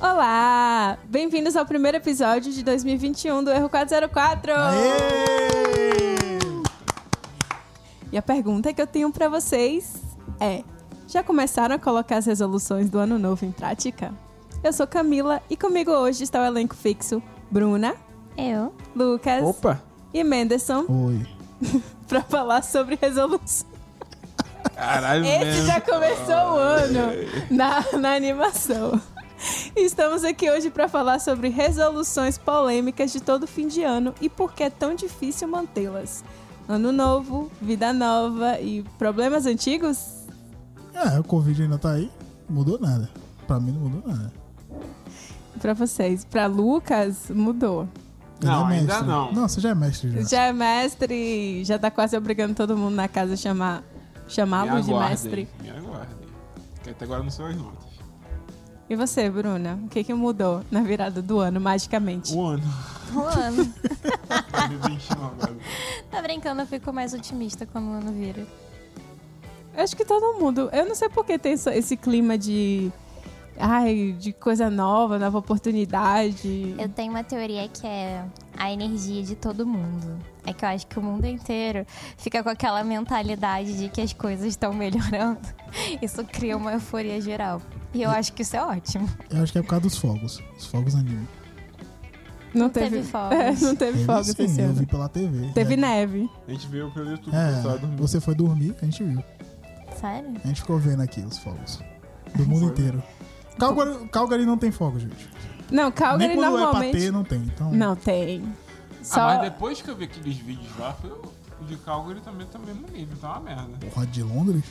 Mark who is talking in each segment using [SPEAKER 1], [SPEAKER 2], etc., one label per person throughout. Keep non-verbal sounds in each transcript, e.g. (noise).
[SPEAKER 1] Olá! Bem-vindos ao primeiro episódio de 2021 do Erro 404! E a pergunta que eu tenho pra vocês é: já começaram a colocar as resoluções do ano novo em prática? Eu sou Camila e comigo hoje está o elenco fixo Bruna,
[SPEAKER 2] Eu.
[SPEAKER 1] Lucas
[SPEAKER 3] Opa!
[SPEAKER 1] e Menderson
[SPEAKER 3] Oi.
[SPEAKER 1] pra falar sobre resoluções.
[SPEAKER 3] Caralho,
[SPEAKER 1] Esse já começou o ano na, na animação. Estamos aqui hoje para falar sobre resoluções polêmicas de todo fim de ano e por que é tão difícil mantê-las. Ano novo, vida nova e problemas antigos?
[SPEAKER 4] É, o Covid ainda tá aí, mudou nada. Pra mim não mudou nada.
[SPEAKER 1] Para vocês. Para Lucas, mudou.
[SPEAKER 4] Ele
[SPEAKER 3] Não, ainda
[SPEAKER 4] mestre.
[SPEAKER 3] não.
[SPEAKER 4] Não, você já é mestre já.
[SPEAKER 1] Já é mestre, já tá quase obrigando todo mundo na casa a chamar, chamá-lo é de mestre.
[SPEAKER 3] Me aguardem. Que até agora não são as notas.
[SPEAKER 1] E você, Bruna? O que, que mudou na virada do ano, magicamente?
[SPEAKER 3] Um ano.
[SPEAKER 2] (laughs) O ano.
[SPEAKER 3] 2021 agora.
[SPEAKER 2] tá brincando, eu fico mais otimista quando o ano vira.
[SPEAKER 1] Eu Acho que todo mundo. Eu não sei por que tem essa- esse clima de. Ai, de coisa nova, nova oportunidade.
[SPEAKER 2] Eu tenho uma teoria que é a energia de todo mundo. É que eu acho que o mundo inteiro fica com aquela mentalidade de que as coisas estão melhorando. (laughs) Isso cria uma euforia geral. E eu acho que isso é ótimo.
[SPEAKER 4] Eu acho que é por causa dos fogos. Os fogos anime.
[SPEAKER 1] Não,
[SPEAKER 2] não teve fogos.
[SPEAKER 1] (laughs) É, não teve fogos
[SPEAKER 4] sim,
[SPEAKER 1] esse
[SPEAKER 4] eu vi
[SPEAKER 1] ano.
[SPEAKER 4] pela TV.
[SPEAKER 1] Teve
[SPEAKER 4] é,
[SPEAKER 1] neve.
[SPEAKER 3] A gente veio pelo YouTube, é. pessoal
[SPEAKER 4] É,
[SPEAKER 3] dormiu.
[SPEAKER 4] você foi dormir, a gente viu.
[SPEAKER 2] Sério?
[SPEAKER 4] A gente ficou vendo aqui os fogos. Do
[SPEAKER 3] né?
[SPEAKER 4] mundo inteiro. Calgary, Calgary não tem fogo, gente.
[SPEAKER 1] Não, Calgary
[SPEAKER 4] Nem quando é pra
[SPEAKER 1] normalmente.
[SPEAKER 4] ter, não tem. Então,
[SPEAKER 1] não tem. Só.
[SPEAKER 3] Ah, mas depois que eu vi aqueles vídeos lá, foi o de Calgary também tá no mesmo nível, tá uma merda.
[SPEAKER 4] porra de Londres?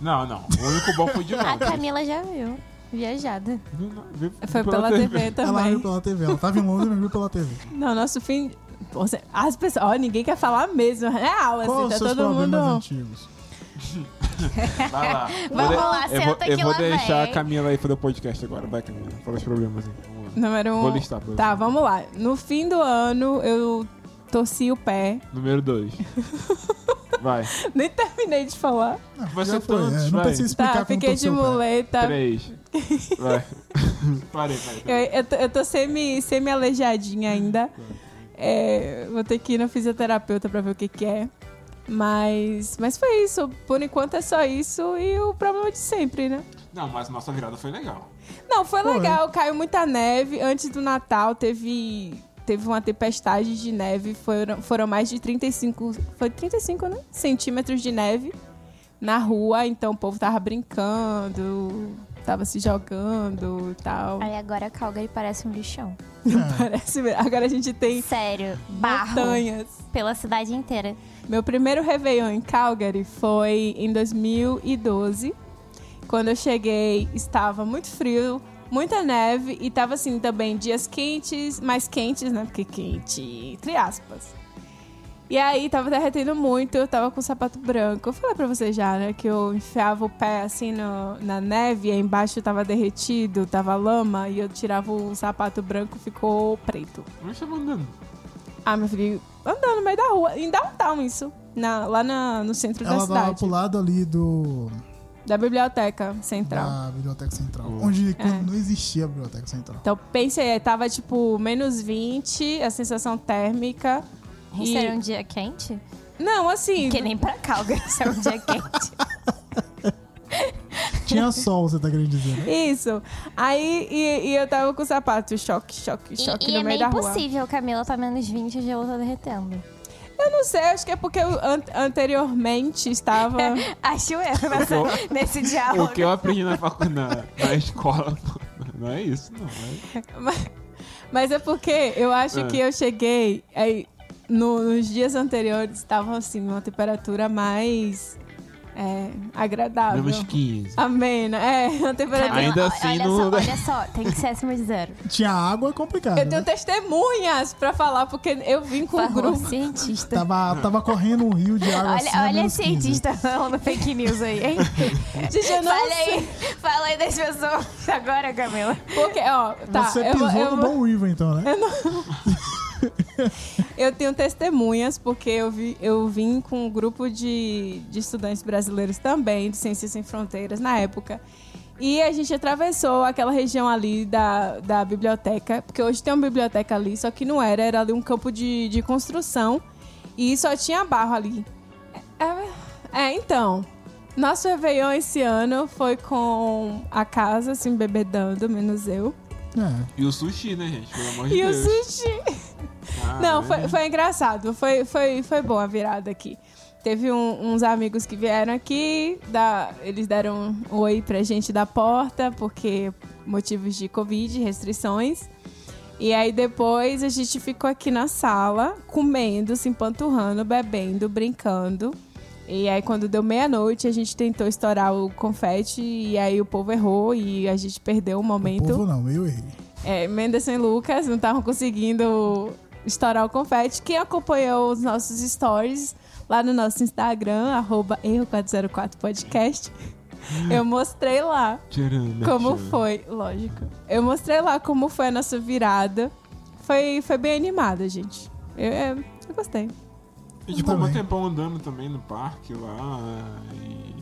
[SPEAKER 3] Não, não. O único bom
[SPEAKER 1] (laughs)
[SPEAKER 3] foi de
[SPEAKER 1] Ah,
[SPEAKER 2] A
[SPEAKER 3] Londres.
[SPEAKER 2] Camila já viu. Viajada.
[SPEAKER 3] Viu, não? Viu
[SPEAKER 4] é
[SPEAKER 1] Foi pela TV
[SPEAKER 4] (laughs) Ela
[SPEAKER 1] também.
[SPEAKER 4] viu pela TV. Ela tava em Londres, mas viu é pela TV.
[SPEAKER 1] Não, nosso fim. Pô, cê- As pessoas. Ó, ninguém quer falar mesmo. É real, assim,
[SPEAKER 4] Qual os
[SPEAKER 1] tá
[SPEAKER 4] seus
[SPEAKER 1] todo
[SPEAKER 4] problemas
[SPEAKER 1] mundo.
[SPEAKER 4] antigos?
[SPEAKER 1] (laughs)
[SPEAKER 3] Vai lá.
[SPEAKER 2] Vamos lá,
[SPEAKER 3] eu vou,
[SPEAKER 2] senta
[SPEAKER 3] eu
[SPEAKER 2] que
[SPEAKER 3] vou
[SPEAKER 2] lá
[SPEAKER 3] deixar
[SPEAKER 2] vem.
[SPEAKER 3] a Camila aí fazer o podcast agora. Vai, Camila. Fala os problemas aí. Vamos lá.
[SPEAKER 1] Número um.
[SPEAKER 3] Vou listar pra
[SPEAKER 1] Tá,
[SPEAKER 3] você.
[SPEAKER 1] vamos lá. No fim do ano, eu torci o pé. (laughs)
[SPEAKER 3] Número 2. Vai.
[SPEAKER 1] Nem terminei de falar.
[SPEAKER 4] Ah,
[SPEAKER 3] Vai
[SPEAKER 4] já
[SPEAKER 3] ser
[SPEAKER 4] foi,
[SPEAKER 3] todos,
[SPEAKER 4] é,
[SPEAKER 3] vai.
[SPEAKER 4] não precisa explicar
[SPEAKER 1] Tá,
[SPEAKER 4] como
[SPEAKER 1] fiquei
[SPEAKER 4] torceu
[SPEAKER 1] de
[SPEAKER 4] o pé.
[SPEAKER 1] muleta. (laughs)
[SPEAKER 3] Três. Vai. (laughs) parei, parei.
[SPEAKER 1] Eu, eu tô, eu tô semi, semi aleijadinha ainda. É, vou ter que ir no fisioterapeuta pra ver o que que é. Mas, mas foi isso. Por enquanto é só isso e o problema de sempre, né?
[SPEAKER 3] Não, mas nossa virada foi legal.
[SPEAKER 1] Não, foi
[SPEAKER 4] Foi.
[SPEAKER 1] legal. Caiu muita neve. Antes do Natal teve, teve uma tempestade de neve. Foram, foram mais de 35... Foi 35, né? Centímetros de neve na rua. Então o povo tava brincando, tava se jogando e tal.
[SPEAKER 2] Aí agora a Calgary parece um lixão.
[SPEAKER 1] (laughs)
[SPEAKER 4] É,
[SPEAKER 1] Parece mesmo. Agora a gente tem
[SPEAKER 2] Sério, barro
[SPEAKER 1] montanhas.
[SPEAKER 2] pela cidade inteira.
[SPEAKER 1] Meu primeiro Réveillon em Calgary foi em 2012. Quando eu cheguei, estava muito frio, muita neve e tava assim também dias quentes, mais quentes, né? Porque quente, entre aspas. E aí tava derretendo muito, eu tava com um sapato branco. Eu falei pra você já, né? Que eu enfiava o pé assim no- na neve, e aí embaixo tava derretido, tava lama, e eu tirava o sapato branco, ficou preto.
[SPEAKER 3] Não está mandando.
[SPEAKER 1] Ah, meu filho, andando no meio da rua, em downtown isso. Na- lá na- no centro da
[SPEAKER 4] Ela tava
[SPEAKER 1] cidade.
[SPEAKER 4] pro lado ali do.
[SPEAKER 1] Da biblioteca central.
[SPEAKER 4] Da Ah, Biblioteca Central.
[SPEAKER 3] Hum.
[SPEAKER 4] Onde quando não existia a Biblioteca Central.
[SPEAKER 1] Então pensa aí, tava tipo menos 20, a sensação térmica.
[SPEAKER 2] Isso
[SPEAKER 1] E-
[SPEAKER 2] era um dia quente?
[SPEAKER 1] Não, assim.
[SPEAKER 2] Que nem pra Calgary, isso era um dia quente.
[SPEAKER 4] Tinha sol, você tá querendo dizer, né?
[SPEAKER 1] Isso. Aí e, e eu tava com o sapato, choque, choque, choque
[SPEAKER 2] (laughs) E, e
[SPEAKER 1] no
[SPEAKER 2] é
[SPEAKER 1] meio
[SPEAKER 2] meio
[SPEAKER 1] da rua.
[SPEAKER 2] impossível, Camila, tá menos 20 e o gelo tá derretendo.
[SPEAKER 1] Eu não sei, acho que é porque eu an- anteriormente estava.
[SPEAKER 2] (laughs) Acho eu nessa, nesse
[SPEAKER 1] Ah,
[SPEAKER 2] diálogo.
[SPEAKER 3] O que eu aprendi na faculdade, na, na escola, pô, não é isso, não. É...
[SPEAKER 1] Mas, mas é porque eu acho
[SPEAKER 3] É.
[SPEAKER 1] que eu cheguei. Aí, no- nos dias anteriores estavam assim, uma temperatura mais é, agradável.
[SPEAKER 3] Menos 15.
[SPEAKER 1] Amena, é, uma temperatura.
[SPEAKER 3] Ainda
[SPEAKER 2] Olha
[SPEAKER 3] assim,
[SPEAKER 2] só,
[SPEAKER 3] não-
[SPEAKER 2] Olha só, tem que ser acima de zero.
[SPEAKER 4] Tinha água é complicado.
[SPEAKER 1] Eu tenho
[SPEAKER 4] né?
[SPEAKER 1] testemunhas pra falar, porque eu vim com o
[SPEAKER 2] Por
[SPEAKER 1] grupo.
[SPEAKER 2] favor, cientista.
[SPEAKER 4] Tava, tava correndo um rio de água
[SPEAKER 2] Olha,
[SPEAKER 4] assim. a
[SPEAKER 2] olha
[SPEAKER 4] menos 15.
[SPEAKER 2] cientista falando fake news aí, hein?
[SPEAKER 1] Gente, eu não
[SPEAKER 2] fala,
[SPEAKER 1] sei.
[SPEAKER 2] aí, fala aí das pessoas agora, Camila.
[SPEAKER 1] Porque, ó, tá.
[SPEAKER 4] Você
[SPEAKER 1] eu, vou-
[SPEAKER 4] pisou
[SPEAKER 1] eu
[SPEAKER 4] no
[SPEAKER 1] vou-
[SPEAKER 4] Bom River, então, né?
[SPEAKER 1] eu tenho testemunhas, porque eu, vi, eu vim com um grupo de, de estudantes brasileiros também, de Ciências Sem Fronteiras, na época. E a gente atravessou aquela região ali da, da biblioteca, porque hoje tem uma biblioteca ali, só que não era, era ali um campo de, de construção e só tinha barro ali. É, é, então, nosso Réveillon esse ano foi com a casa se embebedando, menos eu.
[SPEAKER 4] É.
[SPEAKER 3] E o sushi, né, gente? Pelo amor de
[SPEAKER 1] E o
[SPEAKER 3] Deus.
[SPEAKER 1] sushi.
[SPEAKER 4] Ah,
[SPEAKER 3] Caralho.
[SPEAKER 1] Não,
[SPEAKER 4] né?
[SPEAKER 1] foi, foi engraçado. Foi, foi, foi boa a virada aqui. Teve um- uns amigos que vieram aqui, da- eles deram um oi pra gente da porta, porque motivos de Covid, restrições. E aí depois a gente ficou aqui na sala, comendo, se empanturrando, bebendo, brincando. E aí quando deu meia-noite, a gente tentou estourar o confete e aí o povo errou e a gente perdeu o
[SPEAKER 4] O
[SPEAKER 1] momento.
[SPEAKER 4] povo não, eu errei.
[SPEAKER 1] É, Menderson e Lucas não estavam conseguindo estourar o confete. Quem acompanhou os nossos stories lá no nosso Instagram, arroba erro404podcast,
[SPEAKER 4] Hum.
[SPEAKER 1] eu mostrei lá
[SPEAKER 3] Tcharam,
[SPEAKER 1] como
[SPEAKER 3] tcharam.
[SPEAKER 1] foi, lógico. Eu mostrei lá como foi a nossa virada. Foi, foi bem animada, gente. Eu, é, eu gostei.
[SPEAKER 3] A gente ficou
[SPEAKER 4] Também.
[SPEAKER 3] um tempão andando também no parque lá. E...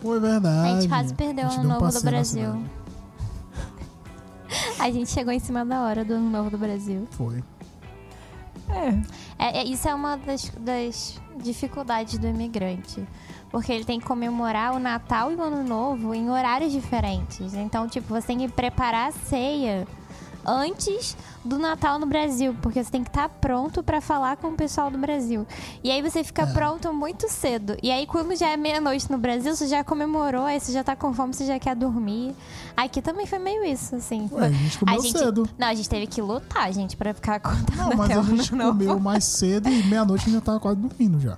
[SPEAKER 4] Foi verdade.
[SPEAKER 2] A gente quase perdeu
[SPEAKER 4] A
[SPEAKER 2] o
[SPEAKER 4] gente
[SPEAKER 2] Ano
[SPEAKER 4] deu um
[SPEAKER 2] Novo do
[SPEAKER 4] passeio na
[SPEAKER 2] Brasil.
[SPEAKER 4] cidade.
[SPEAKER 2] (laughs) A gente chegou em cima da hora do Ano Novo do Brasil.
[SPEAKER 4] Foi.
[SPEAKER 1] É,
[SPEAKER 2] É, é- isso é uma das, das dificuldades do imigrante. Porque ele tem que comemorar o Natal e o Ano Novo em horários diferentes. Então, tipo, você tem que preparar a ceia antes do Natal no Brasil. Porque você tem que estar pronto pra falar com o pessoal do Brasil. E aí você
[SPEAKER 4] É.
[SPEAKER 2] fica pronto muito cedo. E aí, como já é meia-noite no Brasil, você já comemorou, aí você já tá com fome, você já quer dormir. Aqui também foi meio isso, assim.
[SPEAKER 4] Ué, a gente comeu cedo.
[SPEAKER 2] Não, a gente teve que lutar, gente, pra ficar (laughs) acordado
[SPEAKER 4] Não, mas
[SPEAKER 2] até
[SPEAKER 4] a
[SPEAKER 2] o
[SPEAKER 4] gente
[SPEAKER 2] ano novo.
[SPEAKER 4] comeu mais cedo e meia-noite a gente já tava quase dormindo já.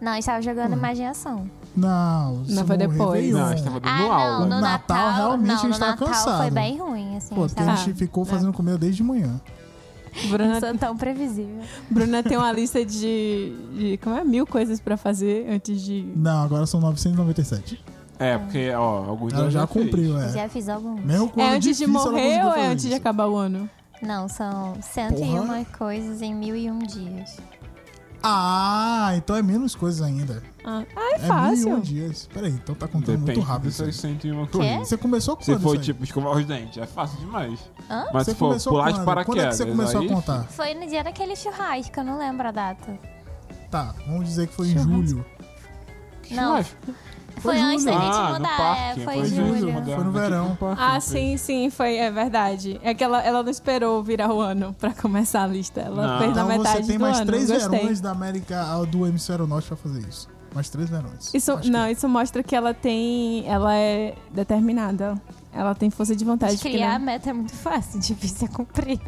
[SPEAKER 2] Não, a gente tava jogando imaginação.
[SPEAKER 4] Não, isso
[SPEAKER 1] Não, foi
[SPEAKER 4] no
[SPEAKER 1] depois.
[SPEAKER 4] Réveillon.
[SPEAKER 3] Não, a gente tava dando
[SPEAKER 2] Ah, não,
[SPEAKER 3] aula.
[SPEAKER 2] no
[SPEAKER 4] No
[SPEAKER 2] Natal,
[SPEAKER 4] Natal, realmente,
[SPEAKER 2] não,
[SPEAKER 4] a gente
[SPEAKER 2] no
[SPEAKER 4] tava
[SPEAKER 2] Natal
[SPEAKER 4] cansado.
[SPEAKER 2] foi bem ruim, assim.
[SPEAKER 4] Pô,
[SPEAKER 2] a
[SPEAKER 4] porque
[SPEAKER 2] gente tava...
[SPEAKER 4] a gente ficou fazendo comida desde manhã.
[SPEAKER 2] Isso
[SPEAKER 1] Bruna,
[SPEAKER 2] é tão previsível.
[SPEAKER 1] Bruna tem uma lista de, de como é, mil coisas pra fazer antes de...
[SPEAKER 4] Não, agora são 997.
[SPEAKER 3] É, porque, ó, alguns
[SPEAKER 4] Ela
[SPEAKER 3] anos
[SPEAKER 4] já
[SPEAKER 3] fez.
[SPEAKER 4] cumpriu, é.
[SPEAKER 2] Já fiz alguns.
[SPEAKER 4] Mesmo com
[SPEAKER 1] É
[SPEAKER 4] ano
[SPEAKER 1] antes de
[SPEAKER 4] difícil, ela
[SPEAKER 1] morrer
[SPEAKER 4] conseguiu
[SPEAKER 1] ou é
[SPEAKER 4] fazer
[SPEAKER 1] antes de
[SPEAKER 4] isso.
[SPEAKER 1] acabar o ano?
[SPEAKER 2] Não, são 101
[SPEAKER 4] Porra.
[SPEAKER 2] coisas em 1001 dias.
[SPEAKER 4] Ah, então é menos coisas ainda.
[SPEAKER 1] Ah, ah, é
[SPEAKER 4] É mil e um
[SPEAKER 1] fácil.
[SPEAKER 4] dias. Peraí, então tá contando
[SPEAKER 3] Depende
[SPEAKER 4] muito rápido isso aí.
[SPEAKER 3] dessas 101 coisas.
[SPEAKER 4] Você começou quando?
[SPEAKER 3] um Se for,
[SPEAKER 4] isso aí?
[SPEAKER 3] tipo, escovar os dentes, é fácil demais.
[SPEAKER 2] Hã?
[SPEAKER 3] Mas
[SPEAKER 4] você
[SPEAKER 3] se for
[SPEAKER 4] começou
[SPEAKER 3] pular
[SPEAKER 4] quando?
[SPEAKER 3] de
[SPEAKER 4] Quando
[SPEAKER 3] paraquedas,
[SPEAKER 4] é que você começou
[SPEAKER 3] aí,
[SPEAKER 4] a contar?
[SPEAKER 2] Foi no dia daquele churrasco, eu não lembro a data.
[SPEAKER 4] Tá, vamos dizer que foi em
[SPEAKER 1] Uhum.
[SPEAKER 4] julho.
[SPEAKER 3] que
[SPEAKER 2] Não.
[SPEAKER 3] churrasco.
[SPEAKER 2] Foi,
[SPEAKER 4] Foi
[SPEAKER 2] antes da
[SPEAKER 4] julho.
[SPEAKER 2] gente
[SPEAKER 3] Ah, no
[SPEAKER 2] mudar,
[SPEAKER 3] parque,
[SPEAKER 2] é, foi,
[SPEAKER 3] foi
[SPEAKER 4] Foi em
[SPEAKER 2] julho.
[SPEAKER 4] julho,
[SPEAKER 3] Mudar
[SPEAKER 4] Foi no
[SPEAKER 3] daqui
[SPEAKER 4] verão.
[SPEAKER 3] pro parque,
[SPEAKER 1] Ah,
[SPEAKER 3] não
[SPEAKER 1] sim, sim, foi, é verdade. É que ela, ela não esperou virar o ano pra começar a lista. Ela
[SPEAKER 3] Não.
[SPEAKER 1] fez na
[SPEAKER 4] Então
[SPEAKER 1] metade
[SPEAKER 4] você tem
[SPEAKER 1] do
[SPEAKER 4] mais
[SPEAKER 1] ano.
[SPEAKER 4] três
[SPEAKER 1] Gostei.
[SPEAKER 4] verões né? da América ao- do Hemisfério Norte pra fazer isso. Mais três verões.
[SPEAKER 1] Isso,
[SPEAKER 4] Acho que- é.
[SPEAKER 1] não, isso mostra que ela tem. Ela é determinada. Ela tem força de vontade.
[SPEAKER 2] De
[SPEAKER 1] porque
[SPEAKER 2] criar a
[SPEAKER 1] não-
[SPEAKER 2] meta é muito fácil, (laughs) difícil é cumprir.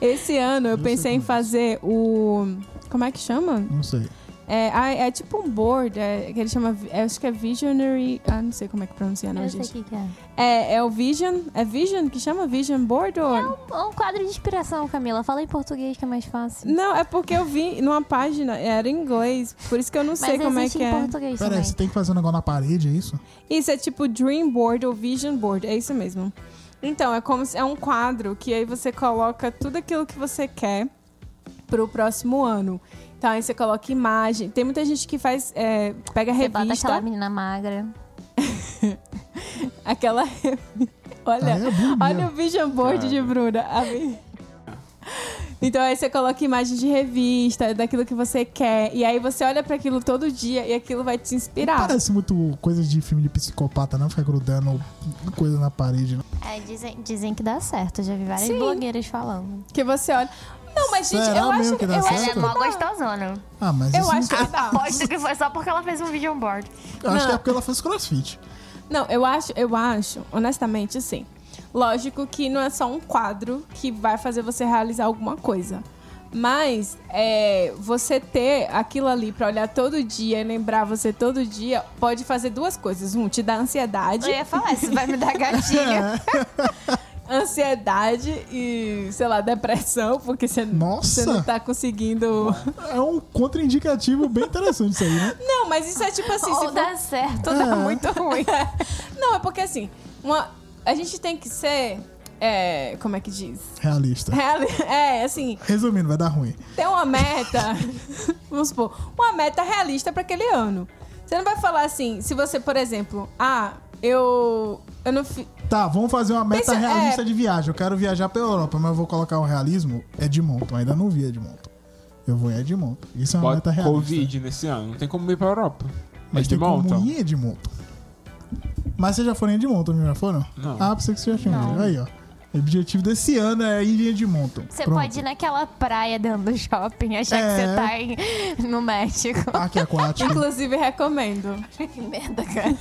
[SPEAKER 1] Esse ano eu
[SPEAKER 4] sei
[SPEAKER 1] pensei em
[SPEAKER 4] como é.
[SPEAKER 1] fazer o. Como é que chama?
[SPEAKER 4] Não sei.
[SPEAKER 1] É, ah, é tipo um board, é, que ele chama. é, Acho que é Visionary. Ah, não sei como é que pronuncia, não,
[SPEAKER 2] eu
[SPEAKER 1] gente.
[SPEAKER 2] sei o que, que é.
[SPEAKER 1] É, é o Vision. É Vision que chama Vision Board? Ou...
[SPEAKER 2] É um quadro de inspiração, Camila. Fala em português que é mais fácil.
[SPEAKER 1] Não, é porque eu vi numa página, era em inglês, por isso que eu não sei
[SPEAKER 2] Mas
[SPEAKER 1] como é
[SPEAKER 2] existe
[SPEAKER 1] que
[SPEAKER 2] em
[SPEAKER 1] é.
[SPEAKER 2] português
[SPEAKER 4] Peraí,
[SPEAKER 2] também.
[SPEAKER 4] você tem que fazer um negócio na parede, é isso?
[SPEAKER 1] Isso é tipo Dream Board ou Vision Board, é isso mesmo. Então, é como se é um quadro que aí você coloca tudo aquilo que você quer pro próximo ano. Então aí você coloca imagem. Tem muita gente que faz. é, pega
[SPEAKER 2] Você bota aquela
[SPEAKER 1] revista.
[SPEAKER 2] menina magra.
[SPEAKER 1] Aquela. (laughs) revi- Olha.
[SPEAKER 4] Aí é bom
[SPEAKER 1] Olha o
[SPEAKER 4] mesmo.
[SPEAKER 1] vision board de
[SPEAKER 3] Cara.
[SPEAKER 1] Bruna. A mi- Então aí você coloca imagem de revista, daquilo que você quer, e aí você olha pra aquilo todo dia e aquilo vai te inspirar.
[SPEAKER 4] Parece muito coisa de filme de psicopata, não ficar grudando coisa na parede. Não.
[SPEAKER 2] É, dizem, dizem que dá certo. Já vi várias
[SPEAKER 1] Sim.
[SPEAKER 2] blogueiras falando.
[SPEAKER 1] Que você olha. Não, mas gente,
[SPEAKER 4] Será
[SPEAKER 1] eu acho
[SPEAKER 4] mesmo que dá
[SPEAKER 1] eu
[SPEAKER 4] certo?
[SPEAKER 1] acho
[SPEAKER 5] Ela é
[SPEAKER 1] que
[SPEAKER 5] mó
[SPEAKER 1] dá.
[SPEAKER 5] gostosona.
[SPEAKER 4] Ah, mas
[SPEAKER 1] Eu
[SPEAKER 4] isso
[SPEAKER 1] acho que (laughs) dá.
[SPEAKER 5] Aposto que foi só porque ela fez um vídeo on board.
[SPEAKER 4] (laughs) eu acho
[SPEAKER 1] não.
[SPEAKER 4] que é porque ela fez crossfit.
[SPEAKER 1] (laughs) Não, eu acho, eu acho, honestamente, assim. Lógico que não é só um quadro que vai fazer você realizar alguma coisa. Mas é, você ter aquilo ali pra olhar todo dia e lembrar você todo dia pode fazer duas coisas. Um, te dá ansiedade.
[SPEAKER 5] Eu ia falar, isso vai me dar (laughs) gatilho.
[SPEAKER 1] ansiedade e, sei lá, depressão, porque você,
[SPEAKER 4] Nossa!
[SPEAKER 1] você não tá conseguindo.
[SPEAKER 4] É um contraindicativo bem interessante isso aí, né?
[SPEAKER 1] Não, mas isso é tipo assim, se
[SPEAKER 5] Ou
[SPEAKER 1] for-
[SPEAKER 5] dá certo.
[SPEAKER 2] Tudo é muito ruim.
[SPEAKER 1] (laughs) Não, é porque assim, uma... a gente tem que ser. é, Como é que diz?
[SPEAKER 4] Realista.
[SPEAKER 1] Real... É, assim,
[SPEAKER 4] Resumindo, vai dar ruim.
[SPEAKER 1] ter uma meta. (laughs) vamos supor, uma meta realista pra aquele ano. Você não vai falar assim, se você, por exemplo, ah, eu. Eu não fi-
[SPEAKER 4] Tá, vamos fazer uma meta
[SPEAKER 1] Pensa- é.
[SPEAKER 4] realista de viagem. Eu quero viajar pela Europa, mas eu vou colocar o realismo É Edmonton. Ainda não vi Edmonton. Eu vou em Edmonton. Isso é uma
[SPEAKER 3] Bota
[SPEAKER 4] meta realista.
[SPEAKER 3] Covid nesse ano. Não tem como ir pra Europa.
[SPEAKER 4] Mas tem como
[SPEAKER 3] Edmonton.
[SPEAKER 4] ir em Edmonton. Mas vocês já foram em Edmonton, não já foram?
[SPEAKER 3] Não.
[SPEAKER 4] Ah, pensei que você já tinha.
[SPEAKER 2] Não.
[SPEAKER 4] Aí, ó. O objetivo desse ano é ir em Edmonton.
[SPEAKER 2] Você
[SPEAKER 4] Pronto.
[SPEAKER 2] pode ir naquela praia dentro do shopping, achar
[SPEAKER 4] É.
[SPEAKER 2] que você tá em-
[SPEAKER 5] (laughs)
[SPEAKER 2] no México.
[SPEAKER 4] Parque aquático.
[SPEAKER 1] Inclusive, recomendo.
[SPEAKER 2] que merda, cara.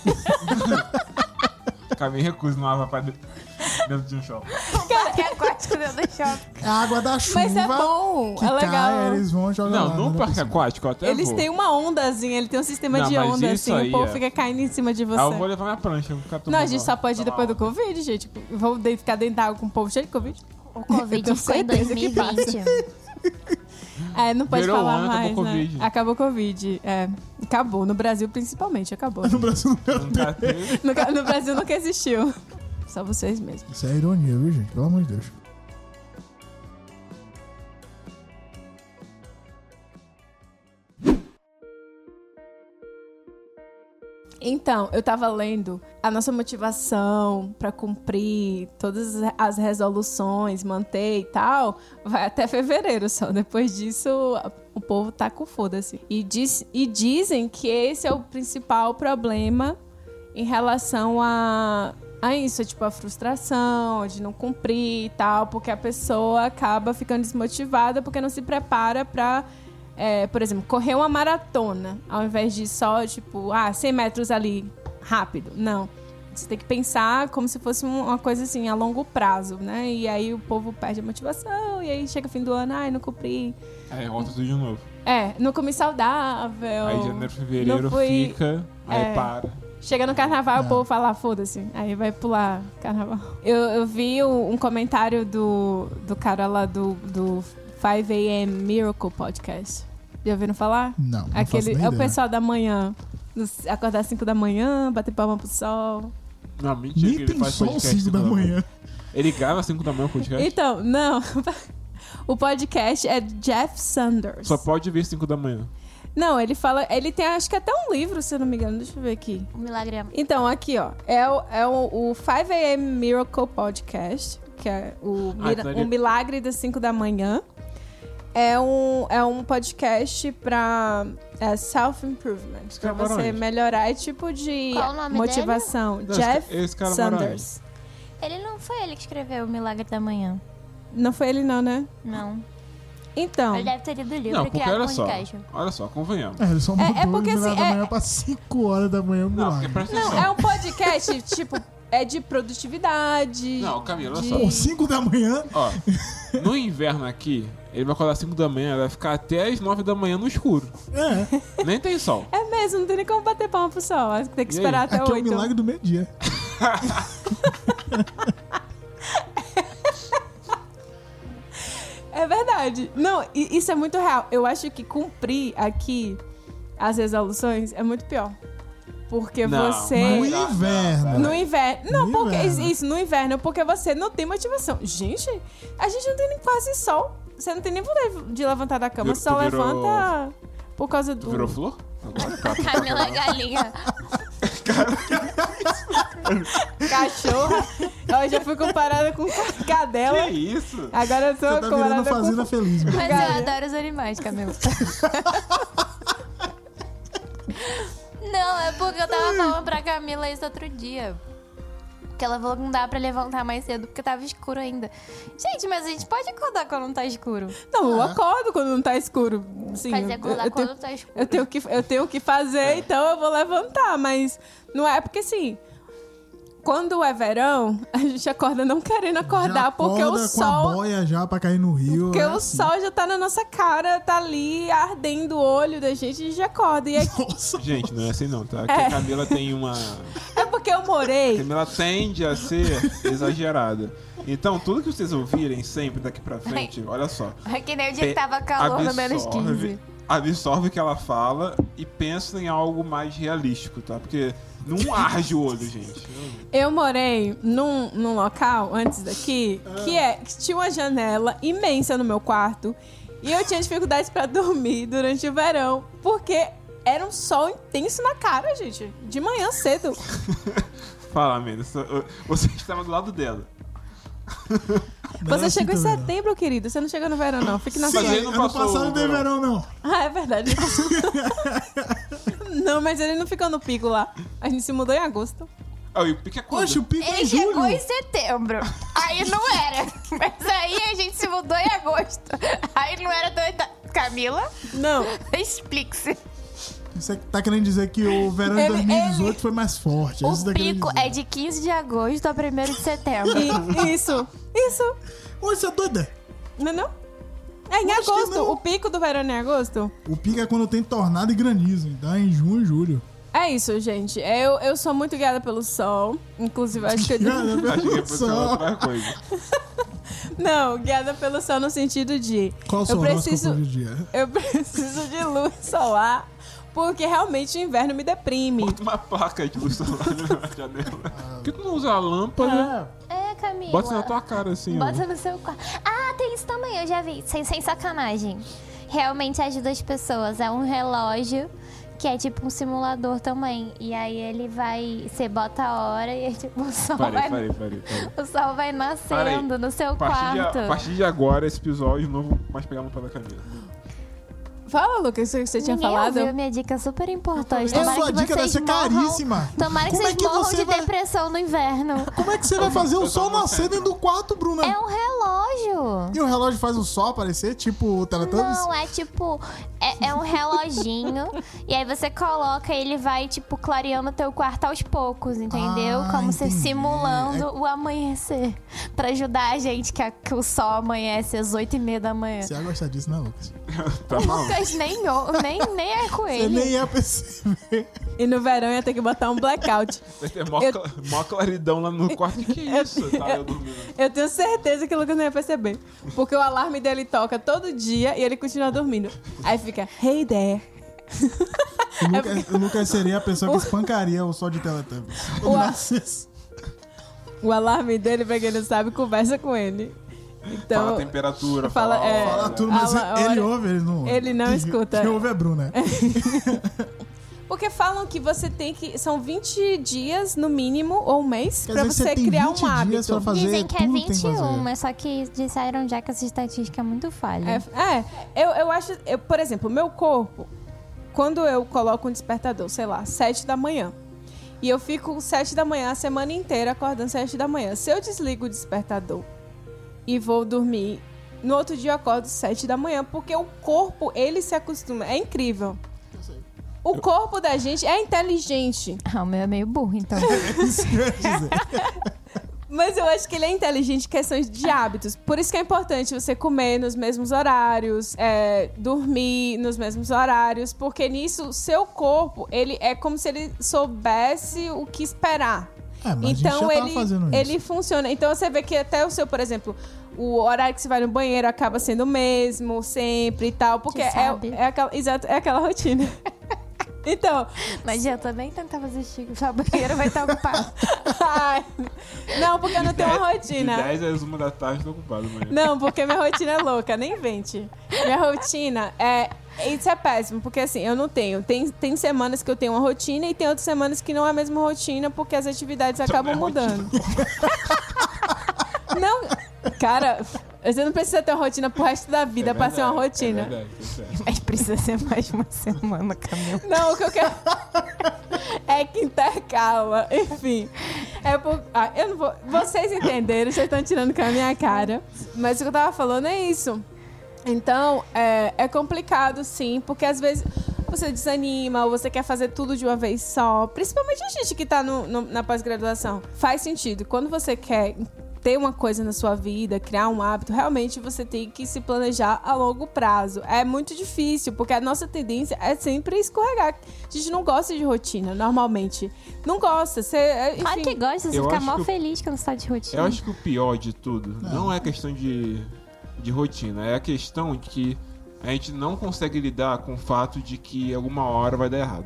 [SPEAKER 3] Caminho recuso não vai pra dentro dentro de um shopping.
[SPEAKER 2] Parque aquático dentro do shopping.
[SPEAKER 4] É a água da chuva.
[SPEAKER 1] Mas é bom,
[SPEAKER 4] que
[SPEAKER 1] é legal.
[SPEAKER 4] Cai, eles vão jogar
[SPEAKER 3] Não,
[SPEAKER 4] lá, né,
[SPEAKER 3] num
[SPEAKER 4] na
[SPEAKER 3] parque
[SPEAKER 4] piscina.
[SPEAKER 3] aquático eu até
[SPEAKER 1] Eles
[SPEAKER 3] vou.
[SPEAKER 1] têm um uma ondazinha, ele tem um sistema
[SPEAKER 3] Tá Não,
[SPEAKER 1] de
[SPEAKER 3] mas
[SPEAKER 1] onda,
[SPEAKER 3] isso
[SPEAKER 1] assim,
[SPEAKER 3] aí
[SPEAKER 1] o povo
[SPEAKER 3] é-
[SPEAKER 1] fica caindo em cima de você.
[SPEAKER 3] Ah, é eu vou levar minha prancha, eu vou ficar todo
[SPEAKER 1] Não, a gente só pode ir
[SPEAKER 3] Tá
[SPEAKER 1] depois do Covid, gente. Eu Vou de- ficar dentro da água com o povo cheio de Covid.
[SPEAKER 2] O
[SPEAKER 1] Eu tenho
[SPEAKER 2] Covid ficou em
[SPEAKER 1] certeza que
[SPEAKER 2] 2020.
[SPEAKER 1] É, não pode
[SPEAKER 3] Virou um
[SPEAKER 1] falar
[SPEAKER 3] ano,
[SPEAKER 1] mais,
[SPEAKER 3] acabou
[SPEAKER 1] né?
[SPEAKER 3] Covid.
[SPEAKER 1] Acabou Covid. É, acabou. No Brasil, principalmente, acabou. né?
[SPEAKER 3] (laughs)
[SPEAKER 4] No Brasil não quero
[SPEAKER 3] tá
[SPEAKER 4] ter.
[SPEAKER 3] Covid.
[SPEAKER 1] no, ca- no Brasil nunca existiu. Só vocês mesmos.
[SPEAKER 4] Isso é ironia, viu, gente? Pelo amor de Deus.
[SPEAKER 1] Então, eu tava lendo a nossa motivação pra cumprir todas as resoluções, manter e tal, vai até fevereiro só. Depois disso, a- o povo tá com foda-se. E, diz- e dizem que esse é o principal problema em relação a, a isso, tipo, a frustração, de não cumprir e tal, porque a pessoa acaba ficando desmotivada porque não se prepara pra é, por exemplo, correr uma maratona, ao invés de só, tipo, ah, 100 metros ali, rápido. Não. Você tem que pensar como se fosse um- uma coisa assim, a longo prazo, né? E aí o povo perde a motivação, e aí chega fim do ano, ai, não cumpri.
[SPEAKER 3] Aí volta tudo de novo.
[SPEAKER 1] É, não comi saudável.
[SPEAKER 3] Aí janeiro, fevereiro
[SPEAKER 1] Não fui-
[SPEAKER 3] fica, aí
[SPEAKER 1] É.
[SPEAKER 3] para.
[SPEAKER 1] Chega no carnaval,
[SPEAKER 4] É.
[SPEAKER 1] o povo fala, "Ah, foda-se. Aí vai pular carnaval. Eu, eu vi um um comentário do, do cara lá do, do 5am Miracle Podcast. Já ouviram falar?
[SPEAKER 4] Não. não faço
[SPEAKER 1] Aquele,
[SPEAKER 4] nem
[SPEAKER 1] é o
[SPEAKER 4] ideia.
[SPEAKER 1] pessoal da manhã. Nos- Acordar às 5 da manhã, bater palma pro sol.
[SPEAKER 3] Não, mentira que
[SPEAKER 4] Nem
[SPEAKER 3] ele
[SPEAKER 4] tem
[SPEAKER 3] faz
[SPEAKER 4] sol às
[SPEAKER 3] podcast.
[SPEAKER 4] 5 da
[SPEAKER 3] cinco
[SPEAKER 4] manhã.
[SPEAKER 3] Ele grava às 5 da manhã o podcast?
[SPEAKER 1] Então, não. (laughs) O podcast é de Jeff Sanders.
[SPEAKER 3] Só pode ver 5 da manhã.
[SPEAKER 1] Não, ele fala. Ele tem acho que até um livro, se eu não me engano. Deixa eu ver aqui.
[SPEAKER 2] O milagre é
[SPEAKER 1] Então, aqui, ó. É o, é o, o 5am Miracle Podcast, que é o,
[SPEAKER 3] Ah,
[SPEAKER 1] mira-
[SPEAKER 3] então ele-
[SPEAKER 1] o milagre das 5 da manhã. É um, é um podcast pra é, self-improvement.
[SPEAKER 3] Esse
[SPEAKER 1] Pra
[SPEAKER 3] cara mora
[SPEAKER 1] você
[SPEAKER 3] onde?
[SPEAKER 1] melhorar, tipo de
[SPEAKER 2] Qual o nome
[SPEAKER 1] motivação.
[SPEAKER 3] Não, esse
[SPEAKER 1] Jeff
[SPEAKER 3] ca- esse cara mora
[SPEAKER 1] Sanders.
[SPEAKER 2] é- Ele não foi ele que escreveu o Milagre da Manhã.
[SPEAKER 1] Não foi ele, não, né?
[SPEAKER 2] Não.
[SPEAKER 1] Então.
[SPEAKER 2] Ele deve ter lido o livro
[SPEAKER 3] Não,
[SPEAKER 2] e
[SPEAKER 3] porque
[SPEAKER 2] criado
[SPEAKER 3] olha
[SPEAKER 2] um
[SPEAKER 3] só.
[SPEAKER 2] podcast.
[SPEAKER 3] Olha só, convenhamos.
[SPEAKER 4] É, ele só
[SPEAKER 1] É- é
[SPEAKER 4] mudou
[SPEAKER 1] porque,
[SPEAKER 4] de virar
[SPEAKER 1] assim,
[SPEAKER 4] da
[SPEAKER 1] é-
[SPEAKER 4] manhã pra 5 horas da manhã.
[SPEAKER 3] Não,
[SPEAKER 4] milagre.
[SPEAKER 3] porque presta
[SPEAKER 1] Não,
[SPEAKER 3] atenção.
[SPEAKER 1] é um podcast, (laughs) tipo, é de produtividade.
[SPEAKER 3] Não, Camila, olha
[SPEAKER 1] de-
[SPEAKER 3] só.
[SPEAKER 4] Pô, 5 da manhã?
[SPEAKER 3] Ó, no inverno aqui, ele vai acordar às 5 da manhã, vai ficar até as 9 da manhã no escuro.
[SPEAKER 4] É.
[SPEAKER 3] Nem tem sol.
[SPEAKER 1] É mesmo, não tem nem como bater palma pro sol. acho que Tem que
[SPEAKER 3] E aí?
[SPEAKER 1] esperar até
[SPEAKER 4] Aqui é o
[SPEAKER 1] oito. né?
[SPEAKER 4] milagre do meio-dia.
[SPEAKER 1] É verdade. Não, i- isso é muito real. Eu acho que cumprir aqui as resoluções é muito pior. Porque
[SPEAKER 3] Não,
[SPEAKER 1] você.
[SPEAKER 4] No
[SPEAKER 3] Não, não,
[SPEAKER 4] inverno.
[SPEAKER 1] No inverno. Não,
[SPEAKER 4] é No
[SPEAKER 1] porque.
[SPEAKER 4] inverno.
[SPEAKER 1] Isso, no inverno, porque você não tem motivação. Gente, a gente não tem nem quase sol. Você não tem nem vontade de levantar da cama.
[SPEAKER 3] Vir-
[SPEAKER 1] Você só
[SPEAKER 3] tu virou-
[SPEAKER 1] levanta por causa do.
[SPEAKER 3] Tu
[SPEAKER 4] (laughs)
[SPEAKER 3] virou flor? Agora, tá. cara.
[SPEAKER 2] Camila Galinha.
[SPEAKER 1] cachorra. Eu já fui comparada com cadela.
[SPEAKER 3] Que isso?
[SPEAKER 1] Agora eu
[SPEAKER 4] Você
[SPEAKER 1] tô
[SPEAKER 4] tá virando
[SPEAKER 1] comparada
[SPEAKER 4] fazenda
[SPEAKER 1] com.
[SPEAKER 4] feliz, mano.
[SPEAKER 2] Mas
[SPEAKER 1] Galinha.
[SPEAKER 2] eu adoro os animais, Camila. não, é porque eu tava falando pra Camila isso outro dia. Que ela falou que não dá pra levantar mais cedo porque tava escuro ainda. Gente, mas a gente pode acordar quando não tá escuro.
[SPEAKER 1] Não,
[SPEAKER 4] Ah.
[SPEAKER 1] eu acordo quando não tá escuro. Sim,
[SPEAKER 2] Fazer
[SPEAKER 1] eu, eu,
[SPEAKER 2] acordar
[SPEAKER 1] eu,
[SPEAKER 2] quando
[SPEAKER 1] tenho,
[SPEAKER 2] tá escuro.
[SPEAKER 1] eu, tenho que, eu tenho que fazer,
[SPEAKER 4] É.
[SPEAKER 1] então eu vou levantar. Mas não é porque assim. Quando é verão, a gente acorda não querendo acordar,
[SPEAKER 4] Já
[SPEAKER 1] porque
[SPEAKER 4] acorda
[SPEAKER 1] o
[SPEAKER 4] com a
[SPEAKER 1] sol.
[SPEAKER 4] boia já pra cair no rio.
[SPEAKER 1] Porque
[SPEAKER 4] é
[SPEAKER 1] o
[SPEAKER 4] assim.
[SPEAKER 1] sol já tá na nossa cara, tá ali ardendo o olho da gente, a gente já acorda. E é,
[SPEAKER 4] Nossa.
[SPEAKER 3] Gente, não é assim não, tá? Que a Camila tem uma...
[SPEAKER 1] é porque eu
[SPEAKER 3] A
[SPEAKER 1] morei.
[SPEAKER 3] Camila tende a ser exagerada. Então, tudo que vocês ouvirem sempre daqui pra frente, olha só.
[SPEAKER 2] É que nem o dia que
[SPEAKER 3] Pe-
[SPEAKER 2] tava calor no menos
[SPEAKER 3] absorve-
[SPEAKER 2] 15.
[SPEAKER 3] Absorve o que ela fala e pensa em algo mais realístico, tá? Porque não arde o olho, gente.
[SPEAKER 1] Eu morei num, num local antes daqui que é que tinha uma janela imensa no meu quarto e eu tinha dificuldades pra dormir durante o verão porque era um sol intenso na cara, gente, de manhã cedo.
[SPEAKER 3] Fala, Amanda. só- eu- Você estava do lado dela.
[SPEAKER 4] Não,
[SPEAKER 1] Você chegou em
[SPEAKER 4] sinto verão.
[SPEAKER 1] setembro, querido. Você não chegou no verão, não. Fique na
[SPEAKER 4] Sim,
[SPEAKER 1] sua.
[SPEAKER 3] Mas ele não
[SPEAKER 4] assim né? ano
[SPEAKER 3] passou
[SPEAKER 4] passado
[SPEAKER 3] o
[SPEAKER 4] não teve verão,
[SPEAKER 3] verão.
[SPEAKER 4] não.
[SPEAKER 1] Ah, é verdade. (laughs) não, mas ele não ficou no pico lá. A gente se mudou em agosto.
[SPEAKER 3] Ah, e o pique é quando?
[SPEAKER 4] Poxa, o pico é em
[SPEAKER 5] Ele
[SPEAKER 4] julho.
[SPEAKER 5] chegou em setembro. Aí não
[SPEAKER 2] (laughs)
[SPEAKER 5] era. Mas aí a gente se mudou em agosto. Aí não era doida. Camila,
[SPEAKER 1] Não,
[SPEAKER 5] explique-se.
[SPEAKER 4] Você tá querendo dizer que o verão de
[SPEAKER 1] Ele-
[SPEAKER 4] 2018 foi mais forte. é isso que
[SPEAKER 5] O
[SPEAKER 4] tá querendo
[SPEAKER 5] pico
[SPEAKER 4] dizer.
[SPEAKER 5] é de 15 de agosto a 1 de setembro.
[SPEAKER 1] e- isso, isso.
[SPEAKER 4] Ô, você é doida?
[SPEAKER 1] Não é não? É em
[SPEAKER 4] Eu acho que
[SPEAKER 1] agosto.
[SPEAKER 4] não.
[SPEAKER 1] O pico do verão é em agosto?
[SPEAKER 4] O pico é quando tem tornado e granizo. Então é em junho e julho.
[SPEAKER 1] É isso, gente. Eu, eu sou muito guiada pelo sol. Inclusive, eu acho que eu...
[SPEAKER 4] Cara, meu
[SPEAKER 3] Acho que ia
[SPEAKER 4] Deus do
[SPEAKER 3] funcionar
[SPEAKER 4] céu.
[SPEAKER 3] outra coisa.
[SPEAKER 1] (laughs) Não, guiada pelo sol no sentido de...
[SPEAKER 4] Qual o seu
[SPEAKER 1] eu
[SPEAKER 4] horóscopo
[SPEAKER 1] preciso,
[SPEAKER 4] do dia?
[SPEAKER 1] Eu (laughs) preciso de luz solar, porque realmente o inverno me deprime.
[SPEAKER 3] Bota uma placa de luz solar né, na janela.
[SPEAKER 4] Ah.
[SPEAKER 3] Por que tu não usa a
[SPEAKER 1] Ah,
[SPEAKER 3] lâmpada?
[SPEAKER 2] (laughs) É, Camila.
[SPEAKER 3] Bota na tua cara assim,
[SPEAKER 2] Bota
[SPEAKER 3] ó.
[SPEAKER 2] no seu quarto. Ah, tem isso também, eu já vi. Sem, sem sacanagem. Realmente ajuda as pessoas. É um relógio que é tipo um simulador também. E aí ele vai. Você bota a hora e aí, tipo, o sol
[SPEAKER 3] Parei,
[SPEAKER 2] vai.
[SPEAKER 3] parei, parei. parei.
[SPEAKER 2] O sol vai nascendo no seu
[SPEAKER 3] A partir, de, a
[SPEAKER 2] quarto.
[SPEAKER 3] partir de agora, esse episódio não vou mais pegar no pé da Camila.
[SPEAKER 1] Fala, Lucas, o que você tinha
[SPEAKER 2] Ninguém
[SPEAKER 1] falado.
[SPEAKER 2] ouviu minha dica é super importante.
[SPEAKER 4] A
[SPEAKER 2] Tomara
[SPEAKER 4] sua
[SPEAKER 2] que
[SPEAKER 4] dica deve
[SPEAKER 2] vocês
[SPEAKER 4] ser
[SPEAKER 2] morram-
[SPEAKER 4] caríssima.
[SPEAKER 2] Tomara que
[SPEAKER 4] Como é
[SPEAKER 2] vocês
[SPEAKER 4] que
[SPEAKER 2] morram
[SPEAKER 4] você
[SPEAKER 2] de
[SPEAKER 4] vai-
[SPEAKER 2] depressão no inverno.
[SPEAKER 4] Como é que você vai fazer o
[SPEAKER 3] Eu tô
[SPEAKER 4] sol
[SPEAKER 3] no
[SPEAKER 4] nascer
[SPEAKER 3] centro.
[SPEAKER 4] dentro do quarto, Bruna?
[SPEAKER 2] É um relógio.
[SPEAKER 4] E o relógio faz o sol aparecer, tipo o Teletubbies?
[SPEAKER 2] Não, é tipo. É, é um
[SPEAKER 4] (laughs)
[SPEAKER 2] reloginho. e aí você coloca e ele vai, tipo, clareando teu quarto aos poucos, entendeu?
[SPEAKER 4] Ah,
[SPEAKER 2] Como se
[SPEAKER 4] entendi. É
[SPEAKER 2] simulando o amanhecer. Pra ajudar a gente que, a- que o sol amanhece às 8 e meia da manhã.
[SPEAKER 4] Você ia gostar disso, né, Lucas?
[SPEAKER 3] Tá maluco?
[SPEAKER 2] (laughs) Lucas nem, ou- nem, nem é com
[SPEAKER 4] Você
[SPEAKER 2] ele.
[SPEAKER 4] é nem ia perceber.
[SPEAKER 1] E no verão ia ter que botar um blackout.
[SPEAKER 3] Vai ter mó,
[SPEAKER 1] Eu-
[SPEAKER 3] cla- mó claridão lá no quarto. Que
[SPEAKER 1] (laughs)
[SPEAKER 3] isso? Tá eu dormindo.
[SPEAKER 1] Eu tenho certeza que o Lucas não ia perceber. Porque o alarme dele toca todo dia e ele continua dormindo. Aí fica, hey there.
[SPEAKER 4] O Lucas, o Lucas seria a pessoa que espancaria o sol de Teletubbies.
[SPEAKER 1] O-
[SPEAKER 4] Nossa.
[SPEAKER 1] O alarme dele, pra quem não sabe, conversa com ele. Então,
[SPEAKER 3] Fala a temperatura,
[SPEAKER 1] fala-
[SPEAKER 3] fala, a
[SPEAKER 1] é.
[SPEAKER 3] hora.
[SPEAKER 4] Fala tudo, mas
[SPEAKER 1] A hora-
[SPEAKER 4] ele ouve, ele não ouve.
[SPEAKER 1] Ele não
[SPEAKER 4] Quem-
[SPEAKER 1] escuta.
[SPEAKER 4] Quem ouve é a Bruna.
[SPEAKER 1] Porque falam que você tem que. São 20 dias, no mínimo, ou um mês,
[SPEAKER 4] Quer
[SPEAKER 1] pra você,
[SPEAKER 4] dizer que você tem
[SPEAKER 1] criar
[SPEAKER 4] 20
[SPEAKER 1] um
[SPEAKER 4] dias
[SPEAKER 1] hábito.
[SPEAKER 4] pra fazer
[SPEAKER 2] Dizem que é
[SPEAKER 4] tudo tem que fazer.
[SPEAKER 2] 21, mas só que disseram já que essa estatística é muito falha.
[SPEAKER 1] É, é, eu, eu acho. Eu, por exemplo, meu corpo, quando eu coloco um despertador, sei lá, 7 da manhã, e eu fico 7 da manhã a semana inteira acordando 7 da manhã. Se eu desligo o despertador e vou dormir, no outro dia eu acordo 7 da manhã, porque o corpo, ele se acostuma. É incrível. O corpo da gente é inteligente.
[SPEAKER 2] Ah, o meu é meio burro, (laughs) então.
[SPEAKER 4] Isso que eu ia dizer.
[SPEAKER 1] Mas eu acho que ele é inteligente em questões de hábitos. Por isso que é importante você comer nos mesmos horários, é, dormir nos mesmos horários, porque nisso seu corpo, ele é como se ele soubesse o que esperar.
[SPEAKER 4] É, mas a
[SPEAKER 1] então
[SPEAKER 4] gente já
[SPEAKER 1] ele,
[SPEAKER 4] tava fazendo isso.
[SPEAKER 1] ele funciona. Então você vê que até o seu, por exemplo, o horário que você vai no banheiro acaba sendo o mesmo, sempre e tal, porque
[SPEAKER 2] Você
[SPEAKER 1] é,
[SPEAKER 2] sabe.
[SPEAKER 1] é, aquela, exato, é aquela rotina. Então, (laughs)
[SPEAKER 2] Não adianta nem tentar fazer xixi, sua banheira vai estar (laughs) ocupada.
[SPEAKER 1] ai, não, porque eu não tenho uma rotina.
[SPEAKER 3] De 10 às 1 da tarde, tô ocupado amanhã.
[SPEAKER 1] Não, porque minha rotina é louca, nem invente. Minha rotina é. Isso é péssimo, porque assim, eu não tenho. Tem, tem semanas que eu tenho uma rotina e tem outras semanas que não é a mesma rotina, porque as atividades acabam
[SPEAKER 3] não é
[SPEAKER 1] mudando. não, cara, você não precisa ter uma rotina pro resto da vida pra ser uma rotina.
[SPEAKER 3] É verdade, tá certo.
[SPEAKER 2] Mas precisa ser mais uma semana, Camila.
[SPEAKER 1] Não, o que eu quero. (laughs) é que intercala. Enfim. É por... ah, eu não vou... Vocês entenderam, vocês estão tirando com a minha cara. Mas o que eu tava falando é isso. Então, é, é complicado, sim, porque às vezes você desanima, ou você quer fazer tudo de uma vez só. Principalmente a gente que tá no- no- na pós-graduação. Faz sentido. Quando você quer ter uma coisa na sua vida, criar um hábito, realmente você tem que se planejar a longo prazo. É muito difícil, porque a nossa tendência é sempre escorregar. A gente não gosta de rotina, normalmente. Não gosta. Você, é, enfim,
[SPEAKER 2] Claro que gosta, você
[SPEAKER 3] Eu
[SPEAKER 2] fica
[SPEAKER 3] acho
[SPEAKER 2] mal
[SPEAKER 3] que eu-
[SPEAKER 2] feliz quando você tá de rotina.
[SPEAKER 3] Eu acho que o pior de tudo não, é a questão de, de rotina, é a questão de que a gente não consegue lidar com o fato de que alguma hora vai dar errado.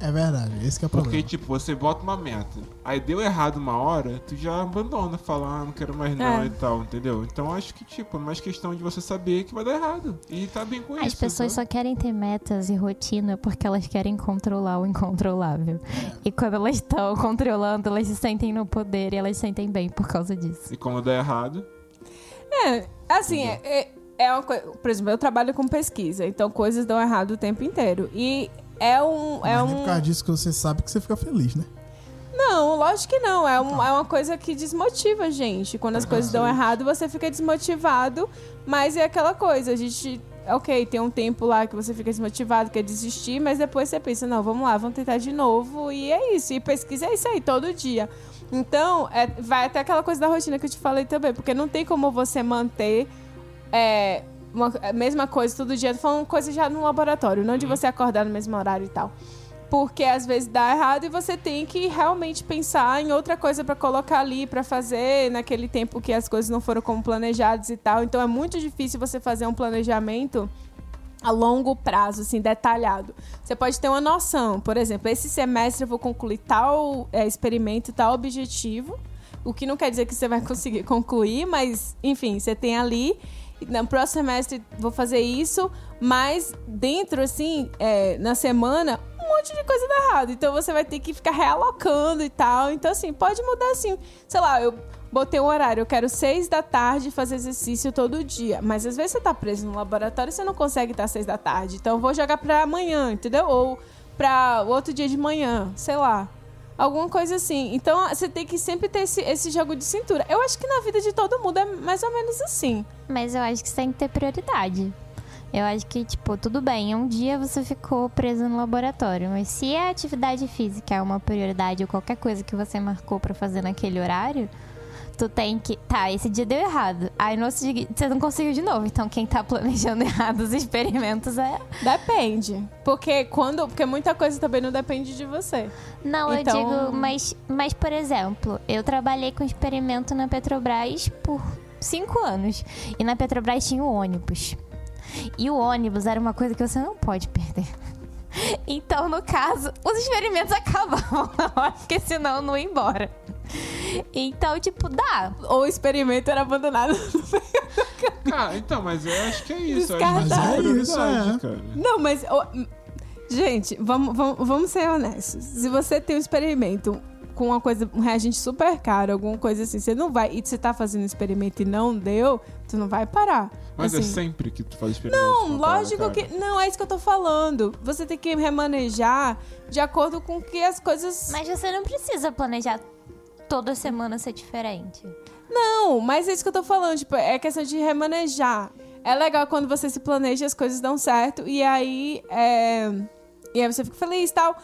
[SPEAKER 4] É verdade, esse que é o
[SPEAKER 3] Porque,
[SPEAKER 4] problema.
[SPEAKER 3] tipo, você bota uma meta. Aí deu errado uma hora, tu já abandona, fala, ah, não quero mais não
[SPEAKER 1] É.
[SPEAKER 3] e tal, entendeu? Então acho que, tipo, é mais questão de você saber que vai dar errado. E tá bem com
[SPEAKER 2] As
[SPEAKER 3] isso.
[SPEAKER 2] pessoas
[SPEAKER 3] sabe?
[SPEAKER 2] só querem ter metas e rotina porque elas querem controlar o incontrolável. E quando elas estão controlando, elas se sentem no poder e elas se sentem bem por causa disso.
[SPEAKER 3] E quando dá errado,
[SPEAKER 1] É, assim, é, é, é uma coisa. Por exemplo, eu trabalho com pesquisa, então coisas dão errado o tempo inteiro. E é um. É
[SPEAKER 4] Mas nem
[SPEAKER 1] um...
[SPEAKER 4] por causa disso que você sabe que você fica feliz, né?
[SPEAKER 1] Não, lógico que não. É, um- é uma coisa que desmotiva a gente. Quando as coisas dão errado, você fica desmotivado. Mas é aquela coisa, a gente. Ok, tem um tempo lá que você fica desmotivado, quer desistir, mas depois você pensa, não, vamos lá, vamos tentar de novo. E é isso. E pesquisa é isso aí, todo dia. Então, é- vai até aquela coisa da rotina que eu te falei também, porque não tem como você manter é, uma- a mesma coisa todo dia. Tô falando coisa já no laboratório, não de você acordar no mesmo horário e tal. Porque às vezes dá errado e você tem que realmente pensar em outra coisa pra colocar ali, pra fazer naquele tempo que as coisas não foram como planejadas e tal. Então é muito difícil você fazer um planejamento a longo prazo, assim, detalhado. Você pode ter uma noção, por exemplo, esse semestre eu vou concluir tal eh, experimento, tal objetivo, o que não quer dizer que você vai conseguir concluir, mas, enfim, você tem ali. No próximo semestre vou fazer isso, mas dentro, assim, eh, na semana, um monte de coisa dá errado. Então você vai ter que ficar realocando e tal. Então, assim, pode mudar assim. Sei lá, eu botei um horário, eu quero seis da tarde fazer exercício todo dia. Mas às vezes você tá preso no laboratório e você não consegue estar às seis da tarde. Então eu vou jogar pra amanhã, entendeu? Ou pra outro dia de manhã, sei lá. Alguma coisa assim. Então você tem que sempre ter esse, esse jogo de cintura. Eu acho que na vida de todo mundo é mais ou menos assim.
[SPEAKER 2] Mas eu acho que você tem que ter prioridade. Eu acho que, tipo, tudo bem, um dia você ficou preso no laboratório, mas se a atividade física é uma prioridade ou qualquer coisa que você marcou pra fazer naquele horário, tu tem que. Tá, esse dia deu errado. Aí no outro dia você não conseguiu de novo. Então quem tá planejando (laughs) errado os experimentos é
[SPEAKER 1] Depende. Porque quando. Porque muita coisa também não depende de você.
[SPEAKER 2] Não,
[SPEAKER 1] Então-
[SPEAKER 2] eu digo, mas, mas, por exemplo, eu trabalhei com experimento na Petrobras por cinco anos. E na Petrobras tinha o ônibus. E o ônibus era uma coisa que você não pode perder. (laughs) Então, no caso, os experimentos (laughs) acabavam na hora, porque senão não ia embora. Então, tipo, dá.
[SPEAKER 1] Ou o experimento era abandonado no meio
[SPEAKER 3] Cara, então, mas eu acho que é isso. Eu
[SPEAKER 1] Descartar.
[SPEAKER 3] Acho que
[SPEAKER 4] Mas é
[SPEAKER 3] prioridade,
[SPEAKER 4] isso, é.
[SPEAKER 3] cara.
[SPEAKER 1] (laughs) Não, mas. ó, hum, gente, vamos, vamos, vamos ser honestos. Se você tem um experimento com uma coisa, um reagente super caro, alguma coisa assim, você não vai. E você tá fazendo um experimento e não deu, tu não vai parar.
[SPEAKER 3] Mas é
[SPEAKER 1] Assim,
[SPEAKER 3] sempre que tu faz experimento.
[SPEAKER 1] Não,
[SPEAKER 3] com uma parada,
[SPEAKER 1] lógico
[SPEAKER 3] cara.
[SPEAKER 1] que. Não, é isso que eu tô falando. Você tem que remanejar de acordo com que as coisas.
[SPEAKER 2] Mas você não precisa planejar toda semana ser diferente.
[SPEAKER 1] Não, mas é isso que eu tô falando. Tipo, é questão de remanejar. É legal quando você se planeja, as coisas dão certo. E aí. é, E aí você fica feliz e tal.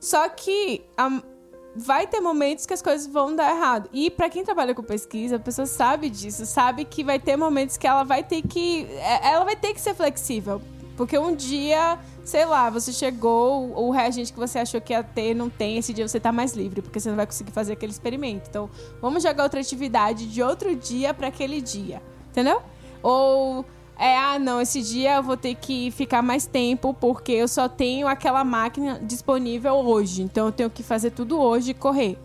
[SPEAKER 1] Só que. a- Vai ter momentos que as coisas vão dar errado. E pra quem trabalha com pesquisa, a pessoa sabe disso, sabe que vai ter momentos que ela vai ter que. é- Ela vai ter que ser flexível. Porque um dia, sei lá, você chegou, o reagente que você achou que ia ter não tem, esse dia você tá mais livre, porque você não vai conseguir fazer aquele experimento. Então, vamos jogar outra atividade de outro dia para aquele dia, entendeu? Ou é, ah, não, esse dia eu vou ter que ficar mais tempo porque eu só tenho aquela máquina disponível hoje, então eu tenho que fazer tudo hoje e correr,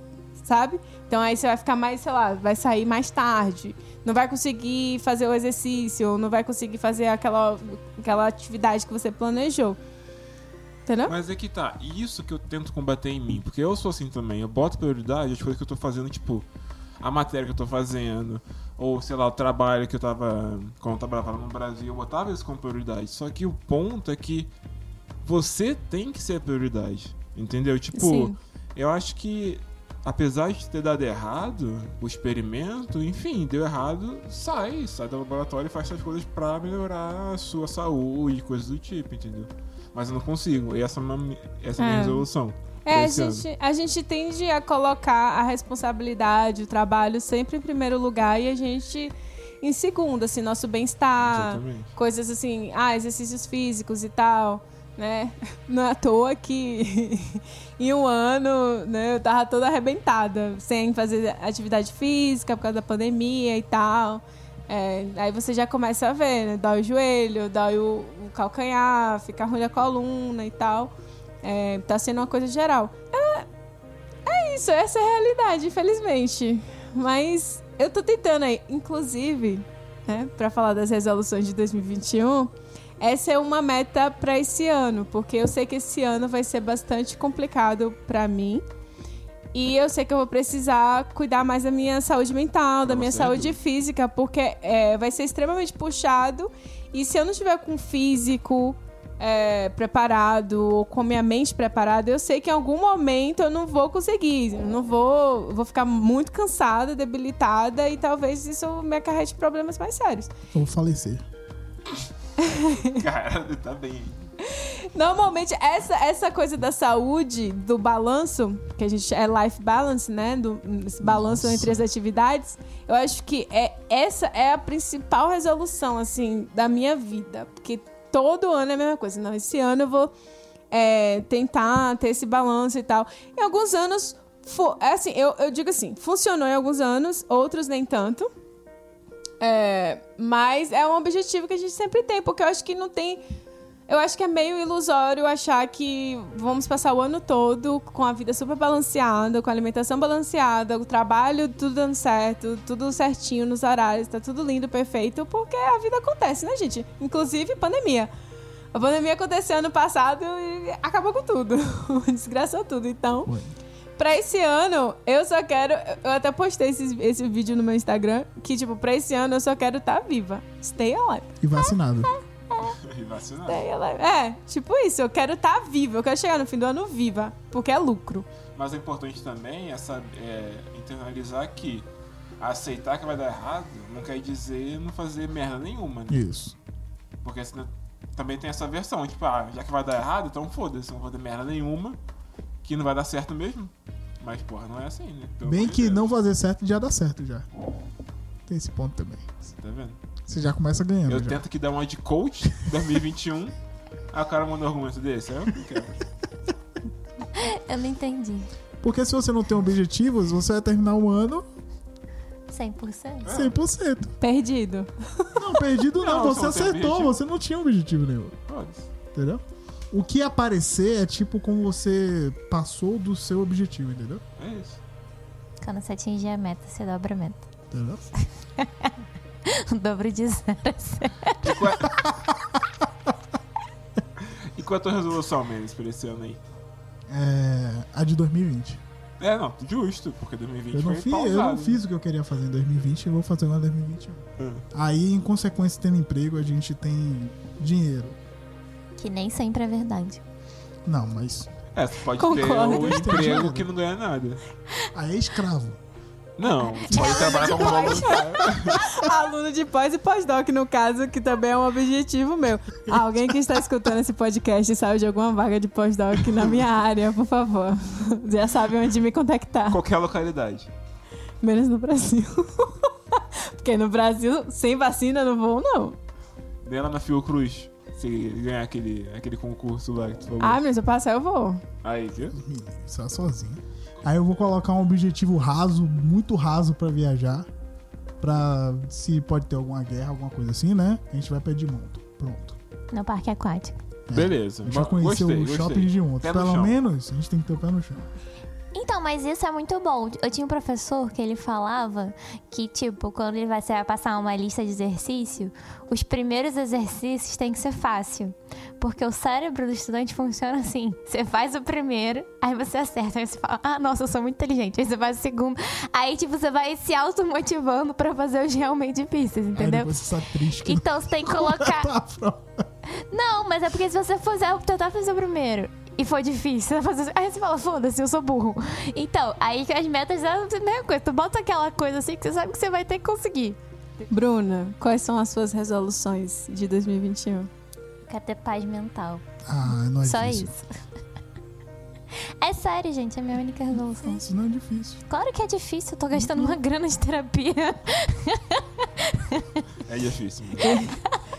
[SPEAKER 1] sabe? Então aí você vai ficar mais, sei lá, vai sair mais tarde, não vai conseguir fazer o exercício, ou não vai conseguir fazer aquela, aquela atividade que você planejou. Entendeu?
[SPEAKER 3] Mas é que tá, isso que eu tento combater em mim, porque eu sou assim também, eu boto prioridade as coisas que eu tô fazendo, tipo, a matéria que eu tô fazendo, ou sei lá, o trabalho que eu tava. Quando eu trabalhava no Brasil, eu botava isso como prioridade. Só que o ponto é que você tem que ser a prioridade. Entendeu? Tipo,
[SPEAKER 1] Sim.
[SPEAKER 3] eu acho que apesar de ter dado errado o experimento, enfim, deu errado, sai, sai do laboratório e faz essas coisas pra melhorar a sua saúde e coisas do tipo, entendeu? Mas eu não consigo. E essa é a minha- essa é a minha
[SPEAKER 1] É.
[SPEAKER 3] resolução. (laughs) pra
[SPEAKER 1] É, a
[SPEAKER 3] esse ano.
[SPEAKER 1] gente, a gente tende a colocar a responsabilidade, o trabalho sempre em primeiro lugar e a gente em segundo, assim, nosso bem-estar,
[SPEAKER 3] Exatamente.
[SPEAKER 1] coisas assim, ah, exercícios físicos e tal, né? (laughs) Não é à toa que (laughs) em um ano, né, eu tava toda arrebentada, sem fazer atividade física por causa da pandemia e tal. É, aí você já começa a ver, né? Dói o joelho, dói o, o calcanhar, fica ruim a coluna e tal. É, tá sendo uma coisa geral. É, é isso, essa é a realidade, infelizmente. Mas eu tô tentando aí. Inclusive, né, pra falar das resoluções de 2021, essa é uma meta pra esse ano, porque eu sei que esse ano vai ser bastante complicado pra mim. E eu sei que eu vou precisar cuidar mais da minha saúde mental, da
[SPEAKER 3] Com
[SPEAKER 1] minha
[SPEAKER 3] certeza.
[SPEAKER 1] saúde física, porque é, vai ser extremamente puxado. E se eu não tiver com o físico é, preparado ou com a minha mente preparada, eu sei que em algum momento eu não vou conseguir. Eu não vou, eu vou ficar muito cansada, debilitada e talvez isso me acarrete problemas mais sérios.
[SPEAKER 4] Eu vou falecer.
[SPEAKER 3] Cara, tá bem. (laughs)
[SPEAKER 1] Normalmente, essa, essa coisa da saúde, do balanço, que a gente é life balance, né? Do, esse balanço
[SPEAKER 4] Nossa.
[SPEAKER 1] entre as atividades, eu acho que é, essa é a principal resolução, assim, da minha vida. Porque todo ano é a mesma coisa. Não, esse ano eu vou é, tentar ter esse balanço e tal. Em alguns anos, fu- é assim, eu, eu digo assim, funcionou em alguns anos, outros nem tanto. É, mas é um objetivo que a gente sempre tem, porque eu acho que não tem. Eu acho que é meio ilusório achar que vamos passar o ano todo com a vida super balanceada, com a alimentação balanceada, o trabalho tudo dando certo, tudo certinho nos horários, tá tudo lindo, perfeito, porque a vida acontece, né, gente? Inclusive pandemia. A pandemia aconteceu ano passado e acabou com tudo. (laughs) Desgraçou tudo. Então,
[SPEAKER 4] Ué.
[SPEAKER 1] pra esse ano, eu só quero. Eu até postei esse, esse vídeo no meu Instagram que, tipo, pra esse ano eu só quero estar viva. Stay alive.
[SPEAKER 4] E vacinado.
[SPEAKER 3] E vacinado.
[SPEAKER 1] Stay alive. É, tipo isso, eu quero estar viva. Eu quero chegar no fim do ano viva. Porque é lucro.
[SPEAKER 3] Mas o importante também é, saber, é internalizar que aceitar que vai dar errado não quer dizer não fazer merda nenhuma, né?
[SPEAKER 4] Isso.
[SPEAKER 3] Porque senão, também tem essa versão, tipo, ah, já que vai dar errado, então foda-se, não vou fazer merda nenhuma, que não vai dar certo mesmo. Mas, porra, não é assim, né? Pelo
[SPEAKER 4] Bem
[SPEAKER 3] amor de
[SPEAKER 4] que
[SPEAKER 3] Deus.
[SPEAKER 4] não fazer certo já dá certo já. Tem esse ponto também.
[SPEAKER 3] Você tá vendo?
[SPEAKER 4] Você já começa ganhando.
[SPEAKER 3] Eu
[SPEAKER 4] já.
[SPEAKER 3] tento que dar uma de coach 2021. (laughs) Aí o cara manda um argumento desse. Eu não quero.
[SPEAKER 2] Eu não entendi.
[SPEAKER 4] Porque se você não tem objetivos, você vai terminar o ano
[SPEAKER 2] 100%?
[SPEAKER 4] 100%.
[SPEAKER 1] Perdido. (laughs)
[SPEAKER 4] Não, perdido
[SPEAKER 3] (laughs)
[SPEAKER 4] não,
[SPEAKER 3] Não,
[SPEAKER 4] você
[SPEAKER 3] só tem
[SPEAKER 4] acertou,
[SPEAKER 3] objetivo.
[SPEAKER 4] você não tinha objetivo nenhum.
[SPEAKER 3] Foda-se.
[SPEAKER 4] Entendeu? O que aparecer é tipo como você passou do seu objetivo, entendeu?
[SPEAKER 3] É isso.
[SPEAKER 2] Quando você atingir a meta, você dobra a meta.
[SPEAKER 4] Entendeu?
[SPEAKER 2] O (laughs) dobro de zero. assim.
[SPEAKER 3] E qual, é... e qual é a tua resolução, Menes, pra esse ano aí?
[SPEAKER 4] É. A de 2020.
[SPEAKER 3] É, não, justo, porque 2020
[SPEAKER 4] Eu não,
[SPEAKER 3] foi
[SPEAKER 4] fiz, eu
[SPEAKER 3] pausado. né?
[SPEAKER 4] não fiz o que eu queria fazer em 2020, eu vou fazer agora em 2021.
[SPEAKER 3] Hum.
[SPEAKER 4] Aí, em consequência, tendo emprego, a gente tem dinheiro.
[SPEAKER 2] Que nem sempre é verdade.
[SPEAKER 4] Não, mas.
[SPEAKER 3] É, você pode
[SPEAKER 1] Concordo.
[SPEAKER 3] ter um emprego que não ganha nada.
[SPEAKER 4] Aí é escravo.
[SPEAKER 3] Não, você pode trabalhar como voluntário.
[SPEAKER 1] Aluno de pós e pós-doc, no caso, que também é um objetivo meu. Alguém que está escutando esse podcast e saiu de alguma vaga de pós-doc na minha área, por favor. (laughs) Já sabe onde me contactar.
[SPEAKER 3] Qualquer localidade.
[SPEAKER 1] Menos no Brasil. (laughs) Porque no Brasil, sem vacina, não vou, não.
[SPEAKER 3] Nem lá na Fiocruz. Se ganhar aquele, aquele concurso lá que tu falou.
[SPEAKER 1] Ah, mas se eu passar, eu vou.
[SPEAKER 3] Aí, viu?
[SPEAKER 4] Menino, Você tá sozinho. Aí eu vou colocar um objetivo raso, muito raso pra viajar. Pra se pode ter alguma guerra, alguma coisa assim, né? A gente vai pra Edmonto. Pronto.
[SPEAKER 2] No parque aquático.
[SPEAKER 3] Beleza.
[SPEAKER 4] Eu já
[SPEAKER 3] Bo-
[SPEAKER 4] conheci
[SPEAKER 3] gostei,
[SPEAKER 4] o
[SPEAKER 3] gostei.
[SPEAKER 4] shopping de Edmonto.
[SPEAKER 3] Pé no
[SPEAKER 4] Pelo
[SPEAKER 3] chão.
[SPEAKER 4] menos a gente tem que ter o pé no chão.
[SPEAKER 2] Então, mas isso é muito bom. Eu tinha um professor que ele falava que, tipo, quando ele vai, você vai passar uma lista de exercício, os primeiros exercícios têm que ser fácil. Porque o cérebro do estudante funciona assim. Você faz o primeiro, aí você acerta. Aí você fala, ah, nossa, eu sou muito inteligente. Aí você faz o segundo. Aí, tipo, você vai se automotivando pra fazer os realmente difíceis,
[SPEAKER 4] Aí
[SPEAKER 2] entendeu?
[SPEAKER 4] depois você tá triste que
[SPEAKER 2] Então você tem que
[SPEAKER 4] não (laughs)
[SPEAKER 2] colocar.
[SPEAKER 4] tá pronto.
[SPEAKER 2] Não, mas é porque se você fizer, tentar fazer o primeiro e for difícil, você vai fazer, aí você fala, foda-se, eu sou burro. Então, aí que as metas é a mesma coisa. Tu bota aquela coisa assim que você sabe que você vai ter que conseguir.
[SPEAKER 1] Bruna, quais são as suas resoluções de 2021?
[SPEAKER 2] Quero ter paz mental.
[SPEAKER 4] Ah, não é
[SPEAKER 2] Só
[SPEAKER 4] difícil.
[SPEAKER 2] isso. (laughs) É sério, gente, é a minha única resolução.
[SPEAKER 4] Isso não é difícil.
[SPEAKER 2] Claro que é difícil, eu tô gastando uma grana de terapia. (laughs)
[SPEAKER 3] É difícil. mano.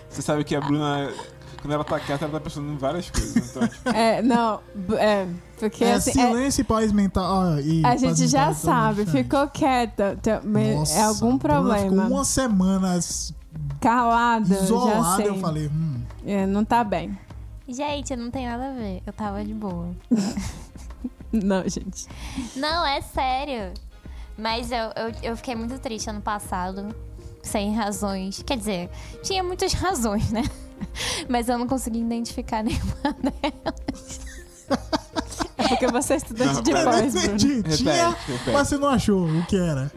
[SPEAKER 3] Você sabe que a Bruna, quando ela tá quieta, ela tá pensando em várias coisas. Então, tipo,
[SPEAKER 1] É, não, b- é, porque
[SPEAKER 4] é
[SPEAKER 1] assim, é-
[SPEAKER 4] silêncio e paz mental. Ah, e
[SPEAKER 1] a
[SPEAKER 4] paz
[SPEAKER 1] gente já
[SPEAKER 4] mental é tão
[SPEAKER 1] sabe,
[SPEAKER 4] diferente.
[SPEAKER 1] ficou quieta, tá- me-
[SPEAKER 4] Nossa,
[SPEAKER 1] é algum
[SPEAKER 4] a Bruna Ficou
[SPEAKER 1] problema.
[SPEAKER 4] uma semana s-
[SPEAKER 1] Calada, já
[SPEAKER 4] isolada,
[SPEAKER 1] sei. (laughs)
[SPEAKER 4] eu falei, hum,
[SPEAKER 1] É, não tá bem.
[SPEAKER 2] Gente, não tem nada a ver. Eu tava de boa.
[SPEAKER 1] Não, gente.
[SPEAKER 2] Não, é sério. Mas eu, eu, eu fiquei muito triste ano passado, sem razões. Quer dizer, tinha muitas (laughs) razões, né? Mas eu não consegui identificar nenhuma delas.
[SPEAKER 1] É porque você é estudante
[SPEAKER 3] Não,
[SPEAKER 1] de
[SPEAKER 3] pera,
[SPEAKER 4] Eu não
[SPEAKER 1] voz, Bruno.
[SPEAKER 4] entendi. Tinha,
[SPEAKER 3] Repete, repete.
[SPEAKER 4] mas você não achou o que era.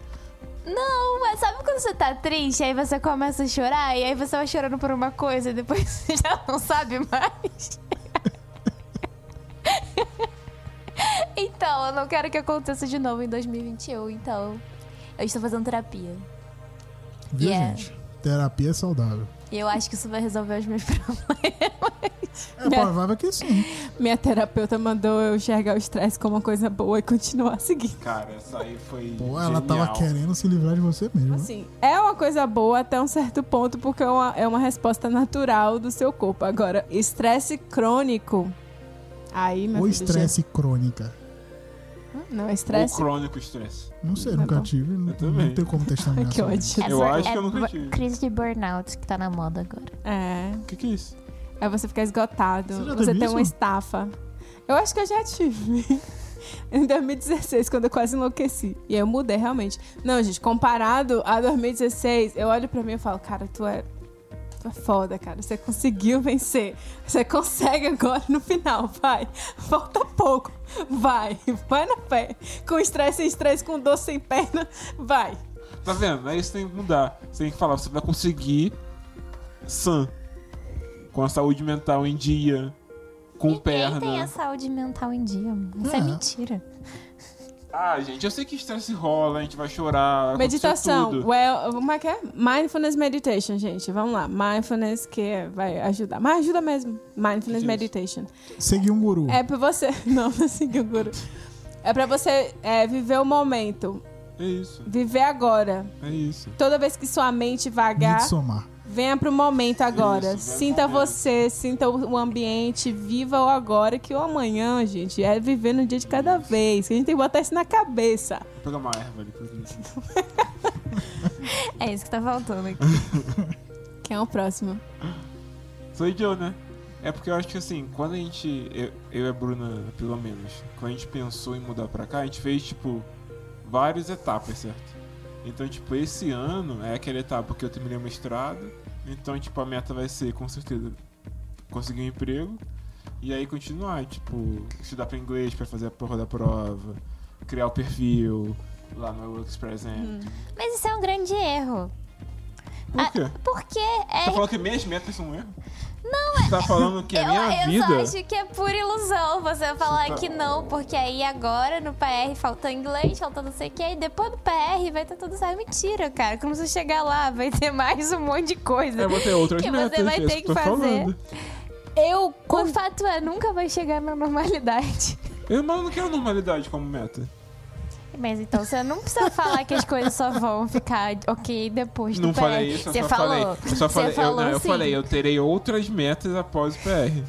[SPEAKER 2] Não, mas sabe quando você tá triste, aí você começa a chorar, e aí você vai chorando por uma coisa e depois (laughs) você já não sabe mais? (laughs) então, eu não quero que aconteça de novo em 2021, então eu estou fazendo terapia.
[SPEAKER 4] Viu,
[SPEAKER 2] Yeah.
[SPEAKER 4] gente? Terapia é saudável.
[SPEAKER 2] E eu acho que isso vai resolver os meus (laughs) problemas.
[SPEAKER 4] É provável que sim.
[SPEAKER 1] Minha terapeuta mandou eu enxergar o estresse como uma coisa boa e continuar seguindo.
[SPEAKER 3] Cara, essa aí foi.
[SPEAKER 4] Pô, ela tava
[SPEAKER 3] genial.
[SPEAKER 4] querendo se livrar de você mesmo. né?
[SPEAKER 1] Assim, é uma coisa boa até um certo ponto, porque é uma, é uma resposta natural do seu corpo. Agora, estresse crônico. Aí, meu
[SPEAKER 4] Ou
[SPEAKER 1] filho,
[SPEAKER 4] estresse crônica.
[SPEAKER 1] já- Não, é
[SPEAKER 3] Ou
[SPEAKER 1] estresse.
[SPEAKER 3] crônico estresse.
[SPEAKER 4] Não sei,
[SPEAKER 1] Tá
[SPEAKER 4] nunca
[SPEAKER 1] bom.
[SPEAKER 4] tive. Não,
[SPEAKER 3] também.
[SPEAKER 4] não tem como testar
[SPEAKER 1] Ai, (laughs)
[SPEAKER 4] minha
[SPEAKER 1] que
[SPEAKER 4] saúde.
[SPEAKER 1] ódio.
[SPEAKER 3] Eu acho que eu nunca tive.
[SPEAKER 2] é Crise de burnout que tá na moda agora.
[SPEAKER 1] É.
[SPEAKER 3] O que, que é isso?
[SPEAKER 1] Aí você fica esgotado.
[SPEAKER 4] Você já
[SPEAKER 1] Você
[SPEAKER 4] teve
[SPEAKER 1] tem
[SPEAKER 4] isso?
[SPEAKER 1] uma estafa. Eu acho que eu já tive. (laughs) em 2016, quando eu quase enlouqueci. E eu mudei realmente. Não, gente, comparado a 2016, eu olho pra mim e falo, cara, tu é. Tu é foda, cara. Você conseguiu vencer. Você consegue agora no final. Vai. Falta pouco. Vai. Vai na fé. Com estresse sem estresse, com dor sem perna. Vai.
[SPEAKER 3] Tá vendo? Aí você tem que mudar. Você tem que falar, você vai conseguir sã. Com a saúde mental em dia. Com
[SPEAKER 2] Ninguém tem a
[SPEAKER 3] perna.
[SPEAKER 2] saúde mental em dia, amor. Isso é,
[SPEAKER 4] É.
[SPEAKER 2] mentira.
[SPEAKER 3] Ah, gente, eu sei que estresse rola, a gente vai chorar. vai acontecer
[SPEAKER 1] Meditação.
[SPEAKER 3] tudo.
[SPEAKER 1] Well, como é que é? Mindfulness meditation, gente. Vamos lá. Mindfulness que vai ajudar. Mas ajuda mesmo. Mindfulness
[SPEAKER 3] Isso.
[SPEAKER 1] meditation.
[SPEAKER 4] Seguir um guru.
[SPEAKER 1] É pra você. (laughs) Não, não segui o guru. É pra você é, viver o momento.
[SPEAKER 3] É isso,
[SPEAKER 1] Viver agora.
[SPEAKER 3] é isso.
[SPEAKER 1] Toda vez que sua mente
[SPEAKER 4] Me
[SPEAKER 1] vagar,
[SPEAKER 4] somar.
[SPEAKER 1] venha pro momento agora.
[SPEAKER 3] Isso, vai
[SPEAKER 1] sinta
[SPEAKER 3] pro momento.
[SPEAKER 1] você, sinta o ambiente, viva o agora, que o amanhã, gente, é viver no dia de cada vez. Que a gente tem que botar isso na cabeça.
[SPEAKER 3] Vou pegar uma erva ali. pra gente.
[SPEAKER 2] É isso que tá faltando aqui.
[SPEAKER 3] Hum.
[SPEAKER 1] Quem é o próximo?
[SPEAKER 3] Sou eu, né? É porque eu acho que assim, quando a gente. Eu, eu e a Bruna, pelo menos, quando a gente pensou em mudar pra cá, a gente fez, tipo, várias etapas, certo? Então, tipo, esse ano é aquela etapa que eu terminei o mestrado. Então, tipo, a meta vai ser, com certeza, conseguir um emprego. E aí continuar, tipo, estudar pra inglês, pra fazer a porra da prova, criar o perfil lá no Works Present.
[SPEAKER 2] Mas isso é um grande erro.
[SPEAKER 3] Por quê?
[SPEAKER 2] Porque
[SPEAKER 3] Você
[SPEAKER 2] Ah, é.
[SPEAKER 3] falou que minhas metas são um erro? Não, é. Tá falando Tá que a minha
[SPEAKER 2] (laughs) eu,
[SPEAKER 3] vida.
[SPEAKER 2] eu só acho que é pura ilusão você falar
[SPEAKER 3] tá-
[SPEAKER 2] que não, porque aí agora no PR falta inglês, falta não sei o que, e depois do PR vai ter tudo certo. É Mentira, cara. Quando você chegar lá, vai ter mais um monte de coisa.
[SPEAKER 3] É, vou ter outras
[SPEAKER 2] que você
[SPEAKER 3] metas.
[SPEAKER 2] vai
[SPEAKER 3] é
[SPEAKER 2] ter
[SPEAKER 3] isso eu
[SPEAKER 2] que
[SPEAKER 3] tô
[SPEAKER 2] fazer.
[SPEAKER 3] Falando.
[SPEAKER 1] Eu,
[SPEAKER 2] O fato é, nunca vai chegar na normalidade.
[SPEAKER 3] Eu, mas eu não quero normalidade como meta.
[SPEAKER 2] Mas então você não precisa falar que as coisas só vão ficar ok depois do
[SPEAKER 3] não
[SPEAKER 2] PR.
[SPEAKER 3] falei isso, eu
[SPEAKER 2] você
[SPEAKER 3] só
[SPEAKER 2] falou.
[SPEAKER 3] falei. Eu só
[SPEAKER 2] Você
[SPEAKER 3] falei, eu,
[SPEAKER 2] falou
[SPEAKER 3] não, eu
[SPEAKER 2] sim.
[SPEAKER 3] falei, eu terei outras metas após o PR.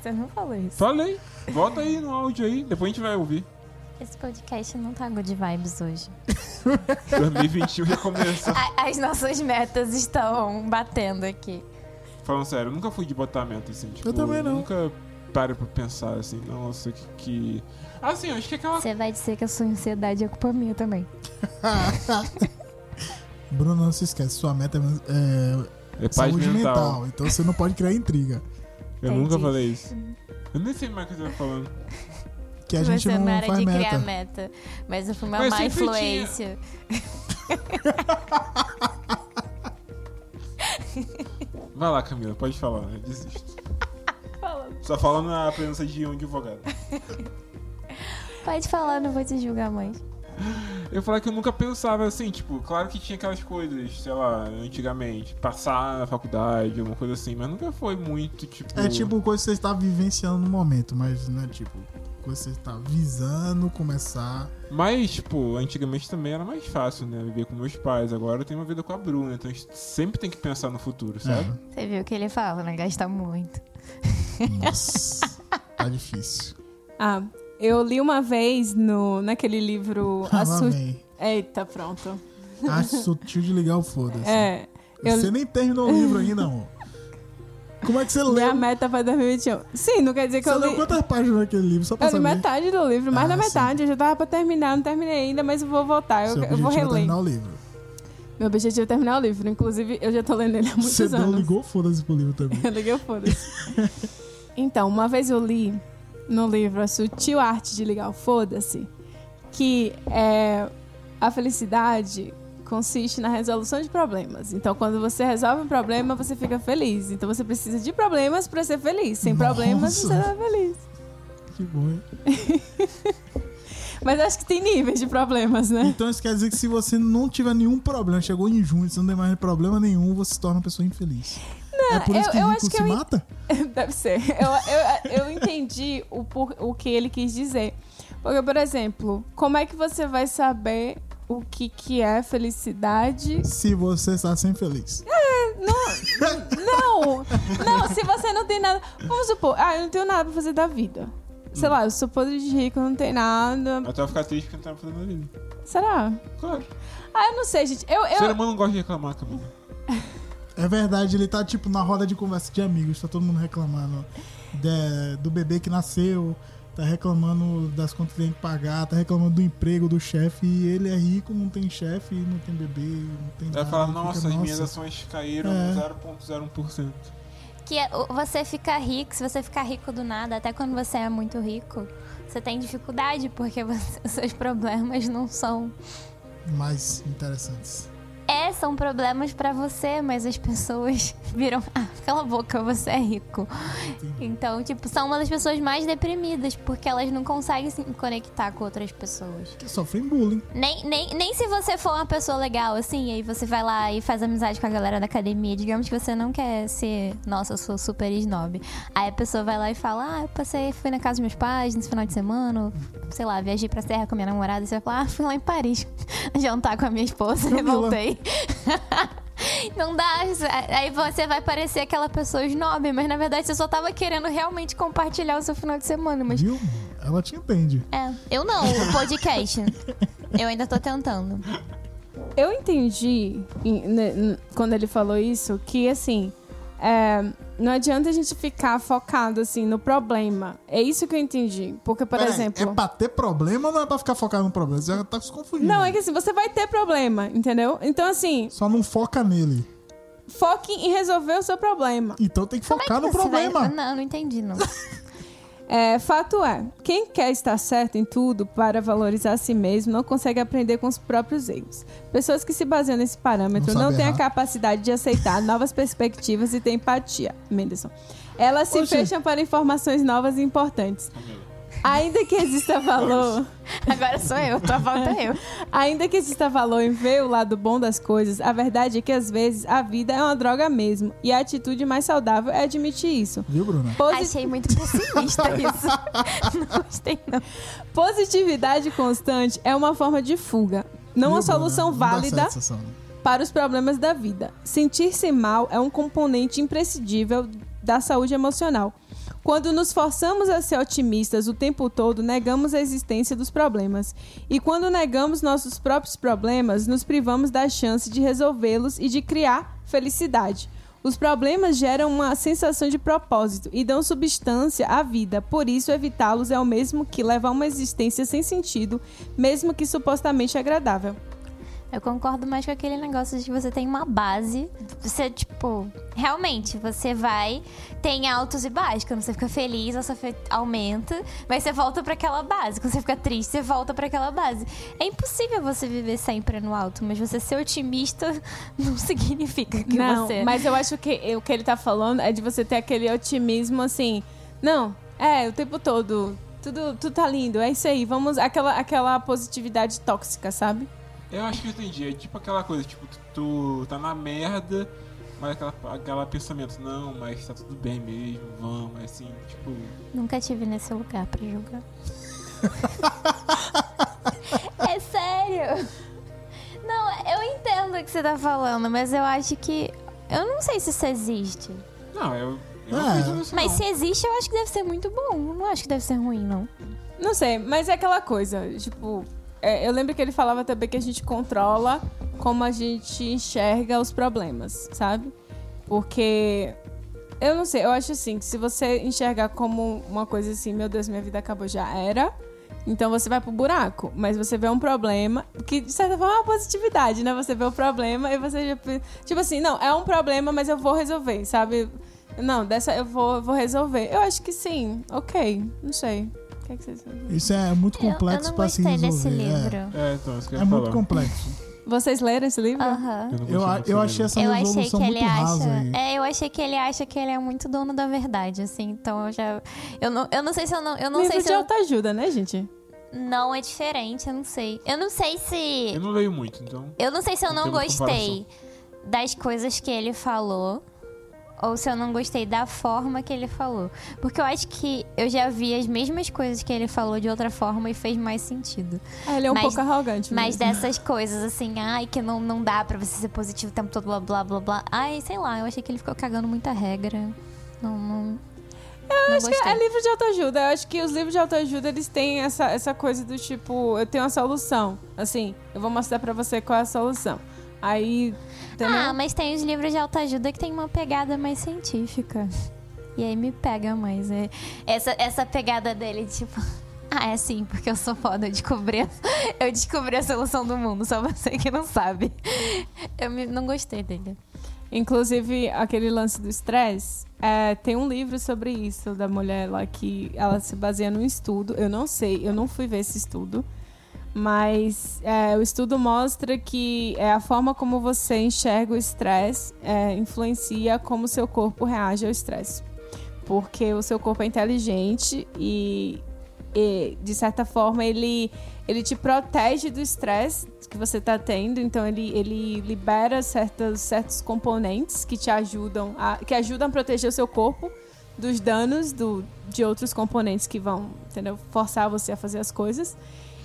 [SPEAKER 2] Você não falou isso.
[SPEAKER 3] Falei. Volta aí no áudio aí, depois a gente vai ouvir.
[SPEAKER 2] Esse podcast não tá good vibes hoje.
[SPEAKER 3] 2021 já
[SPEAKER 2] (laughs)
[SPEAKER 3] começa.
[SPEAKER 2] A- as nossas metas estão batendo aqui.
[SPEAKER 3] Falando sério, eu nunca fui de botar meta assim, tipo,
[SPEAKER 4] também não.
[SPEAKER 3] Nunca paro pra pensar assim, nossa, que. que... Assim, eu acho que é aquela.
[SPEAKER 2] Você vai dizer que a sua ansiedade é culpa minha também.
[SPEAKER 4] Bruno, não se esquece. Sua meta é, é
[SPEAKER 3] É paz
[SPEAKER 4] saúde mental.
[SPEAKER 3] mental.
[SPEAKER 4] Então você não pode criar intriga.
[SPEAKER 3] Eu
[SPEAKER 2] Entendi.
[SPEAKER 3] nunca falei isso. Eu nem sei mais o que você tá falando.
[SPEAKER 4] Que a gente
[SPEAKER 2] Você
[SPEAKER 4] não,
[SPEAKER 2] não era
[SPEAKER 4] faz
[SPEAKER 2] de
[SPEAKER 4] meta.
[SPEAKER 2] criar meta. Mas eu fui uma
[SPEAKER 3] Mas
[SPEAKER 2] má
[SPEAKER 3] sempre tinha.
[SPEAKER 2] influência.
[SPEAKER 3] Vai lá, Camila, pode falar, eu desisto. Só fala na presença de um advogado.
[SPEAKER 2] Pode falar, eu não vou te julgar mais.
[SPEAKER 3] Eu falar que eu nunca pensava assim, tipo, claro que tinha aquelas coisas, sei lá, antigamente, passar na faculdade, alguma coisa assim, mas nunca foi muito, tipo.
[SPEAKER 4] É tipo coisa que você está vivenciando no momento, mas não é tipo coisa que você está visando começar.
[SPEAKER 3] Mas, tipo, antigamente também era mais fácil, né? Viver com meus pais. Agora eu tenho uma vida com a Bruna, então a gente sempre tem que pensar no futuro, sabe?
[SPEAKER 2] Você viu o que ele fala, né? Gasta muito.
[SPEAKER 1] É. (laughs)
[SPEAKER 4] Nossa, tá difícil.
[SPEAKER 1] Ah, eu li uma vez no, naquele livro.
[SPEAKER 4] (laughs) Ah,
[SPEAKER 1] A
[SPEAKER 4] lá
[SPEAKER 1] Su-
[SPEAKER 4] vem.
[SPEAKER 1] Eita, pronto.
[SPEAKER 4] Acho sutil de ligar o foda-se.
[SPEAKER 1] É. Eu,
[SPEAKER 4] Você nem terminou o livro ainda, amor. Como é que você leu?
[SPEAKER 1] Minha meta pra 2021. Sim, não quer dizer que
[SPEAKER 4] Você
[SPEAKER 1] eu
[SPEAKER 4] leu
[SPEAKER 1] li...
[SPEAKER 4] quantas páginas naquele livro? Só pra
[SPEAKER 1] Eu li
[SPEAKER 4] saber.
[SPEAKER 1] metade do livro, mais
[SPEAKER 4] Ah,
[SPEAKER 1] da
[SPEAKER 4] sim.
[SPEAKER 1] metade. Eu já tava pra terminar, não terminei ainda, mas eu vou voltar. Eu,
[SPEAKER 4] Seu
[SPEAKER 1] eu vou
[SPEAKER 4] objetivo é
[SPEAKER 1] reler.
[SPEAKER 4] terminar o livro.
[SPEAKER 1] Meu objetivo é terminar o livro. Inclusive, eu já tô lendo ele há muitos
[SPEAKER 4] Você um não
[SPEAKER 1] anos.
[SPEAKER 4] ligou? Foda-se pro
[SPEAKER 1] (laughs)
[SPEAKER 4] livro também.
[SPEAKER 1] Eu liguei o foda-se. então, uma vez eu li no livro A Sutil Arte de Ligar o Foda-se que é, a felicidade consiste na resolução de problemas. Então, quando você resolve um problema, você fica feliz. Então, você precisa de problemas pra ser feliz. Sem problemas,
[SPEAKER 4] Nossa.
[SPEAKER 1] você não é feliz.
[SPEAKER 4] Que bom, hein?
[SPEAKER 1] Mas acho que tem níveis de problemas, né?
[SPEAKER 4] Então isso quer dizer que se você não tiver nenhum problema, chegou em junho, você não tem mais problema nenhum, você se torna uma pessoa infeliz. é por isso
[SPEAKER 1] eu-
[SPEAKER 4] que
[SPEAKER 1] eu
[SPEAKER 4] o
[SPEAKER 1] acho
[SPEAKER 4] rico
[SPEAKER 1] que
[SPEAKER 4] se
[SPEAKER 1] eu en-
[SPEAKER 4] mata?
[SPEAKER 1] (laughs) Deve ser. Eu, eu, eu entendi o, por- o que ele quis dizer. Porque, por exemplo, como é que você vai saber o que, que é felicidade?
[SPEAKER 4] Se você está sem feliz.
[SPEAKER 1] Não! Não, se você não tem nada. Vamos supor, ah, eu não tenho nada pra fazer da vida. Sei lá, eu sou podre de rico, não tenho nada.
[SPEAKER 3] Até eu ficar triste porque não tava fazendo nada.
[SPEAKER 1] Será?
[SPEAKER 3] Claro.
[SPEAKER 1] Ah, eu não sei, gente. Eu,
[SPEAKER 3] O ser
[SPEAKER 1] eu,
[SPEAKER 3] humano não gosta de reclamar, Camila.
[SPEAKER 4] É verdade, ele tá tipo na roda de conversa de amigos, tá todo mundo reclamando de- do bebê que nasceu, tá reclamando das contas que tem que pagar, tá reclamando do emprego do chefe, e ele é rico, não tem chefe, não tem bebê, Ah, não
[SPEAKER 3] Vai
[SPEAKER 4] tem nada.
[SPEAKER 3] falar,
[SPEAKER 4] fica,
[SPEAKER 3] nossa, as minhas ações caíram
[SPEAKER 4] É.
[SPEAKER 3] 0,01%.
[SPEAKER 2] Que é- o- você fica rico, se você ficar rico do nada, até quando você é muito rico, você tem dificuldade, porque (laughs) você- seus problemas não são.
[SPEAKER 4] mais interessantes.
[SPEAKER 2] É, são problemas pra você, mas as pessoas (laughs) viram. Ah, cala a boca, você é rico. Então, tipo, são uma das pessoas mais deprimidas, porque elas não conseguem se conectar com outras pessoas.
[SPEAKER 4] Que sofrem bullying.
[SPEAKER 2] Nem, nem, nem se você for uma pessoa legal, assim, aí você vai lá e faz amizade com a galera da academia. Digamos que você não quer ser, nossa, eu sou super snob. Aí a pessoa vai lá e fala, ah, eu passei, fui na casa dos meus pais nesse final de semana, ou, sei lá, viajei pra serra com a minha namorada. E você vai falar, ah, fui lá em Paris (laughs) jantar com a minha esposa e
[SPEAKER 4] Camila.
[SPEAKER 2] voltei. (laughs) Não dá, aí você vai parecer aquela pessoa snob, mas na verdade você só tava querendo realmente compartilhar o seu final de semana, mas
[SPEAKER 4] Viu? Ela te entende.
[SPEAKER 2] é, eu não, o podcast. Eu ainda tô tentando.
[SPEAKER 1] eu entendi em- ne- n- quando ele falou isso que assim. é, não adianta a gente ficar focado assim no problema. É isso que eu entendi. Porque, por
[SPEAKER 4] Peraí,
[SPEAKER 1] exemplo.
[SPEAKER 4] É pra ter problema ou não é pra ficar focado no problema? Você já tá se confundindo.
[SPEAKER 1] Não, é que assim, você vai ter problema, entendeu? Então, assim,
[SPEAKER 4] Só não foca nele.
[SPEAKER 1] foque em resolver o seu problema.
[SPEAKER 4] Então tem que
[SPEAKER 2] Como é que
[SPEAKER 5] Tá
[SPEAKER 4] focar no
[SPEAKER 2] você vai-
[SPEAKER 4] problema.
[SPEAKER 2] Não, não entendi, não.
[SPEAKER 1] É, fato é, quem quer estar certo em tudo para valorizar a si mesmo não consegue aprender com os próprios erros. Pessoas que se baseiam nesse parâmetro
[SPEAKER 4] Não
[SPEAKER 1] não,
[SPEAKER 4] sabe
[SPEAKER 1] têm a
[SPEAKER 4] errar.
[SPEAKER 1] capacidade de aceitar novas perspectivas e ter empatia. Menderson. Elas se
[SPEAKER 4] Oxi.
[SPEAKER 1] fecham para informações novas e importantes. Ainda que
[SPEAKER 4] (laughs)
[SPEAKER 1] exista valor.
[SPEAKER 5] (laughs) Agora sou eu, tua volta é eu.
[SPEAKER 1] Ainda que exista valor em ver o lado bom das coisas, a verdade é que às vezes a vida é uma droga mesmo. E a atitude mais saudável é admitir isso.
[SPEAKER 4] Viu, Bruna?
[SPEAKER 1] Posi-
[SPEAKER 2] (laughs) Achei muito
[SPEAKER 5] (laughs)
[SPEAKER 2] pessimista isso. Não gostei, não.
[SPEAKER 1] Positividade constante é uma forma de fuga. Não
[SPEAKER 4] Viu,
[SPEAKER 1] é uma solução
[SPEAKER 4] Bruna? Não dá
[SPEAKER 1] válida
[SPEAKER 4] certo essa solução.
[SPEAKER 1] para os problemas da vida. Sentir-se mal é um componente imprescindível da saúde emocional. Quando nos forçamos a ser otimistas o tempo todo, negamos a existência dos problemas. E quando negamos nossos próprios problemas, nos privamos da chance de resolvê-los e de criar felicidade. Os problemas geram uma sensação de propósito e dão substância à vida, por isso evitá-los é o mesmo que levar uma existência sem sentido, mesmo que supostamente agradável.
[SPEAKER 2] Eu concordo mais com aquele negócio de que você tem uma base. Você, tipo, realmente, você vai, tem altos e baixos. Quando você fica feliz, a sua fe- aumenta, mas você volta pra aquela base. Quando você fica triste, você volta pra aquela base. É impossível você viver sempre no alto, mas você ser otimista (laughs) não significa (laughs) que
[SPEAKER 1] não,
[SPEAKER 2] você.
[SPEAKER 1] mas eu acho que o que ele tá falando é de você ter aquele otimismo assim. Não, é, o tempo todo. Tudo, tudo tá lindo, é isso aí. Vamos. Aquela, aquela positividade tóxica, sabe?
[SPEAKER 3] Eu acho que eu entendi. É tipo aquela coisa, tipo, tu, tu tá na merda, mas aquela, aquela pensamento, não, mas tá tudo bem mesmo, vamos, assim, tipo.
[SPEAKER 2] Nunca tive nesse lugar pra (laughs) julgar. é sério? Não, eu entendo o que você tá falando, mas eu acho que. Eu não sei se isso existe.
[SPEAKER 3] Não, eu. Eu
[SPEAKER 4] É.
[SPEAKER 3] não acredito nisso.
[SPEAKER 2] Mas
[SPEAKER 3] não.
[SPEAKER 2] se existe, eu acho que deve ser muito bom. Eu Não acho que deve ser ruim, não.
[SPEAKER 1] Não sei, mas é aquela coisa, tipo. é, eu lembro que ele falava também que a gente controla como a gente enxerga os problemas, sabe? Porque Eu não sei, eu acho assim, que se você enxergar como uma coisa assim, meu Deus, minha vida acabou, já era. Então você vai pro buraco, mas você vê um problema, que de certa forma é uma positividade, né? Você vê o problema e você já. pe- Tipo assim, não, é um problema, mas eu vou resolver, sabe? Não, dessa eu vou, eu vou resolver. Eu acho que sim, ok, não sei. O que, é que vocês
[SPEAKER 4] Isso é muito
[SPEAKER 2] Eu- eu,
[SPEAKER 4] complexo
[SPEAKER 2] não
[SPEAKER 4] pra se
[SPEAKER 2] gostei
[SPEAKER 4] resolver.
[SPEAKER 2] desse
[SPEAKER 4] é.
[SPEAKER 2] livro.
[SPEAKER 3] É, então, isso que
[SPEAKER 4] É,
[SPEAKER 3] eu ia
[SPEAKER 4] muito
[SPEAKER 3] falar.
[SPEAKER 4] complexo.
[SPEAKER 1] Vocês leram esse livro?
[SPEAKER 2] Aham.
[SPEAKER 3] não
[SPEAKER 4] Eu,
[SPEAKER 3] gostei desse
[SPEAKER 4] a- eu
[SPEAKER 3] livro.
[SPEAKER 4] achei essa
[SPEAKER 2] Eu
[SPEAKER 4] resolução
[SPEAKER 2] achei que ele
[SPEAKER 4] muito rasa.
[SPEAKER 2] acha.
[SPEAKER 4] aí.
[SPEAKER 2] É, eu achei que ele acha que ele é muito dono da verdade, assim. Então eu já. Eu não, eu não sei se eu não. Eu não
[SPEAKER 1] livro
[SPEAKER 2] sei se
[SPEAKER 1] de
[SPEAKER 2] eu.
[SPEAKER 1] autoajuda, né, gente?
[SPEAKER 2] Não é diferente, eu não sei. Eu não sei se.
[SPEAKER 3] Eu não leio muito, então.
[SPEAKER 2] Eu não sei se eu
[SPEAKER 3] Não tem
[SPEAKER 2] não
[SPEAKER 3] muita
[SPEAKER 2] gostei das coisas que ele falou. Ou se eu não gostei da forma que ele falou. Porque eu acho que eu já vi as mesmas coisas que ele falou de outra forma e fez mais sentido.
[SPEAKER 1] Ah, ele é um
[SPEAKER 2] Mas-
[SPEAKER 1] pouco arrogante.
[SPEAKER 2] Mas
[SPEAKER 1] mesmo.
[SPEAKER 2] dessas coisas assim, ai, que não, não dá pra você ser positivo o tempo todo, blá blá blá blá. Ai, sei lá, eu achei que ele ficou cagando muita regra. Não, não. Eu não
[SPEAKER 1] acho que é livro de autoajuda. Eu acho que os livros de autoajuda, eles têm essa, essa coisa do tipo, eu tenho a solução. Assim, eu vou mostrar pra você qual é a solução. Aí, entendeu?
[SPEAKER 2] Ah, mas tem os livros de autoajuda que tem uma pegada mais científica. E aí me pega mais. é- Essa, essa pegada dele, tipo. (laughs) Ah, é assim, porque eu sou foda, eu descobri, eu descobri a solução do mundo, só você que não sabe. Eu me- não gostei dele.
[SPEAKER 1] Inclusive, aquele lance do estresse, é, tem um livro sobre isso, da mulher lá, que ela se baseia num estudo. Eu não sei, eu não fui ver esse estudo. Mas é, o estudo mostra que é, a forma como você enxerga o estresse é, influencia como o seu corpo reage ao estresse. Porque o seu corpo é inteligente e, e, de certa forma, ele, ele te protege do estresse que você está tendo. Então, ele, ele libera certas, certos componentes que te ajudam a, que ajudam a proteger o seu corpo dos danos do, de outros componentes que vão entendeu? forçar você a fazer as coisas.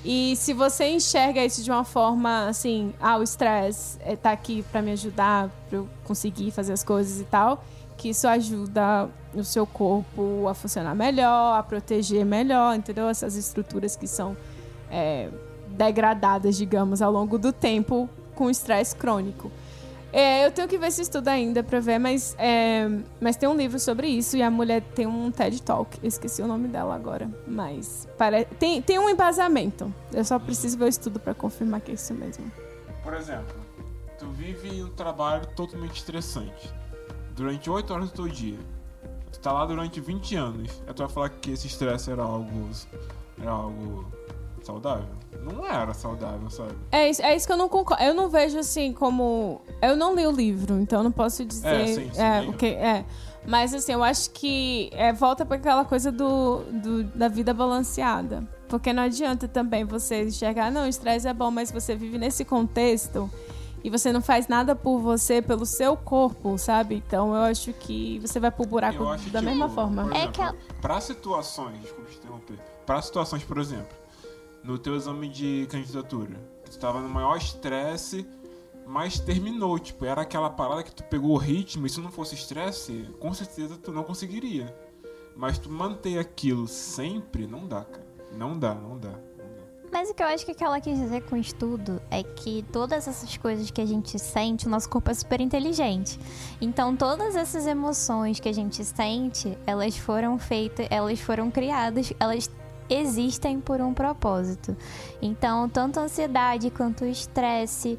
[SPEAKER 1] E se você enxerga isso de uma forma assim, ah, o estresse eh, tá aqui pra me ajudar, pra eu conseguir fazer as coisas e tal, que isso ajuda o seu corpo a funcionar melhor, a proteger melhor, entendeu? Essas estruturas que são eh, degradadas, digamos, ao longo do tempo com estresse crônico. É, eu tenho que ver esse estudo ainda pra ver, mas, é, mas tem um livro sobre isso e a mulher tem um TED Talk. Eu esqueci o nome dela agora, mas pare... tem, tem um embasamento. Eu só preciso ver o estudo pra confirmar que é isso mesmo.
[SPEAKER 3] Por exemplo, tu vive um trabalho totalmente estressante. Durante 8 horas do teu dia. Tu tá lá durante 20 anos. Aí tu vai falar que esse estresse era algo. Era algo saudável? Não era saudável, sabe?
[SPEAKER 1] É isso, é isso que eu não concordo. Eu não vejo assim como. Eu não li o livro, então eu não posso dizer.
[SPEAKER 3] É, sim, sim,
[SPEAKER 1] é,
[SPEAKER 3] li.
[SPEAKER 1] o que- é. Mas assim, eu acho que é, volta pra aquela coisa do, do- da vida balanceada. Porque não adianta também você enxergar, não, o estresse é bom, mas você vive nesse contexto e você não faz nada por você, pelo seu corpo, sabe? Então eu acho que você vai pro buraco
[SPEAKER 3] Eu acho
[SPEAKER 1] Tá da
[SPEAKER 3] que,
[SPEAKER 1] mesma
[SPEAKER 3] tipo,
[SPEAKER 1] forma.
[SPEAKER 3] Por
[SPEAKER 2] É
[SPEAKER 3] exemplo,
[SPEAKER 2] que
[SPEAKER 3] Pra situações, desculpa te interromper. Pra situações, por exemplo, no teu exame de candidatura, que tu tava no maior estresse, mas terminou. Tipo, era aquela parada que tu pegou o ritmo e se não fosse estresse, com certeza tu não conseguiria. Mas tu manter aquilo sempre, não dá, cara. Não dá, não dá. não dá.
[SPEAKER 2] Mas o que eu acho que, que ela quis dizer com estudo é que todas essas coisas que a gente sente, o nosso corpo é super inteligente. Então todas essas emoções que a gente sente, elas foram feitas, elas foram criadas, elas existem por um propósito. Então, tanto a ansiedade quanto o estresse,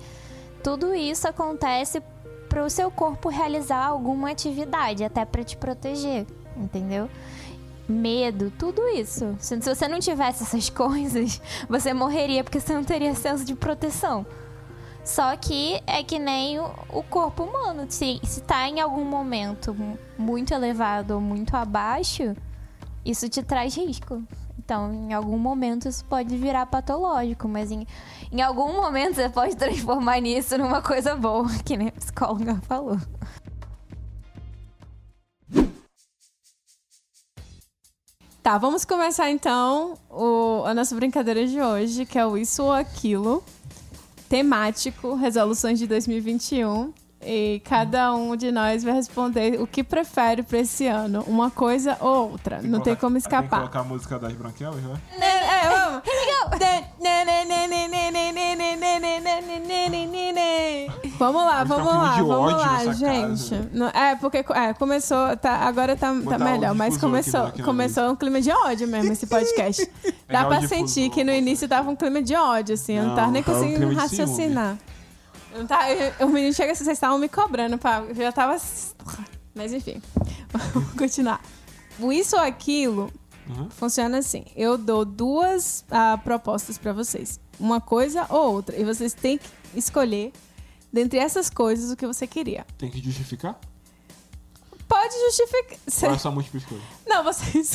[SPEAKER 2] tudo isso acontece para o seu corpo realizar alguma atividade, até para te proteger, entendeu? Medo, tudo isso. Se se você não tivesse essas (laughs) coisas, você morreria porque você não teria senso de proteção. Só que é que nem o, o corpo humano. Se, se tá em algum momento mu- muito elevado ou muito abaixo, isso te traz risco. Então, em algum momento, isso pode virar patológico, mas em, em algum momento você pode transformar nisso numa coisa boa, (laughs) que nem a psicóloga falou.
[SPEAKER 1] Tá, vamos começar então o- a nossa brincadeira de hoje, que é o Isso ou Aquilo, temático, resoluções de 2021. E cada um de nós vai responder o que prefere pra esse ano, uma coisa ou outra. Não tem
[SPEAKER 3] colocar-
[SPEAKER 1] como
[SPEAKER 3] Tem que
[SPEAKER 1] escapar.
[SPEAKER 3] colocar a música das branquelas, né?
[SPEAKER 1] Né, É, vamos. Né, né, né, né, né, né, né, né, né, né, né, né, né, né, né, né, né. Vamos lá,
[SPEAKER 3] Hoje tá um
[SPEAKER 1] vamos
[SPEAKER 3] clima
[SPEAKER 1] lá,
[SPEAKER 3] de
[SPEAKER 1] vamos
[SPEAKER 3] ódio
[SPEAKER 1] lá,
[SPEAKER 3] nessa casa. né?
[SPEAKER 1] gente. Não- é, porque é, começou, tá, agora tá, tá
[SPEAKER 3] Botar
[SPEAKER 1] melhor,
[SPEAKER 3] ódio
[SPEAKER 1] mas
[SPEAKER 3] difusor aqui
[SPEAKER 1] começou,
[SPEAKER 3] na- aqui na
[SPEAKER 1] começou um clima de ódio mesmo esse podcast. Dá
[SPEAKER 3] (laughs) Pegar o
[SPEAKER 1] pra
[SPEAKER 3] difusor.
[SPEAKER 1] sentir que no início tava um clima de ódio, assim, eu não
[SPEAKER 3] Não,
[SPEAKER 1] tava nem
[SPEAKER 3] tava um
[SPEAKER 1] conseguindo
[SPEAKER 3] clima de ciúme.
[SPEAKER 1] raciocinar. Eu não tava- eu- o menino chega assim, vocês estavam me cobrando, pra, eu já tava. Mas enfim, (laughs) vamos continuar. O isso ou aquilo
[SPEAKER 3] Uhum.
[SPEAKER 1] funciona assim: eu dou duas ah, propostas pra vocês, uma coisa ou outra, e vocês têm que escolher dentre essas coisas o que você queria.
[SPEAKER 3] Tem
[SPEAKER 1] (laughs)
[SPEAKER 3] que justificar?
[SPEAKER 1] Pode justificar.
[SPEAKER 3] Ou é só múltipla escolha?
[SPEAKER 1] (laughs) Não, vocês.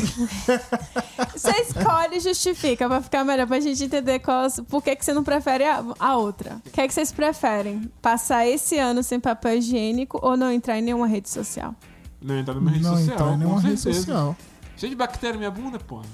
[SPEAKER 1] você escolhe e justifica pra ficar melhor, pra gente entender qual, é por que, que você não prefere a, a outra. O que, é que vocês preferem? Passar esse ano sem papel higiênico ou não entrar em nenhuma rede social?
[SPEAKER 3] Não então, entrar numa rede
[SPEAKER 4] não
[SPEAKER 3] social.
[SPEAKER 4] entrar em
[SPEAKER 3] com
[SPEAKER 4] nenhuma rede
[SPEAKER 3] certeza.
[SPEAKER 4] social.
[SPEAKER 3] Cheio de bactéria na minha bunda, porra.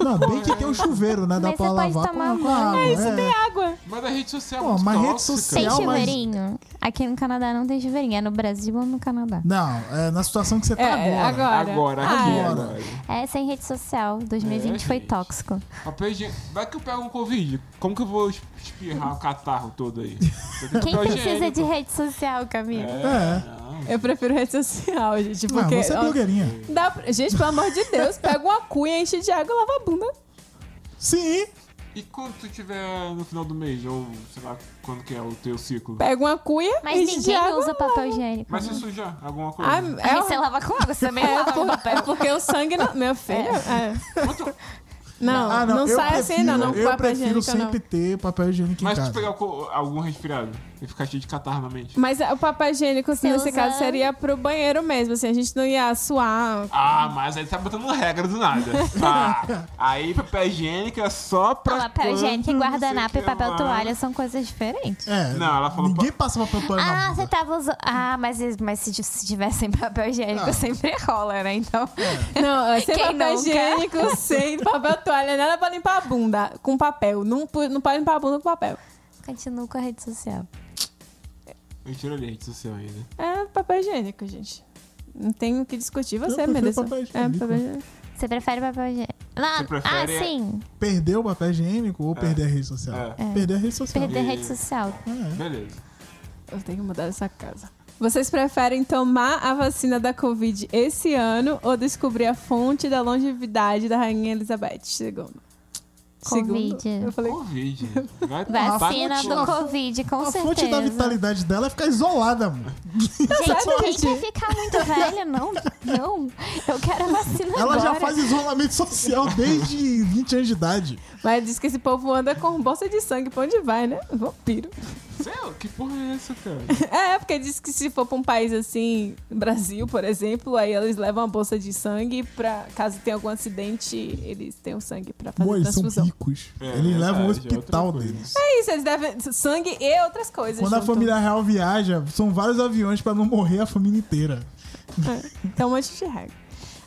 [SPEAKER 4] Não, bem que tem um chuveiro, né? Dá
[SPEAKER 2] Mas
[SPEAKER 4] pra
[SPEAKER 2] você pode
[SPEAKER 4] lavar com,
[SPEAKER 2] tomar um
[SPEAKER 4] com
[SPEAKER 2] banho.
[SPEAKER 4] água.
[SPEAKER 1] É isso, tem água.
[SPEAKER 3] Mas a rede social
[SPEAKER 4] Pô,
[SPEAKER 3] é muito
[SPEAKER 4] mas rede
[SPEAKER 3] tóxica.
[SPEAKER 4] social-
[SPEAKER 2] Tem
[SPEAKER 4] Real, mas-
[SPEAKER 2] chuveirinho? Aqui no Canadá não tem chuveirinho. É no Brasil ou no Canadá?
[SPEAKER 4] Não, é na situação que você tá
[SPEAKER 1] É,
[SPEAKER 4] agora.
[SPEAKER 1] agora.
[SPEAKER 3] Agora, aqui,
[SPEAKER 1] Ah,
[SPEAKER 4] Agora.
[SPEAKER 3] agora.
[SPEAKER 2] É sem rede social. 2020 foi
[SPEAKER 3] gente.
[SPEAKER 2] tóxico.
[SPEAKER 3] Papel higiênico. Vai que eu pego um Covid. Como que eu vou espirrar o catarro todo aí? Eu tenho
[SPEAKER 2] Quem
[SPEAKER 3] papel
[SPEAKER 2] precisa
[SPEAKER 3] higiênico.
[SPEAKER 2] de rede social, Camila?
[SPEAKER 4] É.
[SPEAKER 3] Não.
[SPEAKER 1] Eu prefiro rede social, gente.
[SPEAKER 4] Não,
[SPEAKER 1] Porque.
[SPEAKER 4] você é
[SPEAKER 1] ó,
[SPEAKER 4] blogueirinha.
[SPEAKER 1] dá pra- Gente, pelo amor de Deus, pega uma cuia, enche de água e lava a bunda.
[SPEAKER 4] Sim,
[SPEAKER 3] E quando tu tiver no final do mês, ou sei lá, quando que é o teu ciclo?
[SPEAKER 1] Pega uma cuia,
[SPEAKER 2] Mas
[SPEAKER 1] enche de
[SPEAKER 2] ninguém
[SPEAKER 1] água.
[SPEAKER 2] usa papel higiênico.
[SPEAKER 3] é. Mas um se sujar alguma coisa.
[SPEAKER 1] Ah,
[SPEAKER 2] Aí
[SPEAKER 1] é,
[SPEAKER 2] você lava com água,
[SPEAKER 3] (laughs)
[SPEAKER 2] você também
[SPEAKER 1] é,
[SPEAKER 2] lava
[SPEAKER 3] um
[SPEAKER 1] por-
[SPEAKER 2] com papel.
[SPEAKER 1] é porque o sangue não. Meu filho. é.
[SPEAKER 3] Quanto-
[SPEAKER 1] Não,
[SPEAKER 4] Ah,
[SPEAKER 1] não,
[SPEAKER 4] eu
[SPEAKER 1] sai assim, não. não
[SPEAKER 4] prefiro- Eu
[SPEAKER 1] papel
[SPEAKER 4] prefiro
[SPEAKER 1] higiênico, não.
[SPEAKER 4] sempre ter papel higiênico em
[SPEAKER 3] Mas se
[SPEAKER 4] casa.
[SPEAKER 3] tu pegar o co- algum respirado e ficar cheio de catarro na mente.
[SPEAKER 1] Mas o papel higiênico, assim,
[SPEAKER 2] Você
[SPEAKER 1] nesse
[SPEAKER 2] usa-
[SPEAKER 1] caso, seria pro banheiro mesmo, assim, a gente não ia suar.
[SPEAKER 3] Ah, mas aí tá botando regra do nada. Ah, aí papel higiênico é só pra.
[SPEAKER 2] Não, papel
[SPEAKER 3] quando,
[SPEAKER 2] higiênico e
[SPEAKER 3] não sei
[SPEAKER 2] guardanapo
[SPEAKER 3] que
[SPEAKER 2] e papel
[SPEAKER 3] lá.
[SPEAKER 2] toalha são coisas diferentes.
[SPEAKER 4] É,
[SPEAKER 3] um- Não, ela falou
[SPEAKER 4] ninguém passa papel toalha na
[SPEAKER 2] Ah,
[SPEAKER 4] bunda.
[SPEAKER 2] você tava usando. Ah, mas, mas se, se tiver sem papel higiênico,
[SPEAKER 4] Ah.
[SPEAKER 2] sempre rola, né? Então.
[SPEAKER 3] É.
[SPEAKER 1] Não, é sem
[SPEAKER 2] Quem
[SPEAKER 1] papel
[SPEAKER 2] nunca?
[SPEAKER 1] higiênico, sem papel toalha, nada pra limpar a bunda com papel. Não, pu- não pode limpar a bunda com papel.
[SPEAKER 2] Continuo com a rede social.
[SPEAKER 3] Mentira ali, rede social ainda.
[SPEAKER 1] É papel higiênico, gente. Não tem o que discutir, você,
[SPEAKER 4] Eu prefiro
[SPEAKER 1] Melissa.
[SPEAKER 4] papel
[SPEAKER 1] É,
[SPEAKER 4] higiênico.
[SPEAKER 1] papel higiênico.
[SPEAKER 2] Você prefere papel higiênico? Não,
[SPEAKER 3] Você prefere-
[SPEAKER 2] Ah, sim.
[SPEAKER 1] tá-
[SPEAKER 4] Perder o papel higiênico ou perder a rede social?
[SPEAKER 3] É.
[SPEAKER 4] Perder a rede social.
[SPEAKER 2] Perder
[SPEAKER 3] E-
[SPEAKER 2] rede social.
[SPEAKER 4] É.
[SPEAKER 3] Beleza.
[SPEAKER 1] Eu tenho que mudar essa casa. Vocês preferem tomar a vacina da Covid esse ano ou descobrir a fonte da longevidade da Rainha Elizabeth II?
[SPEAKER 2] Covid.
[SPEAKER 1] Segundo, eu falei,
[SPEAKER 3] Covid. Vai
[SPEAKER 2] Vacina
[SPEAKER 3] tá-
[SPEAKER 4] fonte-
[SPEAKER 2] do Covid, com
[SPEAKER 4] A
[SPEAKER 2] certeza.
[SPEAKER 4] fonte da vitalidade dela é ficar isolada, mano.
[SPEAKER 1] Tá
[SPEAKER 2] Gente,
[SPEAKER 1] Gente.
[SPEAKER 2] quem quer ficar muito velha? Não, não. Eu quero a vacina
[SPEAKER 4] Ela
[SPEAKER 2] agora.
[SPEAKER 4] já faz isolamento social
[SPEAKER 1] (laughs)
[SPEAKER 4] desde 20 anos de idade.
[SPEAKER 1] Mas diz que esse povo anda com bolsa de sangue pra onde vai, né? Vampiro. (laughs)
[SPEAKER 3] Sei lá, que porra é essa, cara?
[SPEAKER 1] É, porque diz que se for pra um país assim, Brasil, por exemplo, aí eles levam a bolsa de sangue pra caso tenha algum acidente, eles tenham sangue pra fazer
[SPEAKER 4] Pô, eles são
[SPEAKER 1] transfusão.
[SPEAKER 4] ricos.
[SPEAKER 3] É,
[SPEAKER 4] eles
[SPEAKER 3] verdade, é
[SPEAKER 4] levam o
[SPEAKER 3] outra
[SPEAKER 4] hospital
[SPEAKER 3] coisa.
[SPEAKER 4] deles.
[SPEAKER 1] É isso, eles devem. Sangue e outras coisas.
[SPEAKER 4] Quando a
[SPEAKER 1] junto.
[SPEAKER 4] família real viaja, são vários aviões pra não morrer a família inteira.
[SPEAKER 1] Tem um monte de regra.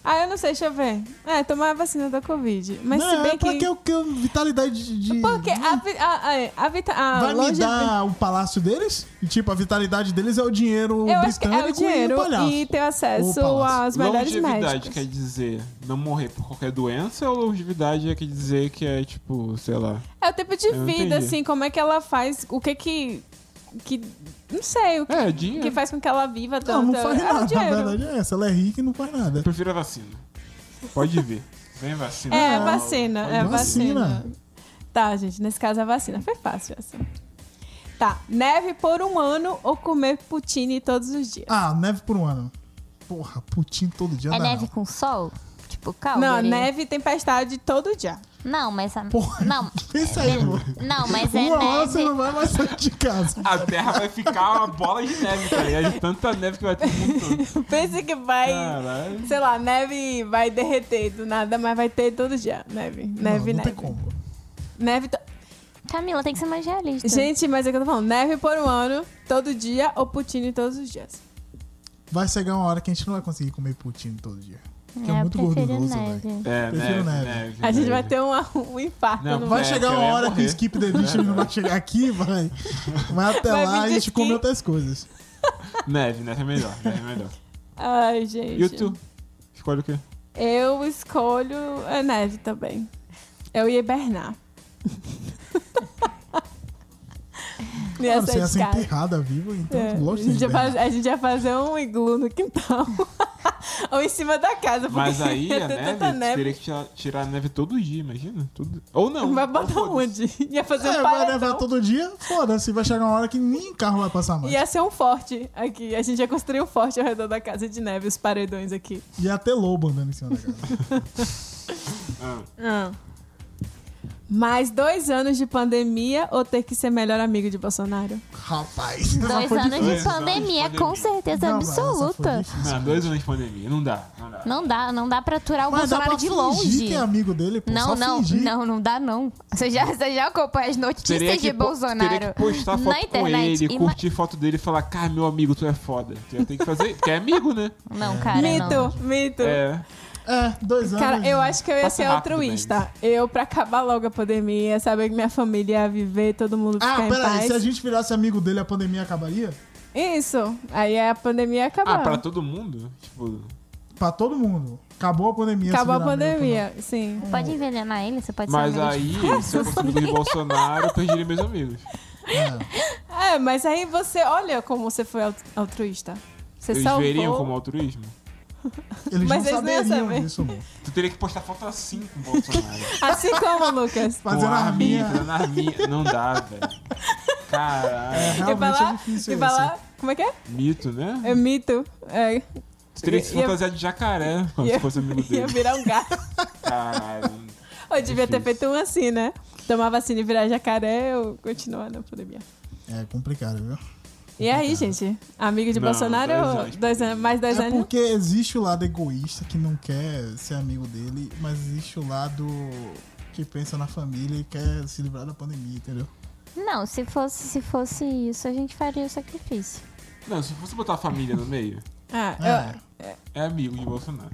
[SPEAKER 1] Ah, eu não sei, deixa eu ver. É, tomar a vacina da Covid. Mas
[SPEAKER 4] não,
[SPEAKER 1] se bem
[SPEAKER 4] é pra
[SPEAKER 1] que. é
[SPEAKER 4] que, eu- que eu- vitalidade de- de.
[SPEAKER 1] Porque a, vi- a, a, a, vita- a é-
[SPEAKER 4] Vai me
[SPEAKER 1] longe-
[SPEAKER 4] dar o palácio deles? E, tipo, a vitalidade deles é o dinheiro
[SPEAKER 1] Eu acho que
[SPEAKER 4] britânico
[SPEAKER 1] é o dinheiro
[SPEAKER 4] e o palhaço.
[SPEAKER 1] e ter acesso
[SPEAKER 4] Ou o palácio.
[SPEAKER 1] aos melhores
[SPEAKER 3] longevidade
[SPEAKER 1] médicos.
[SPEAKER 3] quer dizer não morrer por qualquer doença ou longevidade quer dizer que é tipo, sei lá.
[SPEAKER 1] É o tempo de
[SPEAKER 3] Eu
[SPEAKER 1] vida,
[SPEAKER 3] entendi.
[SPEAKER 1] assim, como é que ela faz, o que que. que não sei, o que,
[SPEAKER 3] É, dinheiro.
[SPEAKER 1] que faz com que ela viva
[SPEAKER 4] Não,
[SPEAKER 1] tanto.
[SPEAKER 4] não faz
[SPEAKER 1] é o
[SPEAKER 4] nada. A
[SPEAKER 1] dinheiro.
[SPEAKER 4] verdade é essa. Ela é rica e não faz nada.
[SPEAKER 3] Eu prefiro a vacina. Pode vir. Vem vacina.
[SPEAKER 1] É, a vacina, é a
[SPEAKER 4] Vacina.
[SPEAKER 1] vacina. Tá, gente, nesse caso a vacina. Foi fácil essa. Tá, neve por um ano ou comer poutine todos os dias?
[SPEAKER 4] Ah, neve por um ano. Porra, Putin todo dia.
[SPEAKER 2] É
[SPEAKER 4] dá
[SPEAKER 2] neve
[SPEAKER 4] não.
[SPEAKER 2] com sol? Tipo,
[SPEAKER 4] Ah,
[SPEAKER 2] calma.
[SPEAKER 1] não, neve e tempestade todo dia. (laughs)
[SPEAKER 2] Não, mas. A...
[SPEAKER 4] Porra.
[SPEAKER 2] Não,
[SPEAKER 4] (laughs) Pensa aí, mano.
[SPEAKER 2] não, mas é
[SPEAKER 4] Uma hora você
[SPEAKER 2] neve.
[SPEAKER 4] não vai mais sair de casa.
[SPEAKER 3] A terra vai ficar uma bola de neve, tá ligado? De tanta neve que vai ter no mundo
[SPEAKER 1] (laughs)
[SPEAKER 3] todo.
[SPEAKER 1] Pense que vai.
[SPEAKER 4] Ah.
[SPEAKER 3] Caralho.
[SPEAKER 1] Sei lá, neve vai derreter do nada, mas vai ter todo dia. Neve, (laughs) neve,
[SPEAKER 4] não, não
[SPEAKER 1] neve.
[SPEAKER 4] tem como.
[SPEAKER 1] Neve. to-
[SPEAKER 2] Camila, tem que ser mais realista.
[SPEAKER 1] Gente, mas é que eu tô falando, neve por um ano, todo dia, ou poutine todos os dias.
[SPEAKER 4] Vai chegar uma hora que a gente não vai conseguir comer poutine todo dia. Que é,
[SPEAKER 2] eu
[SPEAKER 4] muito
[SPEAKER 2] prefiro
[SPEAKER 4] gorduroso,
[SPEAKER 2] neve.
[SPEAKER 4] velho.
[SPEAKER 3] É,
[SPEAKER 4] Prefiro
[SPEAKER 3] neve,
[SPEAKER 4] neve.
[SPEAKER 3] neve,
[SPEAKER 1] A gente
[SPEAKER 3] neve.
[SPEAKER 1] vai ter uma- um infarto.
[SPEAKER 3] Não,
[SPEAKER 1] no-
[SPEAKER 4] Vai
[SPEAKER 3] É,
[SPEAKER 4] chegar
[SPEAKER 3] que eu
[SPEAKER 4] uma
[SPEAKER 3] ia
[SPEAKER 4] hora que o
[SPEAKER 3] morrer.
[SPEAKER 4] Skip
[SPEAKER 1] (laughs)
[SPEAKER 4] The Beast não vai chegar aqui, vai. Vai até
[SPEAKER 1] Vai
[SPEAKER 4] lá
[SPEAKER 1] vir
[SPEAKER 4] e
[SPEAKER 1] de
[SPEAKER 4] a gente
[SPEAKER 1] ski.
[SPEAKER 4] come outras coisas.
[SPEAKER 3] Neve, neve é melhor, neve é melhor.
[SPEAKER 1] Ai, gente.
[SPEAKER 3] E tu? Escolhe o quê?
[SPEAKER 1] Eu escolho a neve também.
[SPEAKER 4] (laughs)
[SPEAKER 1] Eu ia hibernar.
[SPEAKER 4] Cara,
[SPEAKER 1] nessa
[SPEAKER 4] Ah, você ia ser
[SPEAKER 1] escada.
[SPEAKER 4] enterrada viva, então
[SPEAKER 1] É, a,
[SPEAKER 4] lógico
[SPEAKER 1] gente
[SPEAKER 4] que
[SPEAKER 1] ia
[SPEAKER 4] tem
[SPEAKER 1] faz- a gente ia fazer um iglu no quintal. (laughs) Ou em cima da (laughs) casa.
[SPEAKER 3] Mas
[SPEAKER 1] porque
[SPEAKER 3] aí
[SPEAKER 1] ia
[SPEAKER 3] a
[SPEAKER 1] ter
[SPEAKER 3] neve,
[SPEAKER 1] tanta neve. (laughs)
[SPEAKER 3] teria que tirar, tirar a neve todo dia, imagina. Tudo. Ou não.
[SPEAKER 1] Vai botar
[SPEAKER 3] Ou foda-se.
[SPEAKER 1] onde? Ia fazer
[SPEAKER 4] É,
[SPEAKER 1] um
[SPEAKER 4] vai
[SPEAKER 1] paredão.
[SPEAKER 4] nevar todo dia, foda-se, vai chegar uma hora que nem carro vai passar mais.
[SPEAKER 1] Ia ser um forte aqui. A gente ia construir um forte ao redor da casa de neve, os paredões aqui.
[SPEAKER 4] Ia ter é lobo andando em cima da casa.
[SPEAKER 3] Ah,
[SPEAKER 1] Mais dois anos de pandemia ou ter que ser melhor amigo de Bolsonaro?
[SPEAKER 4] Rapaz,
[SPEAKER 2] Dois anos de
[SPEAKER 4] né?
[SPEAKER 3] difícil. Dois
[SPEAKER 2] pandemia,
[SPEAKER 3] anos de
[SPEAKER 2] com
[SPEAKER 3] pandemia.
[SPEAKER 2] certeza
[SPEAKER 4] Não, essa foi
[SPEAKER 2] absoluta.
[SPEAKER 4] difícil.
[SPEAKER 3] não, dois anos de pandemia. Não dá. Não dá.
[SPEAKER 2] Não dá, não dá pra
[SPEAKER 1] é um
[SPEAKER 2] aturar o
[SPEAKER 4] Mas dá pra
[SPEAKER 2] Bolsonaro de
[SPEAKER 4] fingir
[SPEAKER 2] longe.
[SPEAKER 4] que é amigo dele, pô.
[SPEAKER 2] Não,
[SPEAKER 4] Só
[SPEAKER 2] não,
[SPEAKER 4] fingir.
[SPEAKER 2] não, não dá não. Você já, você já acompanha as notícias
[SPEAKER 3] Teria
[SPEAKER 2] de
[SPEAKER 3] que, po- teria
[SPEAKER 2] Bolsonaro
[SPEAKER 3] que postar
[SPEAKER 2] na
[SPEAKER 3] foto com
[SPEAKER 2] internet.
[SPEAKER 3] ele,
[SPEAKER 2] e na-
[SPEAKER 3] curtir foto dele e falar, cara, meu amigo, tu é foda. Tu ia ter que fazer, porque é amigo, né?
[SPEAKER 2] Não, cara, não.
[SPEAKER 1] mito, mito.
[SPEAKER 3] É.
[SPEAKER 4] É, dois anos.
[SPEAKER 1] Cara, eu acho que eu ia
[SPEAKER 3] Passa
[SPEAKER 1] ser
[SPEAKER 3] rápido,
[SPEAKER 1] altruísta. Eu, pra acabar logo a pandemia, ia saber que minha família ia viver, todo mundo
[SPEAKER 4] Ah,
[SPEAKER 1] ficar em
[SPEAKER 4] peraí,
[SPEAKER 1] paz.
[SPEAKER 4] se a gente virasse amigo dele, a pandemia acabaria?
[SPEAKER 1] Isso. Aí a pandemia ia acabar.
[SPEAKER 3] Ah, pra todo mundo? Tipo,
[SPEAKER 2] É
[SPEAKER 4] Pra todo mundo. Acabou a pandemia. se
[SPEAKER 1] Acabou a
[SPEAKER 4] virar amigo,
[SPEAKER 1] pandemia,
[SPEAKER 3] né?
[SPEAKER 1] sim.
[SPEAKER 2] Pode envenenar ele, você pode
[SPEAKER 3] mas
[SPEAKER 2] ser um amigo de-
[SPEAKER 3] aí, se eu fosse amigo de Bolsonaro, eu perderia meus amigos.
[SPEAKER 1] É, mas aí você olha como você foi alt- altruísta. Você
[SPEAKER 3] Eles
[SPEAKER 1] salvou.
[SPEAKER 3] veriam como altruísmo.
[SPEAKER 4] Eles
[SPEAKER 1] Mas
[SPEAKER 4] não
[SPEAKER 1] eles não iam
[SPEAKER 4] saberiam
[SPEAKER 1] saber.
[SPEAKER 4] disso, amor.
[SPEAKER 3] Tu teria que postar foto assim com o Bolsonaro.
[SPEAKER 1] (laughs) Assim como, Lucas.
[SPEAKER 4] Fazendo
[SPEAKER 3] com
[SPEAKER 4] arminha.
[SPEAKER 3] fazendo arminha. Não dá, velho. Caralho.
[SPEAKER 1] E vai
[SPEAKER 4] (laughs) Realmente é
[SPEAKER 1] lá,
[SPEAKER 4] difícil
[SPEAKER 1] e vai
[SPEAKER 4] isso.
[SPEAKER 1] lá, como é que é?
[SPEAKER 3] Mito, né?
[SPEAKER 1] É mito. É,
[SPEAKER 3] Tu teria que se
[SPEAKER 1] ia-
[SPEAKER 3] fantasiar de jacaré
[SPEAKER 2] é-
[SPEAKER 3] quando
[SPEAKER 1] ia-
[SPEAKER 3] tu fosse
[SPEAKER 2] (laughs)
[SPEAKER 3] amigo
[SPEAKER 1] ia
[SPEAKER 3] dele.
[SPEAKER 1] virar um
[SPEAKER 3] (laughs)
[SPEAKER 1] gato.
[SPEAKER 3] Caralho.
[SPEAKER 1] Eu devia ter
[SPEAKER 3] Difícil.
[SPEAKER 1] feito um assim, né? Tomar vacina e virar jacaré, eu continuar na pandemia.
[SPEAKER 4] É complicado, viu?
[SPEAKER 1] E é aí, gente? Amigo de
[SPEAKER 3] Não,
[SPEAKER 1] Bolsonaro,
[SPEAKER 3] dois anos.
[SPEAKER 1] dois anos- mais dois
[SPEAKER 4] É
[SPEAKER 1] anos?
[SPEAKER 4] porque existe o lado egoísta que não quer ser amigo dele, mas existe o lado que pensa na família e quer se livrar da pandemia, entendeu?
[SPEAKER 2] Não, se fosse, se fosse isso, a gente faria o sacrifício.
[SPEAKER 3] Não, se fosse botar a família no meio,
[SPEAKER 1] Ah,
[SPEAKER 4] É.
[SPEAKER 1] eu-
[SPEAKER 3] é amigo de Bolsonaro.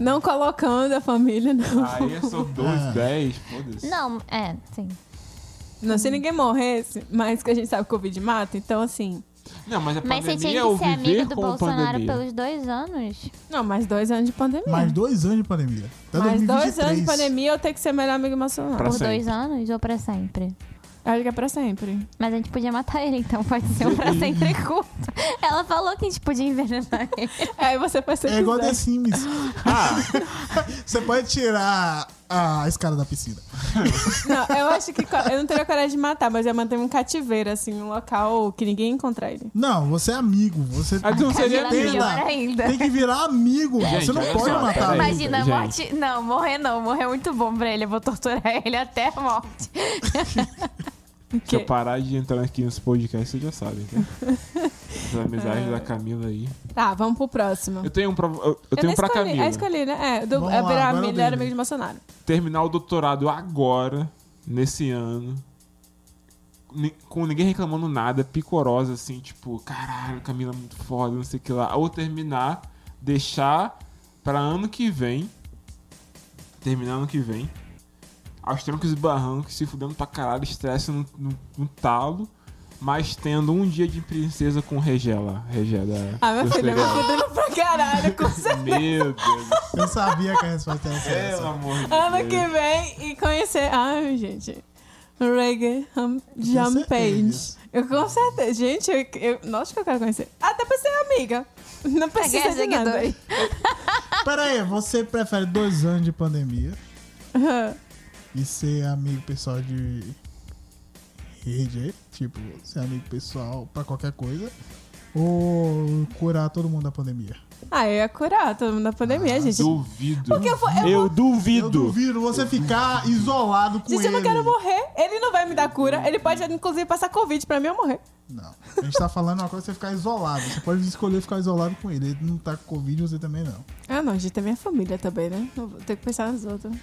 [SPEAKER 1] não colocando a família, não.
[SPEAKER 3] Aí é só dois,
[SPEAKER 4] Ah.
[SPEAKER 3] dez, foda-se.
[SPEAKER 2] Não, é, sim.
[SPEAKER 1] Não, se ninguém morresse, mas que a gente sabe que o Covid mata, então assim.
[SPEAKER 3] Não, mas a
[SPEAKER 2] Mas você
[SPEAKER 3] pandemia
[SPEAKER 2] tinha
[SPEAKER 3] é o
[SPEAKER 2] que ser
[SPEAKER 3] viver
[SPEAKER 2] amigo do
[SPEAKER 3] com a
[SPEAKER 2] Bolsonaro
[SPEAKER 3] pandemia.
[SPEAKER 2] pelos dois anos?
[SPEAKER 1] Não, mais dois anos de pandemia.
[SPEAKER 4] Mais dois anos de pandemia. Até
[SPEAKER 1] Mais
[SPEAKER 4] 2023.
[SPEAKER 1] dois anos de pandemia, eu tenho que ser melhor amigo do Bolsonaro.
[SPEAKER 3] Pra
[SPEAKER 2] Por
[SPEAKER 3] sempre.
[SPEAKER 2] dois anos ou pra sempre?
[SPEAKER 1] Acho que é pra
[SPEAKER 4] (laughs)
[SPEAKER 1] sempre.
[SPEAKER 2] Mas a gente podia matar ele, então pode ser um
[SPEAKER 3] (laughs)
[SPEAKER 2] pra sempre curto. Ela falou que a gente podia envenenar ele.
[SPEAKER 1] Aí você vai ser.
[SPEAKER 4] É igual
[SPEAKER 1] quiser.
[SPEAKER 4] The Sims.
[SPEAKER 2] (laughs)
[SPEAKER 3] Ah,
[SPEAKER 4] Você pode tirar a escada da piscina.
[SPEAKER 1] Não, eu acho que co- eu não teria coragem de matar, mas eu manter um cativeiro, assim, um local que ninguém ia encontrar ele.
[SPEAKER 4] Não, você é amigo. Você
[SPEAKER 3] Ah, então seria
[SPEAKER 2] Era
[SPEAKER 4] Entenda.
[SPEAKER 2] melhor é ainda.
[SPEAKER 4] tem que virar amigo.
[SPEAKER 3] Gente,
[SPEAKER 4] você não
[SPEAKER 3] olha
[SPEAKER 4] pode
[SPEAKER 3] só,
[SPEAKER 4] matar
[SPEAKER 3] peraí.
[SPEAKER 4] amigo.
[SPEAKER 2] Imagina,
[SPEAKER 3] gente.
[SPEAKER 2] morte. Não, morrer não. Morrer é muito bom pra ele. Eu vou torturar ele até a morte.
[SPEAKER 3] se
[SPEAKER 1] Que-
[SPEAKER 3] eu parar de entrar aqui nesse podcast, vocês já sabem, (laughs) tá? As amizades
[SPEAKER 2] Ah.
[SPEAKER 3] da Camila aí.
[SPEAKER 1] Tá, vamos pro próximo.
[SPEAKER 3] Eu tenho um pra, eu, eu tenho
[SPEAKER 1] nem
[SPEAKER 3] um pra
[SPEAKER 1] escolhi,
[SPEAKER 3] Camila.
[SPEAKER 1] É, escolhi, né? É, do,
[SPEAKER 4] Vamos
[SPEAKER 1] é
[SPEAKER 4] lá,
[SPEAKER 1] virar
[SPEAKER 4] agora é o
[SPEAKER 1] melhor
[SPEAKER 4] dele.
[SPEAKER 1] amigo de Bolsonaro.
[SPEAKER 3] Terminar o doutorado agora, nesse ano. ni- Com ninguém reclamando nada, picorosa, assim, tipo, caralho, Camila é muito foda, não sei o que lá. Ou terminar, deixar pra ano que vem. Terminar ano que vem. Aos trancos e barrancos, se fudendo pra caralho, estresse no, no- no talo. Mas tendo um dia de princesa com Regela. Regela.
[SPEAKER 1] Ah, meu
[SPEAKER 3] do
[SPEAKER 1] filho, eu me
[SPEAKER 3] seriado.
[SPEAKER 1] fudendo pra caralho. Com (laughs) certeza.
[SPEAKER 3] Meu Deus.
[SPEAKER 4] Eu sabia que a resposta era
[SPEAKER 3] Pelo
[SPEAKER 4] essa.
[SPEAKER 3] amor de
[SPEAKER 1] ano que
[SPEAKER 3] Deus.
[SPEAKER 1] vem e conhecer. Ai, gente. Reggae hum, Jam
[SPEAKER 4] certeza.
[SPEAKER 1] Page. Eu com certeza. Gente, eu, eu, nossa, que eu quero conhecer. Ah, Até pra ser é amiga. (laughs) Não precisa de nada.
[SPEAKER 2] seguidores.
[SPEAKER 4] Pera aí, você prefere dois anos de pandemia
[SPEAKER 1] Aham.
[SPEAKER 4] e ser amigo pessoal de rede aí? Tipo, ser amigo pessoal pra qualquer coisa? Ou curar todo mundo da pandemia?
[SPEAKER 1] (laughs) Ah, eu ia curar todo mundo da pandemia, gente.
[SPEAKER 3] Ah, Duvido.
[SPEAKER 1] Porque eu vou- eu
[SPEAKER 4] Eu
[SPEAKER 3] duvido.
[SPEAKER 4] duvido você ficar isolado com
[SPEAKER 1] Gente,
[SPEAKER 4] ele.
[SPEAKER 1] eu não quero morrer. Ele não vai me dar cura. Ele pode, inclusive, passar Covid pra mim eu morrer.
[SPEAKER 4] Não. A gente tá falando uma coisa, você ficar isolado. Você pode escolher ficar isolado com ele. Ele não tá com Covid, você também não.
[SPEAKER 1] Ah, não, gente, é minha família também, né? Não vou ter que pensar nos outros.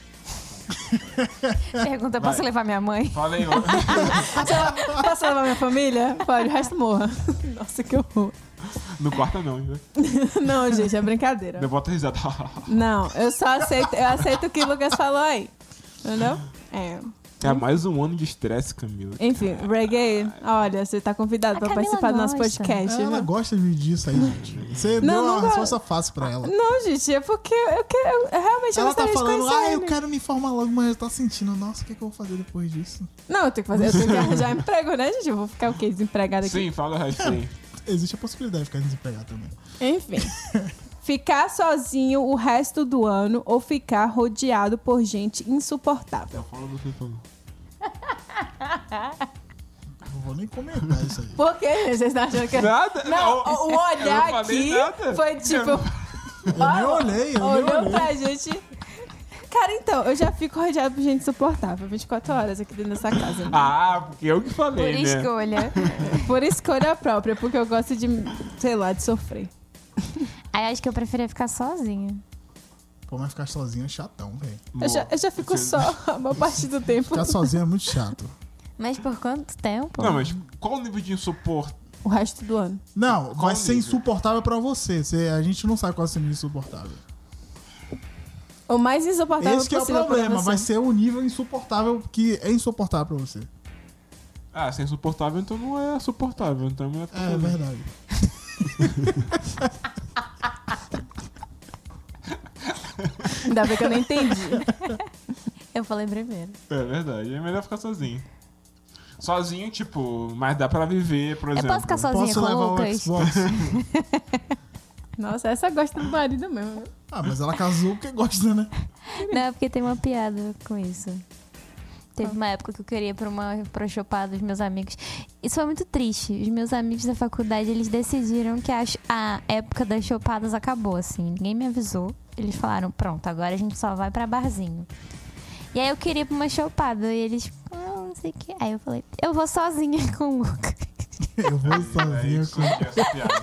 [SPEAKER 2] Pergunta, posso
[SPEAKER 3] Vai.
[SPEAKER 2] levar minha mãe?
[SPEAKER 3] Fala aí, ó.
[SPEAKER 1] Posso levar minha família? Pode, o resto morra. (laughs) Nossa, que horror. (laughs)
[SPEAKER 3] Não corta não, viu?
[SPEAKER 1] Não, gente, é brincadeira.
[SPEAKER 3] Não bota risada.
[SPEAKER 1] Não, eu só aceito, eu aceito o que o Lucas falou aí. Entendeu? É.
[SPEAKER 3] É mais um ano de estresse, Camila.
[SPEAKER 1] Enfim, reggae, olha, você tá convidado
[SPEAKER 2] A
[SPEAKER 1] pra
[SPEAKER 2] Camila
[SPEAKER 1] participar do nosso
[SPEAKER 2] gosta.
[SPEAKER 1] podcast. né?
[SPEAKER 4] Ela
[SPEAKER 1] viu?
[SPEAKER 4] gosta de- disso aí, gente. Você
[SPEAKER 1] Não,
[SPEAKER 4] deu
[SPEAKER 1] não
[SPEAKER 4] uma
[SPEAKER 1] gosto.
[SPEAKER 4] resposta fácil pra ela.
[SPEAKER 1] Não, gente, é porque eu quero. Eu realmente eu
[SPEAKER 4] ela tá
[SPEAKER 1] gostaria de
[SPEAKER 4] falando,
[SPEAKER 1] conhecer
[SPEAKER 4] ah, eu
[SPEAKER 1] ele."
[SPEAKER 4] quero me formar logo, mas eu tô sentindo, nossa, o que, que eu vou fazer depois disso?
[SPEAKER 1] Não, eu tenho que fazer, eu tenho
[SPEAKER 4] (laughs)
[SPEAKER 1] que arranjar emprego, né, gente? Eu vou ficar o quê? Desempregada aqui?
[SPEAKER 3] Sim, fala o resto aí.
[SPEAKER 4] Existe a possibilidade de ficar desempregado também.
[SPEAKER 1] Enfim. Ficar sozinho o resto do ano ou ficar rodeado por gente insuportável.
[SPEAKER 3] Fala do Tá que falou.
[SPEAKER 4] Não vou nem comentar isso aí.
[SPEAKER 1] Por quê, gente? Vocês estão achando que eu-
[SPEAKER 3] Nada?
[SPEAKER 1] Não, o- o olhar
[SPEAKER 3] eu não falei
[SPEAKER 1] aqui
[SPEAKER 3] nada.
[SPEAKER 1] foi tipo. (laughs)
[SPEAKER 4] Eu nem olhei, eu nem
[SPEAKER 1] Olhou
[SPEAKER 4] olhei.
[SPEAKER 1] pra gente. Cara, então, eu já fico rodeado por gente insuportável 24 horas aqui dentro dessa casa. né?
[SPEAKER 3] Ah, porque eu que
[SPEAKER 2] Por
[SPEAKER 3] falei, né?
[SPEAKER 2] escolha.
[SPEAKER 1] Por escolha própria, porque eu gosto de, sei lá, de sofrer.
[SPEAKER 2] Aí acho que eu preferia ficar sozinha.
[SPEAKER 4] Pô, mas ficar sozinho é chatão, velho.
[SPEAKER 1] Eu já, eu já fico só a maior parte do tempo.
[SPEAKER 4] Ficar sozinho é muito chato.
[SPEAKER 2] Mas por quanto tempo?
[SPEAKER 3] Não, mas qual o nível de insuporto?
[SPEAKER 1] O resto do ano.
[SPEAKER 4] Não,
[SPEAKER 3] Qual
[SPEAKER 4] vai ser
[SPEAKER 3] nível?
[SPEAKER 4] insuportável pra você. Você- A gente não sabe qual é o nível insuportável.
[SPEAKER 1] O mais insuportável
[SPEAKER 4] Esse que é o
[SPEAKER 1] possível pra
[SPEAKER 4] problema,
[SPEAKER 1] você.
[SPEAKER 4] vai ser o nível insuportável que é insuportável pra você.
[SPEAKER 3] Ah, se é insuportável, então não é suportável. Então não é
[SPEAKER 4] É
[SPEAKER 3] possível.
[SPEAKER 4] verdade.
[SPEAKER 1] Ainda bem que eu não entendi.
[SPEAKER 2] Eu falei primeiro.
[SPEAKER 3] É verdade. É melhor ficar sozinho. Sozinho, tipo, mas dá pra viver, por
[SPEAKER 2] Eu
[SPEAKER 3] exemplo.
[SPEAKER 2] posso ficar sozinha
[SPEAKER 4] Posso
[SPEAKER 2] com
[SPEAKER 4] levar
[SPEAKER 2] o
[SPEAKER 4] o
[SPEAKER 2] Lucas?
[SPEAKER 4] Xbox?
[SPEAKER 1] Nossa, essa gosta do marido mesmo.
[SPEAKER 4] ah, mas ela casou porque gosta, né?
[SPEAKER 2] Não, é porque tem uma piada com isso. Teve uma época que eu queria ir pra, uma, pra chopar dos meus amigos. Isso foi muito triste. Os meus amigos da faculdade, eles decidiram que a, ch- a época das chopadas acabou, assim. Ninguém me avisou. Eles falaram, pronto, agora a gente só vai pra barzinho. E aí eu queria ir pra uma chopada. E eles, ah, não sei o que. Aí eu falei, eu vou sozinha (laughs) com o Lucas.
[SPEAKER 4] Eu vou
[SPEAKER 3] É
[SPEAKER 4] sozinha
[SPEAKER 3] isso, é essa piada.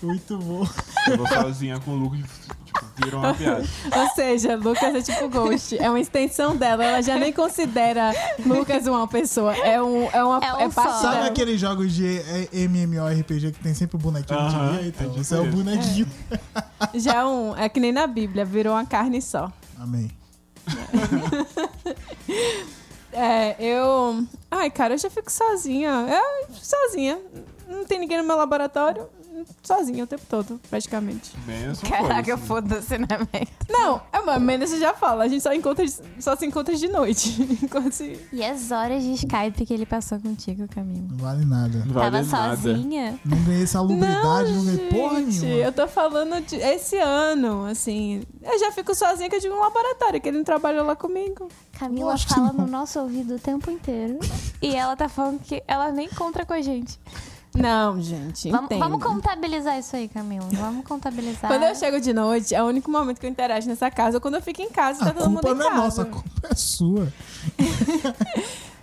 [SPEAKER 4] com... Muito bom.
[SPEAKER 3] Eu vou sozinha com o Lucas, tipo, virou uma piada.
[SPEAKER 1] Ou seja, Lucas é tipo Ghost. É uma extensão dela. Ela já nem considera Lucas uma pessoa. É, um, é uma
[SPEAKER 2] É um
[SPEAKER 1] é parte
[SPEAKER 2] só.
[SPEAKER 1] dela.
[SPEAKER 4] Sabe aqueles jogos de eh, MMORPG que tem sempre o bonequinho de
[SPEAKER 3] Aham,
[SPEAKER 4] guia? Então,
[SPEAKER 3] é tipo
[SPEAKER 4] você é o
[SPEAKER 3] isso.
[SPEAKER 4] bonequinho.
[SPEAKER 1] Já é um. É que nem na Bíblia, virou uma carne só.
[SPEAKER 4] Amém.
[SPEAKER 1] É, eu. Ai, cara, eu já fico sozinha. Eu, sozinha. Não tem ninguém no meu laboratório. Sozinha o tempo todo, praticamente.
[SPEAKER 3] Bem, essa
[SPEAKER 5] Caraca,
[SPEAKER 3] coisa.
[SPEAKER 5] foda-se, né, velho?
[SPEAKER 1] Não, é uma menos você já fala. A gente só, encontra, só se encontra de noite. (laughs) Enquanto se-
[SPEAKER 2] E as horas de Skype que ele passou contigo, Camilo.
[SPEAKER 4] Não vale nada.
[SPEAKER 3] Não
[SPEAKER 2] Tava
[SPEAKER 3] vale nada.
[SPEAKER 2] sozinha?
[SPEAKER 4] Não ganhei salubridade, não,
[SPEAKER 1] não,
[SPEAKER 4] ganhei porra
[SPEAKER 1] gente,
[SPEAKER 4] nenhuma.
[SPEAKER 1] eu tô falando de esse ano, assim. Eu já fico sozinha que eu digo um laboratório, que ele não trabalha lá comigo.
[SPEAKER 2] Camila
[SPEAKER 4] Lógico que
[SPEAKER 2] fala
[SPEAKER 4] não.
[SPEAKER 2] no nosso ouvido o tempo inteiro. e ela tá falando que ela nem encontra com a gente.
[SPEAKER 1] Não, gente,
[SPEAKER 2] Vamos,
[SPEAKER 1] entenda.
[SPEAKER 4] né?
[SPEAKER 2] vamos contabilizar isso aí, Camila. Vamos contabilizar.
[SPEAKER 1] Quando eu chego de noite, é o único momento que eu interajo nessa casa. Ou quando eu fico em casa, tá
[SPEAKER 4] A
[SPEAKER 1] todo mundo
[SPEAKER 4] culpa
[SPEAKER 1] em
[SPEAKER 4] não é
[SPEAKER 1] casa.
[SPEAKER 4] nossa, a culpa é sua.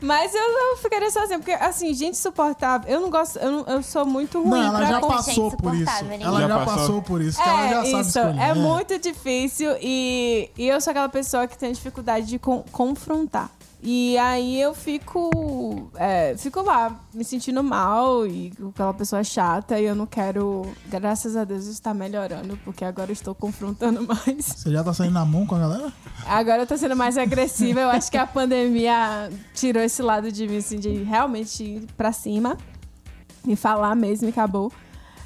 [SPEAKER 1] Mas eu, eu ficaria sozinha, porque, assim, gente insuportável. Eu não gosto, eu, não- eu sou muito ruim
[SPEAKER 4] Não, ela
[SPEAKER 1] pra
[SPEAKER 4] já
[SPEAKER 2] Gente,
[SPEAKER 4] passou por isso.
[SPEAKER 2] insuportável, né?
[SPEAKER 4] Ela
[SPEAKER 3] Já
[SPEAKER 4] já,
[SPEAKER 3] passou?
[SPEAKER 4] passou por isso, que ela
[SPEAKER 1] É,
[SPEAKER 4] já sabe
[SPEAKER 1] isso.
[SPEAKER 4] escolher.
[SPEAKER 1] É muito difícil e, e eu sou aquela pessoa que tem dificuldade de con- confrontar. E aí eu fico, é, fico lá me sentindo mal e com aquela pessoa chata e eu não quero, graças a Deus, estar melhorando, porque agora eu estou confrontando (laughs) mais.
[SPEAKER 4] Você já tá saindo na mão com a galera?
[SPEAKER 1] Agora eu tô sendo mais agressiva. Eu acho que a pandemia tirou esse lado de mim, assim, de realmente ir pra cima e falar mesmo e acabou.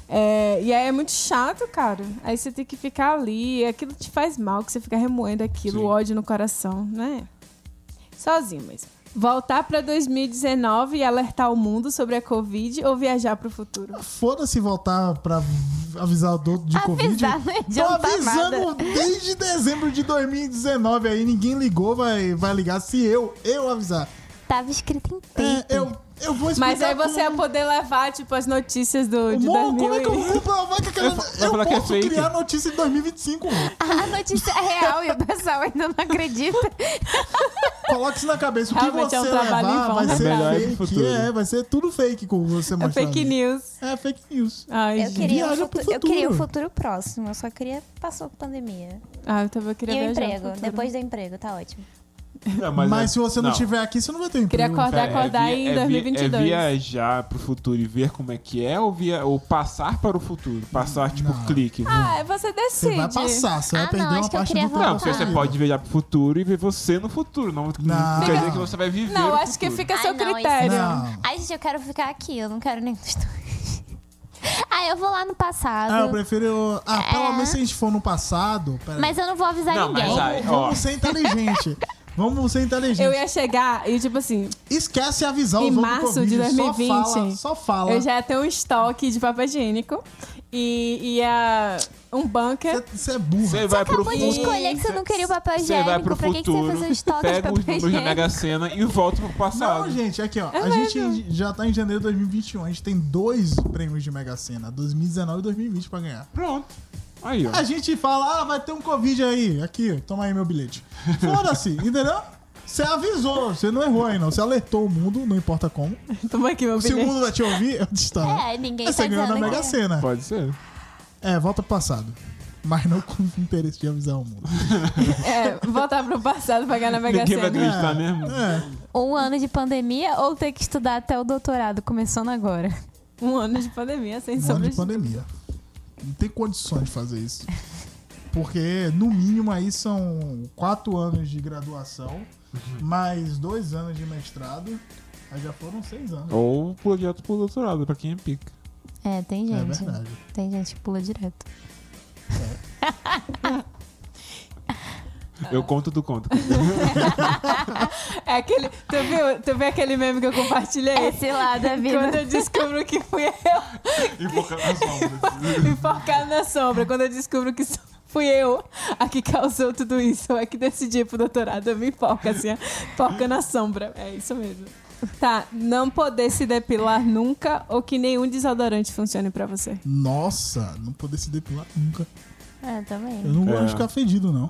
[SPEAKER 1] É, e aí é muito chato, cara. Aí você tem que ficar ali, aquilo te faz mal, que você fica remoendo aquilo,
[SPEAKER 3] Sim.
[SPEAKER 1] o ódio no coração, né? Sozinho mesmo. Voltar pra 2019 e alertar o mundo sobre a Covid ou viajar pro futuro?
[SPEAKER 4] Foda-se voltar pra avisar o doutor de Covid.
[SPEAKER 1] né?
[SPEAKER 2] Avisar, não
[SPEAKER 4] Tô
[SPEAKER 2] adianta
[SPEAKER 4] avisando
[SPEAKER 2] nada.
[SPEAKER 4] desde dezembro de 2019 aí, ninguém ligou, vai, vai ligar se eu, eu avisar.
[SPEAKER 2] Tava escrito em
[SPEAKER 4] É,
[SPEAKER 2] peito.
[SPEAKER 4] eu, eu vou explicar.
[SPEAKER 1] Mas aí você ia
[SPEAKER 4] como- é
[SPEAKER 1] poder levar, tipo, as notícias do, de
[SPEAKER 4] Mô,
[SPEAKER 1] 2000
[SPEAKER 4] como é que eu
[SPEAKER 1] e- um.
[SPEAKER 4] vou provar que aquela...
[SPEAKER 3] Eu fa- vai
[SPEAKER 4] Eu,
[SPEAKER 3] falar que é
[SPEAKER 4] posso
[SPEAKER 3] fake.
[SPEAKER 4] criar notícia em 2025, mano.
[SPEAKER 2] A notícia é real e o pessoal ainda não
[SPEAKER 4] (laughs)
[SPEAKER 2] acredita.
[SPEAKER 4] Coloque isso na cabeça. O que
[SPEAKER 1] Realmente
[SPEAKER 4] você
[SPEAKER 1] é um trabalho em
[SPEAKER 4] levar
[SPEAKER 1] vão,
[SPEAKER 4] vai
[SPEAKER 1] né,
[SPEAKER 4] ser
[SPEAKER 3] cara? Melhor ir pro
[SPEAKER 4] fake.
[SPEAKER 3] futuro.
[SPEAKER 4] É, vai ser tudo fake como você
[SPEAKER 1] É
[SPEAKER 4] mostrar.
[SPEAKER 1] fake
[SPEAKER 4] ali.
[SPEAKER 1] news.
[SPEAKER 4] É fake news.
[SPEAKER 1] Ai,
[SPEAKER 2] Eu
[SPEAKER 1] gente.
[SPEAKER 2] queria, um
[SPEAKER 4] Viaja É pro
[SPEAKER 2] futuro, eu queria um
[SPEAKER 4] futuro.
[SPEAKER 2] futuro próximo. Eu só queria. Passou a pandemia.
[SPEAKER 1] Ah, eu também queria
[SPEAKER 2] e o
[SPEAKER 1] viajar no
[SPEAKER 2] emprego.
[SPEAKER 1] futuro.
[SPEAKER 2] Depois do emprego, tá ótimo.
[SPEAKER 3] É,
[SPEAKER 4] Mas,
[SPEAKER 3] é-
[SPEAKER 4] se você não, estiver aqui, você não vai ter um
[SPEAKER 1] Queria
[SPEAKER 4] emprego.
[SPEAKER 1] acordar-
[SPEAKER 3] Pera,
[SPEAKER 1] acordar
[SPEAKER 3] via-
[SPEAKER 1] em
[SPEAKER 3] via-
[SPEAKER 1] 2022.
[SPEAKER 3] É viajar pro futuro e ver como é que é ou, via, ou passar para o futuro? Passar, tipo,
[SPEAKER 4] Não.
[SPEAKER 3] clique.
[SPEAKER 1] Ah, é você
[SPEAKER 4] Você
[SPEAKER 1] decide.
[SPEAKER 4] vai passar, você
[SPEAKER 2] Ah,
[SPEAKER 4] vai
[SPEAKER 2] não,
[SPEAKER 4] perder
[SPEAKER 2] acho
[SPEAKER 4] uma
[SPEAKER 2] que eu
[SPEAKER 4] parte
[SPEAKER 2] queria
[SPEAKER 4] do
[SPEAKER 3] Não,
[SPEAKER 4] tempo.
[SPEAKER 3] porque
[SPEAKER 2] voltar.
[SPEAKER 3] você pode viajar pro futuro e ver você no futuro. Não, não.
[SPEAKER 4] Não.
[SPEAKER 3] quer dizer que você vai viver
[SPEAKER 1] Não,
[SPEAKER 3] o
[SPEAKER 1] acho que
[SPEAKER 3] futuro.
[SPEAKER 1] fica a
[SPEAKER 2] Ai,
[SPEAKER 1] seu
[SPEAKER 2] Ah, não, isso
[SPEAKER 1] critério.
[SPEAKER 4] Não.
[SPEAKER 2] Ai, gente, eu quero ficar aqui, eu não quero nem dos dois. (laughs) Ai, eu vou lá no passado.
[SPEAKER 4] Ah, eu prefiro. Ah, pelo
[SPEAKER 2] É.
[SPEAKER 4] menos se a gente for no passado. Pera
[SPEAKER 2] Mas eu não vou avisar
[SPEAKER 3] Não,
[SPEAKER 1] é.
[SPEAKER 3] mas
[SPEAKER 2] ninguém.
[SPEAKER 3] aí-
[SPEAKER 4] Vamos, vamos ser inteligente. Vamos ser inteligente.
[SPEAKER 1] Eu ia chegar e, tipo assim,
[SPEAKER 4] Esquece avisar
[SPEAKER 1] Em
[SPEAKER 4] o jogo
[SPEAKER 1] março
[SPEAKER 4] Covid,
[SPEAKER 1] de
[SPEAKER 4] Só
[SPEAKER 1] 2020,
[SPEAKER 4] fala. Só fala.
[SPEAKER 1] eu já ia ter um estoque de papel higiênico e ia um bunker.
[SPEAKER 4] Você é burra.
[SPEAKER 3] Você vai pro
[SPEAKER 2] Acabou de
[SPEAKER 3] futuro.
[SPEAKER 2] escolher que você não queria o papel
[SPEAKER 3] Você
[SPEAKER 2] higiênico.
[SPEAKER 3] vai pro
[SPEAKER 2] pra que, que você
[SPEAKER 3] futuro,
[SPEAKER 2] fez um estoque de
[SPEAKER 3] pega os
[SPEAKER 2] papel
[SPEAKER 3] números da
[SPEAKER 2] higiênico?
[SPEAKER 3] Mega Sena e volta pro passado.
[SPEAKER 4] Não, gente, aqui
[SPEAKER 2] É
[SPEAKER 4] ó. a gente já tá em janeiro de 2021. A gente tem dois prêmios de Mega Sena, 2019 e 2020 pra ganhar.
[SPEAKER 3] Pronto. Aí, ó.
[SPEAKER 4] A gente fala, ah, vai ter um Covid aí. Aqui, toma aí meu bilhete. Foda-se, entendeu? Você avisou, você não errou aí não. Você alertou o mundo, não importa como.
[SPEAKER 1] Toma aqui, meu
[SPEAKER 4] Se o
[SPEAKER 1] bilhete.
[SPEAKER 4] mundo vai te ouvir, eu te estalo.
[SPEAKER 2] É, ninguém
[SPEAKER 4] Aí
[SPEAKER 2] tá
[SPEAKER 4] Você ganhou na
[SPEAKER 2] dizendo
[SPEAKER 4] Mega
[SPEAKER 2] que-
[SPEAKER 4] Sena.
[SPEAKER 3] Pode ser.
[SPEAKER 4] É, volta pro passado. Mas não com o interesse de avisar o mundo.
[SPEAKER 1] É, voltar pro passado pra ganhar na Mega
[SPEAKER 3] Ninguém vai
[SPEAKER 1] Sena.
[SPEAKER 3] acreditar
[SPEAKER 4] É,
[SPEAKER 3] mesmo.
[SPEAKER 4] É.
[SPEAKER 2] Um ano de pandemia ou ter que estudar até o doutorado, começando agora?
[SPEAKER 1] Um ano de pandemia, sem
[SPEAKER 4] Um ano de
[SPEAKER 1] sobreviver.
[SPEAKER 4] pandemia. Não tem condições de fazer
[SPEAKER 1] (laughs)
[SPEAKER 4] isso. Porque, no mínimo, aí são quatro anos de graduação,
[SPEAKER 1] Uhum.
[SPEAKER 4] mais dois anos de mestrado. Aí já foram seis anos.
[SPEAKER 3] Ou projeto pro doutorado, pra quem é pica.
[SPEAKER 2] É, tem
[SPEAKER 4] É
[SPEAKER 2] gente.
[SPEAKER 4] verdade.
[SPEAKER 2] tem gente que pula direto.
[SPEAKER 3] Eu conto, tu conta.
[SPEAKER 1] É aquele. Tu viu, tu viu aquele meme que eu compartilhei?
[SPEAKER 2] É Esse lado da
[SPEAKER 1] Quando
[SPEAKER 2] vida.
[SPEAKER 1] eu descubro que fui eu
[SPEAKER 3] E foca nas sombras.
[SPEAKER 1] (laughs) enforcado na sombra, quando eu descubro que só fui eu a que causou tudo isso, eu é que decidi pro doutorado, eu me enforco assim, ó. foca na sombra. É isso mesmo. Tá, não poder se depilar nunca ou que nenhum desodorante funcione pra você.
[SPEAKER 4] Nossa, não poder se depilar nunca.
[SPEAKER 2] É, também.
[SPEAKER 4] Eu não
[SPEAKER 3] É.
[SPEAKER 4] gosto de ficar fedido, não.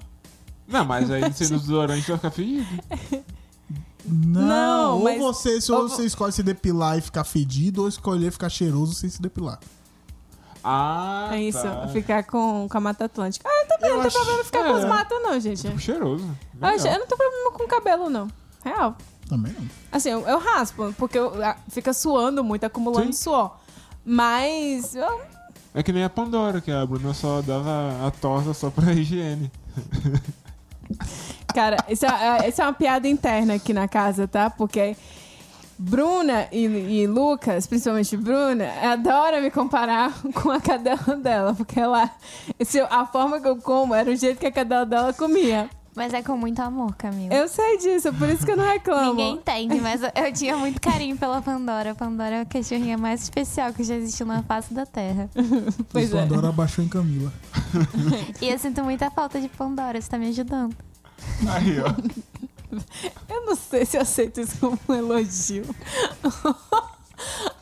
[SPEAKER 3] Não, mas aí você no desodorante vai ficar fedido.
[SPEAKER 4] Não,
[SPEAKER 1] Não,
[SPEAKER 4] ou
[SPEAKER 1] mas-
[SPEAKER 4] você, se
[SPEAKER 1] ou
[SPEAKER 4] você escolhe se depilar e ficar fedido, ou escolher ficar cheiroso sem se depilar.
[SPEAKER 3] Ah,
[SPEAKER 1] É isso,
[SPEAKER 3] tá.
[SPEAKER 1] ficar com, com a Mata Atlântica. Ah, eu também
[SPEAKER 4] Eu
[SPEAKER 1] não
[SPEAKER 4] acho-
[SPEAKER 1] tô problema ficar com os
[SPEAKER 3] é.
[SPEAKER 1] matas, não, gente.
[SPEAKER 3] Tipo, cheiroso.
[SPEAKER 1] Eu, acho-
[SPEAKER 3] Legal.
[SPEAKER 1] eu não tô problema com cabelo, não. Real.
[SPEAKER 4] Também não.
[SPEAKER 1] Assim, eu, eu raspo, porque eu- a- fica suando muito, acumulando
[SPEAKER 3] Sim.
[SPEAKER 1] suor. Mas. eu-
[SPEAKER 3] É que nem a Pandora, que a Bruna só dava a tosa só pra higiene.
[SPEAKER 1] cara, isso é, é- isso é uma piada interna aqui na casa, tá? Porque. Bruna e, e Lucas, principalmente Bruna, adora me comparar (laughs) com a cadela dela, porque ela, se eu- a forma que eu como era o jeito que a cadela dela comia.
[SPEAKER 2] Mas é com muito amor, Camila.
[SPEAKER 1] Eu sei disso, por isso que eu não reclamo.
[SPEAKER 2] Ninguém entende, mas eu- eu tinha muito carinho pela Pandora. Pandora é a cachorrinha mais especial que já existiu na face da Terra.
[SPEAKER 1] Pois
[SPEAKER 4] Isso,
[SPEAKER 1] é.
[SPEAKER 4] Pandora abaixou em Camila.
[SPEAKER 2] E eu sinto muita falta de Pandora, você tá me ajudando.
[SPEAKER 3] Aí, ó.
[SPEAKER 1] Eu não sei se eu aceito isso como um elogio. (laughs)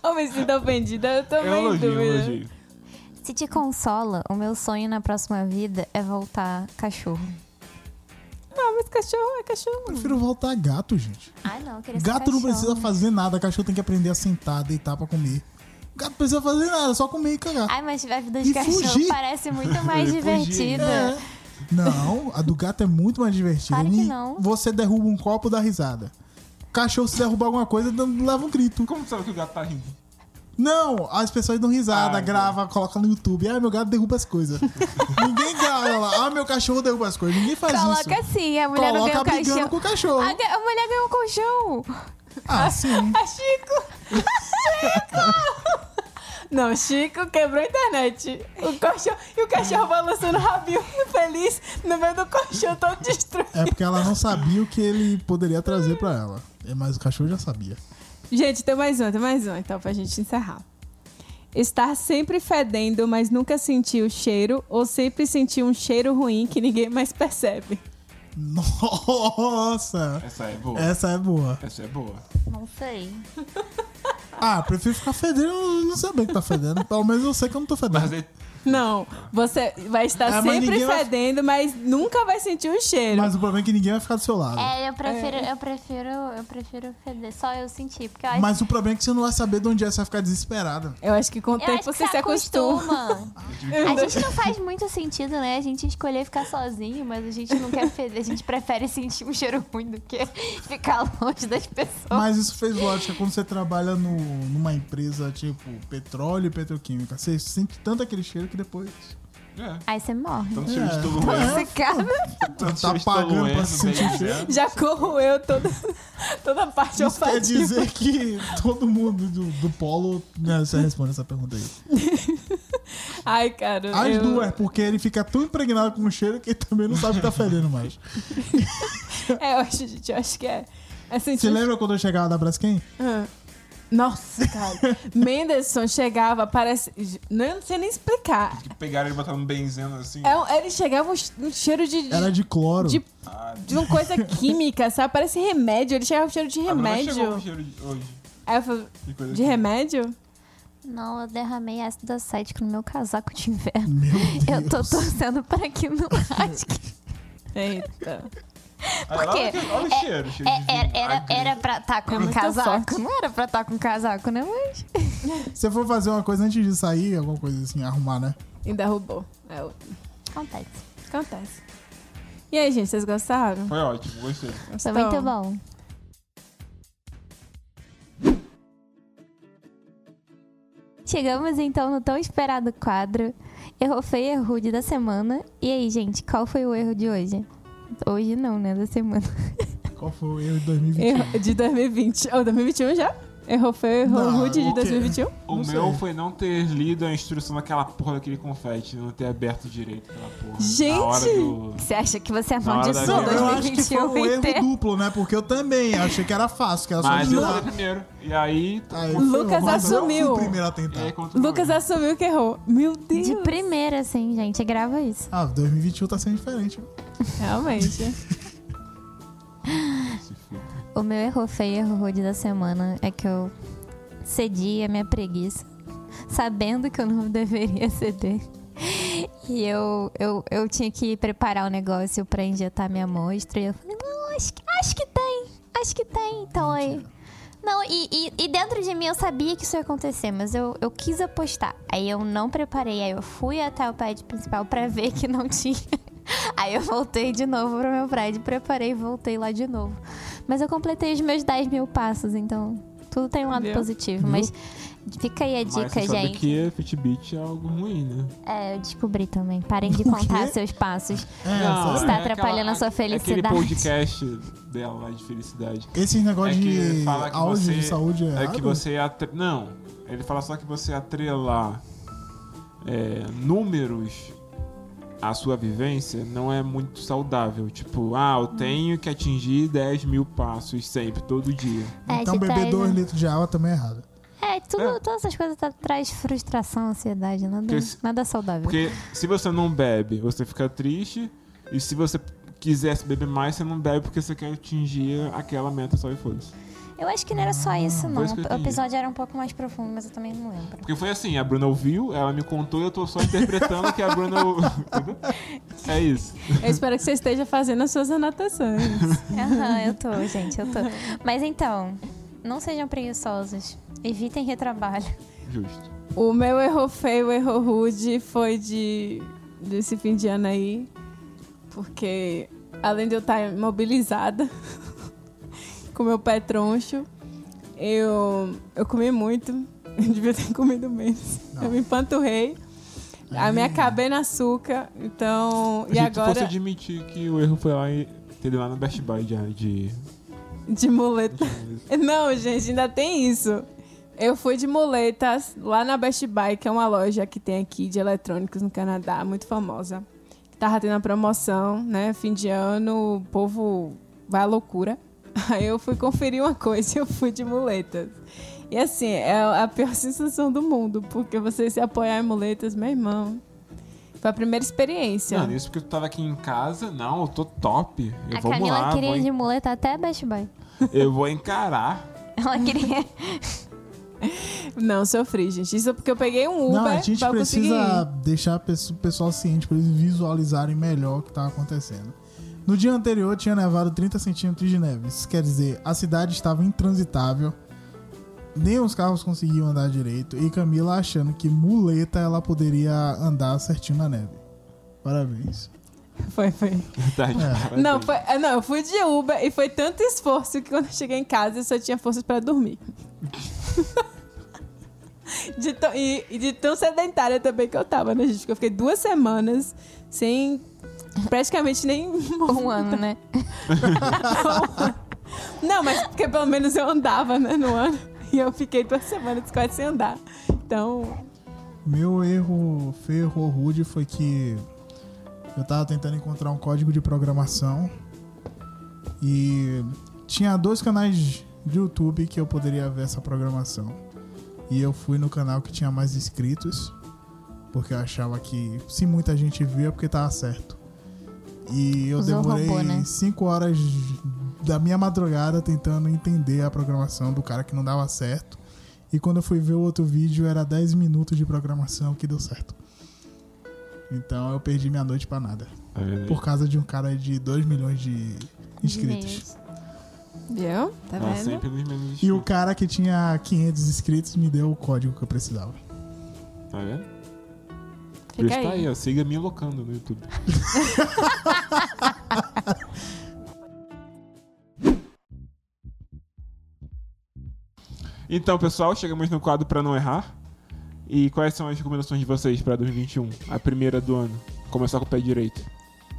[SPEAKER 1] Ou me sinto ofendida, eu (laughs) também
[SPEAKER 3] Eu É um elogio, eu
[SPEAKER 1] dúvida.
[SPEAKER 3] elogio.
[SPEAKER 2] Se te consola, o meu sonho na próxima vida é voltar cachorro.
[SPEAKER 1] Ah, mas cachorro é cachorro.
[SPEAKER 4] Eu prefiro voltar a gato, gente.
[SPEAKER 2] Ai, não, eu queria ser
[SPEAKER 4] Gato não
[SPEAKER 2] cachorro.
[SPEAKER 4] precisa fazer nada, cachorro tem que aprender a sentar, deitar pra comer. Gato não precisa fazer nada, só comer e cagar.
[SPEAKER 2] Ai, mas a vida de
[SPEAKER 4] E
[SPEAKER 2] cachorro
[SPEAKER 4] fugir.
[SPEAKER 2] parece muito
[SPEAKER 4] (laughs)
[SPEAKER 2] mais
[SPEAKER 3] E fugir.
[SPEAKER 2] divertida.
[SPEAKER 4] É. Não, a do gato é muito mais divertida.
[SPEAKER 2] Claro que
[SPEAKER 4] Ele-
[SPEAKER 2] não.
[SPEAKER 4] Você derruba um copo dá risada. Cachorro, se derrubar alguma coisa, dá- leva um grito.
[SPEAKER 3] Como tu sabe que o gato tá rindo?
[SPEAKER 4] Não, as pessoas dão risada,
[SPEAKER 3] Ah,
[SPEAKER 4] grava, coloca no YouTube. Ah, meu gato derruba as coisas.
[SPEAKER 2] (laughs)
[SPEAKER 4] Ninguém grava lá. Ah, meu cachorro derruba as coisas. Ninguém faz
[SPEAKER 2] Coloca
[SPEAKER 4] isso.
[SPEAKER 2] assim, a mulher não ganha
[SPEAKER 4] Coloca
[SPEAKER 2] o
[SPEAKER 4] brigando
[SPEAKER 2] caixão.
[SPEAKER 4] com o cachorro.
[SPEAKER 2] A, ga- a mulher ganhou um colchão.
[SPEAKER 4] Ah, sim.
[SPEAKER 1] Ah, Chico! É Chico! Não, Chico quebrou a internet. O cachorro, e o cachorro balançando o rabinho feliz no meio do colchão todo destruído.
[SPEAKER 4] É porque ela não sabia o que ele poderia trazer pra ela. É, Mas o cachorro já sabia.
[SPEAKER 1] Gente, tem mais um, tem mais um, então, pra gente encerrar. Estar sempre fedendo, mas nunca sentir o cheiro, ou sempre sentir um cheiro ruim que ninguém mais percebe.
[SPEAKER 4] Nossa!
[SPEAKER 3] Essa é boa.
[SPEAKER 4] Essa é boa.
[SPEAKER 3] Essa é boa.
[SPEAKER 2] Não sei.
[SPEAKER 4] Ah, prefiro ficar fedendo e não saber que tá fedendo. Pelo menos eu sei que eu não tô fedendo.
[SPEAKER 3] Mas, é-
[SPEAKER 1] Não, você vai estar
[SPEAKER 4] Ah, mas
[SPEAKER 1] sempre
[SPEAKER 4] ninguém vai-
[SPEAKER 1] fedendo, mas nunca vai sentir o cheiro.
[SPEAKER 4] Mas o problema é que ninguém vai ficar do seu lado.
[SPEAKER 2] É, eu prefiro, eu prefiro, eu prefiro feder. Só eu sentir, porque eu acho,
[SPEAKER 4] Mas o problema é que você não vai saber de onde é, você vai ficar desesperada.
[SPEAKER 1] Eu acho que com o
[SPEAKER 2] eu
[SPEAKER 1] tempo
[SPEAKER 2] acho que
[SPEAKER 1] você se acostuma.
[SPEAKER 4] (laughs)
[SPEAKER 2] acostuma.
[SPEAKER 1] Eu (laughs)
[SPEAKER 2] Às
[SPEAKER 1] mundo.
[SPEAKER 2] A gente não faz muito sentido, né? A gente escolher ficar sozinho, mas a gente não quer feder. A gente prefere sentir um cheiro ruim do que (laughs) ficar longe das pessoas.
[SPEAKER 4] Mas isso fez lógica quando você trabalha no, numa empresa tipo petróleo e petroquímica. Você sente tanto aquele cheiro que depois.
[SPEAKER 3] É.
[SPEAKER 2] Aí você morre.
[SPEAKER 3] Tanto cheiro de todo
[SPEAKER 4] É,
[SPEAKER 2] Você (laughs) cara.
[SPEAKER 3] Tanto
[SPEAKER 4] Tá
[SPEAKER 3] cheiro de
[SPEAKER 4] pagando
[SPEAKER 3] Toluene,
[SPEAKER 4] pra se
[SPEAKER 3] bem né?
[SPEAKER 4] sentir
[SPEAKER 1] (laughs)
[SPEAKER 3] dizendo.
[SPEAKER 1] Já corroeu toda, toda a parte
[SPEAKER 4] Isso quer
[SPEAKER 1] olfativa.
[SPEAKER 4] dizer que todo mundo do, do polo. Né, você responde essa pergunta aí.
[SPEAKER 1] Ai, cara.
[SPEAKER 4] As
[SPEAKER 1] eu-
[SPEAKER 4] duas, porque ele fica tão impregnado com o cheiro que ele também não sabe que tá
[SPEAKER 1] (laughs)
[SPEAKER 4] fedendo mais.
[SPEAKER 1] É, eu acho, gente, eu acho que é. É
[SPEAKER 4] Você
[SPEAKER 1] sentir
[SPEAKER 4] lembra quando eu chegava da Braskem?
[SPEAKER 1] Ah. Nossa,
[SPEAKER 4] (laughs)
[SPEAKER 1] cara. Menderson chegava, parece. Não, eu não sei nem explicar.
[SPEAKER 3] Que pegaram ele e botaram um benzeno assim.
[SPEAKER 1] É, um- ele chegava um che- um cheiro de. de-
[SPEAKER 4] Era de cloro.
[SPEAKER 1] de-
[SPEAKER 3] Ah,
[SPEAKER 1] de uma
[SPEAKER 4] (laughs)
[SPEAKER 1] coisa química, sabe? Parece remédio. Ele chegava com cheiro de
[SPEAKER 3] a Bruna Ah, chegou com
[SPEAKER 1] remédio.
[SPEAKER 3] cheiro de- hoje.
[SPEAKER 1] Aí eu falei,
[SPEAKER 3] De, coisa
[SPEAKER 1] de
[SPEAKER 3] assim.
[SPEAKER 1] remédio?
[SPEAKER 2] Não, eu derramei ácido acético no meu casaco de inverno.
[SPEAKER 4] Meu
[SPEAKER 2] Eu tô
[SPEAKER 4] Deus.
[SPEAKER 2] torcendo pra que
[SPEAKER 1] (laughs)
[SPEAKER 2] não rasgue.
[SPEAKER 1] Eita.
[SPEAKER 3] Olha lá,
[SPEAKER 2] quê?
[SPEAKER 3] olha, que- olha o
[SPEAKER 2] É-
[SPEAKER 3] cheiro, o cheiro de
[SPEAKER 2] É, era,
[SPEAKER 3] vinho,
[SPEAKER 2] era,
[SPEAKER 3] agrio.
[SPEAKER 2] era pra estar com
[SPEAKER 1] É
[SPEAKER 2] um
[SPEAKER 1] muito
[SPEAKER 2] casaco.
[SPEAKER 1] forte.
[SPEAKER 2] Não era pra estar com casaco, né? Mas.
[SPEAKER 4] Você for fazer uma coisa antes de sair, alguma coisa assim, arrumar, né?
[SPEAKER 1] E derrubou. É, o-
[SPEAKER 2] Acontece.
[SPEAKER 1] acontece. E aí, gente, vocês gostaram?
[SPEAKER 3] Foi ótimo, gostei.
[SPEAKER 2] Foi
[SPEAKER 1] Então,
[SPEAKER 2] Tá muito bom. Chegamos então no tão esperado quadro Errou feio e erro rude da semana. E aí, gente, qual foi o erro de hoje? Hoje não, né? Da semana.
[SPEAKER 4] Qual foi o erro de 2020?
[SPEAKER 1] erro- De 2020. Ou 2021 já? Errou feio, errou
[SPEAKER 4] Não,
[SPEAKER 1] rude de
[SPEAKER 4] o quê?
[SPEAKER 1] 2021?
[SPEAKER 3] O
[SPEAKER 4] Não
[SPEAKER 3] meu
[SPEAKER 4] sei.
[SPEAKER 3] foi não ter lido a instrução daquela porra daquele confete, não ter aberto direito aquela porra.
[SPEAKER 1] Gente!
[SPEAKER 3] Na hora do...
[SPEAKER 2] Você acha que você é
[SPEAKER 3] Na hora da
[SPEAKER 2] amaldiçoou
[SPEAKER 4] Não,
[SPEAKER 3] vida.
[SPEAKER 4] eu acho que foi
[SPEAKER 2] 2021
[SPEAKER 4] um erro
[SPEAKER 2] inteiro?
[SPEAKER 4] duplo, né? Porque eu também achei que era fácil, que era só
[SPEAKER 3] Mas eu falei
[SPEAKER 4] tirar.
[SPEAKER 3] primeiro. E aí. tá.
[SPEAKER 4] Aí
[SPEAKER 1] Lucas
[SPEAKER 4] foi uma- mas eu fui
[SPEAKER 1] assumiu.
[SPEAKER 4] o primeiro a
[SPEAKER 3] E aí
[SPEAKER 4] tentar.
[SPEAKER 3] quando-
[SPEAKER 1] Lucas assumiu que errou. Meu Deus.
[SPEAKER 2] De primeira, assim, gente. Grava isso.
[SPEAKER 4] Ah, 2021 tá sendo diferente.
[SPEAKER 1] Realmente.
[SPEAKER 3] Se fuder.
[SPEAKER 2] O meu erro feio e erro rude da semana é que eu cedi a minha preguiça, sabendo que eu não deveria ceder. E eu, eu, eu tinha que preparar o negócio pra injetar minha amostra. E eu falei, não, acho, que- acho que tem, acho que tem. Então aí. Não, e, e, e dentro de mim eu sabia que isso ia acontecer, mas eu, eu quis apostar. Aí eu não preparei, aí eu fui até o prédio principal pra ver que não (laughs) tinha. Aí eu voltei de novo pro meu prédio, preparei e voltei lá de novo. Mas eu completei os meus 10 mil passos, então tudo tem um lado
[SPEAKER 1] Viu?
[SPEAKER 2] positivo. Mas fica aí a
[SPEAKER 3] Mas
[SPEAKER 2] dica,
[SPEAKER 3] você sabe
[SPEAKER 2] gente.
[SPEAKER 3] que Fitbit é algo ruim, né?
[SPEAKER 2] É, eu descobri também.
[SPEAKER 3] (laughs)
[SPEAKER 2] Parem de
[SPEAKER 4] O
[SPEAKER 2] contar
[SPEAKER 4] quê?
[SPEAKER 2] seus passos.
[SPEAKER 4] É,
[SPEAKER 3] Não,
[SPEAKER 4] essa-
[SPEAKER 2] Está
[SPEAKER 3] é
[SPEAKER 2] atrapalhando a sua
[SPEAKER 3] aquela-
[SPEAKER 2] felicidade.
[SPEAKER 3] Aquele podcast dela lá de felicidade.
[SPEAKER 4] Esses negócios
[SPEAKER 3] É que
[SPEAKER 4] de
[SPEAKER 3] fala que
[SPEAKER 4] áudio
[SPEAKER 3] você-
[SPEAKER 4] de saúde é
[SPEAKER 3] É
[SPEAKER 4] errado?
[SPEAKER 3] que você atre... Não, ele fala só que você atrelar é, números à sua vivência não é muito saudável. Tipo, ah, eu tenho que atingir 10 mil passos sempre, todo dia.
[SPEAKER 2] É,
[SPEAKER 4] Então
[SPEAKER 2] te
[SPEAKER 1] tá
[SPEAKER 4] beber
[SPEAKER 2] traz-
[SPEAKER 4] 2 litros de água também é errado.
[SPEAKER 2] É, tudo,
[SPEAKER 3] É.
[SPEAKER 2] todas essas coisas tá, traz frustração, ansiedade, nada,
[SPEAKER 3] Porque se-
[SPEAKER 2] nada saudável.
[SPEAKER 3] Porque se você não bebe, você fica triste. E se você quisesse beber mais, você não bebe porque você quer atingir aquela meta só e foda-se.
[SPEAKER 2] Eu acho que não era só isso, não.
[SPEAKER 3] foi isso que eu
[SPEAKER 2] o
[SPEAKER 3] entendi.
[SPEAKER 2] episódio era um pouco mais profundo, mas eu também não lembro.
[SPEAKER 3] Porque foi assim, a Bruna ouviu, ela me contou e eu tô só interpretando que a Bruna. ou- Entendeu? é isso.
[SPEAKER 1] Eu espero que você esteja fazendo as suas
[SPEAKER 4] (laughs)
[SPEAKER 1] anotações.
[SPEAKER 2] Aham, eu tô, gente, eu tô. Mas então, não sejam preguiçosos. Evitem retrabalho.
[SPEAKER 3] Justo.
[SPEAKER 1] O meu erro feio, erro rude foi de desse fim de ano aí, porque além de eu estar imobilizada (laughs) com meu pé troncho, eu eu comi muito, (laughs) eu devia ter comido menos. Eu me empanturrei. Eu me acabei é no açúcar, então. e
[SPEAKER 3] Se tu fosse
[SPEAKER 1] agora, de...
[SPEAKER 3] admitir que o erro foi lá e teve lá no Best Buy já de.
[SPEAKER 1] muleta. (laughs) Não, gente, ainda tem isso. Eu fui de muletas lá na Best Buy, que é uma loja que tem aqui de eletrônicos no Canadá, muito famosa. Tava tendo a promoção, né? Fim de ano, o povo vai à loucura. (laughs) Aí eu fui conferir uma coisa e eu fui de muletas. E assim, é a pior (laughs) sensação do mundo, porque você se apoiar em muletas, meu irmão. Foi a primeira experiência.
[SPEAKER 3] Não, isso porque tu tava aqui em casa. Não, eu tô top. Eu
[SPEAKER 2] a
[SPEAKER 3] vou
[SPEAKER 2] Camila
[SPEAKER 3] lá.
[SPEAKER 2] queria
[SPEAKER 3] Vou
[SPEAKER 2] ir de
[SPEAKER 3] en-
[SPEAKER 2] muleta até Best Buy.
[SPEAKER 3] Eu vou encarar. (laughs)
[SPEAKER 2] Ela queria.
[SPEAKER 1] Não, sofri, gente. Isso é porque eu peguei um Uber
[SPEAKER 4] Não, a gente
[SPEAKER 1] pra eu conseguir
[SPEAKER 4] precisa
[SPEAKER 1] ir.
[SPEAKER 4] deixar a pesso- o pessoal ciente pra eles visualizarem melhor o que tá acontecendo. No dia anterior tinha nevado 30 centímetros de neve. Isso quer dizer, a cidade estava intransitável. Nem os carros conseguiam andar direito. E Camila achando que muleta ela poderia andar certinho na neve. Parabéns.
[SPEAKER 1] Foi, foi.
[SPEAKER 3] Verdade. parabéns.
[SPEAKER 1] Não, foi, é, não, eu fui de Uber e foi tanto esforço que quando eu cheguei em casa eu só tinha forças pra dormir. (laughs) De tão, e, e de tão sedentária também que eu tava, né, gente? Porque eu fiquei duas semanas sem praticamente nem. (laughs)
[SPEAKER 6] Um ano, né?
[SPEAKER 1] Não, mas porque pelo menos eu andava, né, no ano. E eu fiquei duas semanas quase sem andar. Então,
[SPEAKER 4] Meu erro feio ou rude foi que eu tava tentando encontrar um código de programação e tinha dois canais de YouTube que eu poderia ver essa programação. E eu fui no canal que tinha mais inscritos, porque eu achava que se muita gente via, porque tava certo. E eu
[SPEAKER 6] Usou
[SPEAKER 4] demorei
[SPEAKER 6] robô, né?
[SPEAKER 4] cinco horas da minha madrugada tentando entender a programação do cara que não dava certo. E quando eu fui ver o outro vídeo, era 10 minutos de programação que deu certo. Então eu perdi minha noite pra nada.
[SPEAKER 3] É verdade.
[SPEAKER 4] Por causa de um cara de 2 milhões de inscritos.
[SPEAKER 6] Direito.
[SPEAKER 1] viu? Tá
[SPEAKER 3] Ah,
[SPEAKER 1] vendo?
[SPEAKER 3] sempre nos mesmos
[SPEAKER 4] E o
[SPEAKER 3] inscritos.
[SPEAKER 4] cara que tinha 500 inscritos me deu o código que eu precisava.
[SPEAKER 3] Tá vendo? Por
[SPEAKER 1] Fica
[SPEAKER 3] isso tá
[SPEAKER 1] aí.
[SPEAKER 3] aí, ó. Siga me locando no
[SPEAKER 1] (laughs)
[SPEAKER 3] YouTube. Então, pessoal, chegamos no quadro pra não errar. E quais são as recomendações de vocês pra 2021? A primeira do ano. Começar com o pé direito.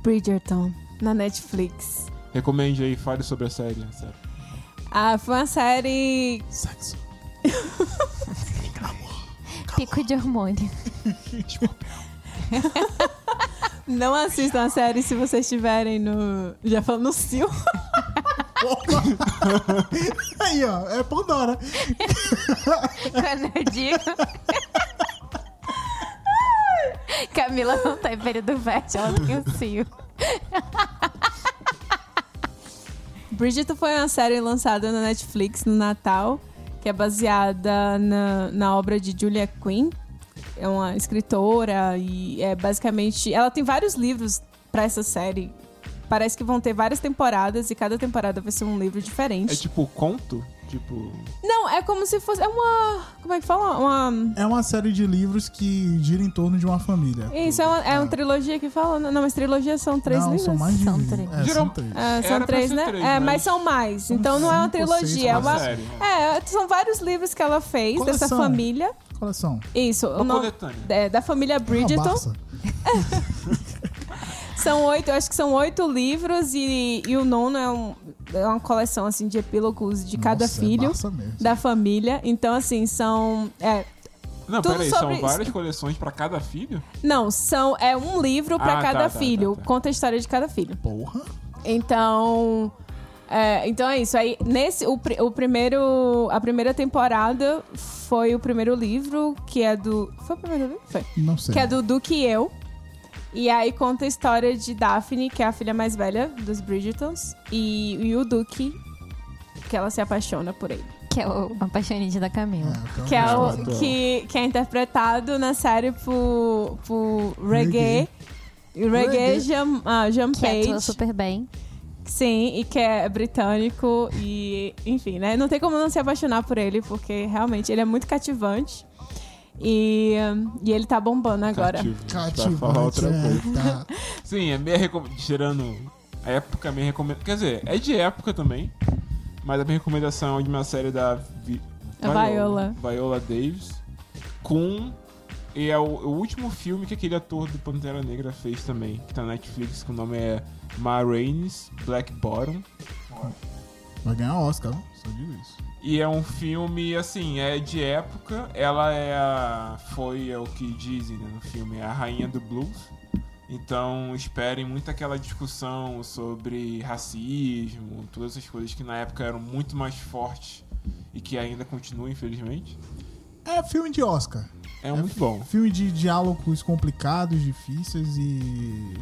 [SPEAKER 1] Bridgerton, na Netflix.
[SPEAKER 3] Recomende aí, fale sobre a série. é sério.
[SPEAKER 1] Ah, foi uma série
[SPEAKER 4] Sexo.
[SPEAKER 6] Pico de hormônio.
[SPEAKER 1] Não assistam a série se vocês estiverem no. Já falando no Sil.
[SPEAKER 4] (laughs) Aí, ó, é Pandora.
[SPEAKER 2] Quando eu digo. (laughs) Camila não tá em período verde, ela tem o cio.
[SPEAKER 1] Bridgerton foi uma série lançada na Netflix no Natal, que é baseada na, na obra de Julia Quinn. É uma escritora e é basicamente. Ela tem vários livros pra essa série. Parece que vão ter várias temporadas e cada temporada vai ser um livro diferente.
[SPEAKER 3] É tipo conto? Tipo.
[SPEAKER 1] Não, é como se fosse. É uma. Como é que fala? Uma.
[SPEAKER 4] É uma série de livros que gira em torno de uma família.
[SPEAKER 1] Isso, é uma,
[SPEAKER 3] Ah.
[SPEAKER 1] é uma trilogia que fala. Não, mas trilogia são três
[SPEAKER 4] Não,
[SPEAKER 1] livros.
[SPEAKER 4] são mais de
[SPEAKER 6] São
[SPEAKER 4] mil.
[SPEAKER 6] três.
[SPEAKER 4] É, são
[SPEAKER 3] Geral-
[SPEAKER 4] três.
[SPEAKER 1] Ah, são
[SPEAKER 3] Era pra
[SPEAKER 1] três,
[SPEAKER 3] ser
[SPEAKER 1] né?
[SPEAKER 3] três,
[SPEAKER 1] é,
[SPEAKER 3] mas
[SPEAKER 1] mas são mais. Então não é uma
[SPEAKER 4] cinco ou seis,
[SPEAKER 1] trilogia, é
[SPEAKER 4] uma
[SPEAKER 1] uma.
[SPEAKER 3] série, né?
[SPEAKER 1] É, são vários livros que ela fez
[SPEAKER 4] Coleção.
[SPEAKER 1] dessa família.
[SPEAKER 4] Coleção.
[SPEAKER 1] Isso, o
[SPEAKER 3] Uma
[SPEAKER 1] nome,
[SPEAKER 3] coletânea.
[SPEAKER 1] é, da família
[SPEAKER 4] Ah,
[SPEAKER 1] Bridgeton.
[SPEAKER 4] Barça.
[SPEAKER 1] São oito, eu acho que são oito livros e, e o nono é, um- é uma coleção assim de epílogos de cada
[SPEAKER 4] Nossa, é
[SPEAKER 1] filho
[SPEAKER 4] Barça mesmo.
[SPEAKER 1] da família. Então assim são, é,
[SPEAKER 3] Não,
[SPEAKER 1] Tudo
[SPEAKER 3] peraí,
[SPEAKER 1] sobre
[SPEAKER 3] são
[SPEAKER 1] isso.
[SPEAKER 3] várias coleções pra cada filho?
[SPEAKER 1] não são é um livro pra
[SPEAKER 3] Ah, tá,
[SPEAKER 1] cada
[SPEAKER 3] tá,
[SPEAKER 1] filho.
[SPEAKER 3] tá, tá.
[SPEAKER 1] Conta a história de cada filho.
[SPEAKER 4] Porra.
[SPEAKER 1] Então, é, então é isso. Aí nesse o, pri- o primeiro a primeira temporada foi o primeiro livro que é do foi o primeiro livro foi
[SPEAKER 4] Não sei.
[SPEAKER 1] que é do Duque e eu. E aí conta a história de Daphne, que é a filha mais velha dos Bridgertons, e, e o Duque, que ela se apaixona por ele.
[SPEAKER 6] Que é o apaixonite da Camila.
[SPEAKER 4] então
[SPEAKER 1] Que é, o,
[SPEAKER 4] vamos lá.
[SPEAKER 1] que, que é interpretado na série por, por
[SPEAKER 4] Reggae.
[SPEAKER 1] Reggae. E o Reggae
[SPEAKER 4] Reggae.
[SPEAKER 1] Jean, ah, Jean
[SPEAKER 6] Que
[SPEAKER 2] é
[SPEAKER 6] atua
[SPEAKER 1] Page.
[SPEAKER 6] super bem.
[SPEAKER 1] Sim, e que é britânico e, enfim, né? Não tem como não se apaixonar por ele, porque realmente ele é muito cativante. E, e ele tá bombando agora.
[SPEAKER 3] Cativo. Pra
[SPEAKER 4] Cativante,
[SPEAKER 3] falar outra
[SPEAKER 4] é,
[SPEAKER 3] coisa.
[SPEAKER 4] tá.
[SPEAKER 3] Sim, é minha recomendação. Tirando a época, minha recomendação. Quer dizer, é de época também. Mas a minha recomendação é de uma série da Vi-
[SPEAKER 1] A Viola.
[SPEAKER 3] Viola Davis. Com. E é o, o último filme que aquele ator do Pantera Negra fez também. Que tá na Netflix, que o nome é Ma Rainey's Black Bottom.
[SPEAKER 4] Vai ganhar Oscar, ó. só digo isso.
[SPEAKER 3] E é um filme, assim, é de época. Ela é a. Foi é o que dizem né, no filme, é a rainha do blues. Então esperem muito aquela discussão sobre racismo, todas essas coisas que na época eram muito mais fortes e que ainda continuam, infelizmente.
[SPEAKER 4] É filme de Oscar.
[SPEAKER 3] É, muito bom.
[SPEAKER 4] Filme de diálogos complicados, difíceis e.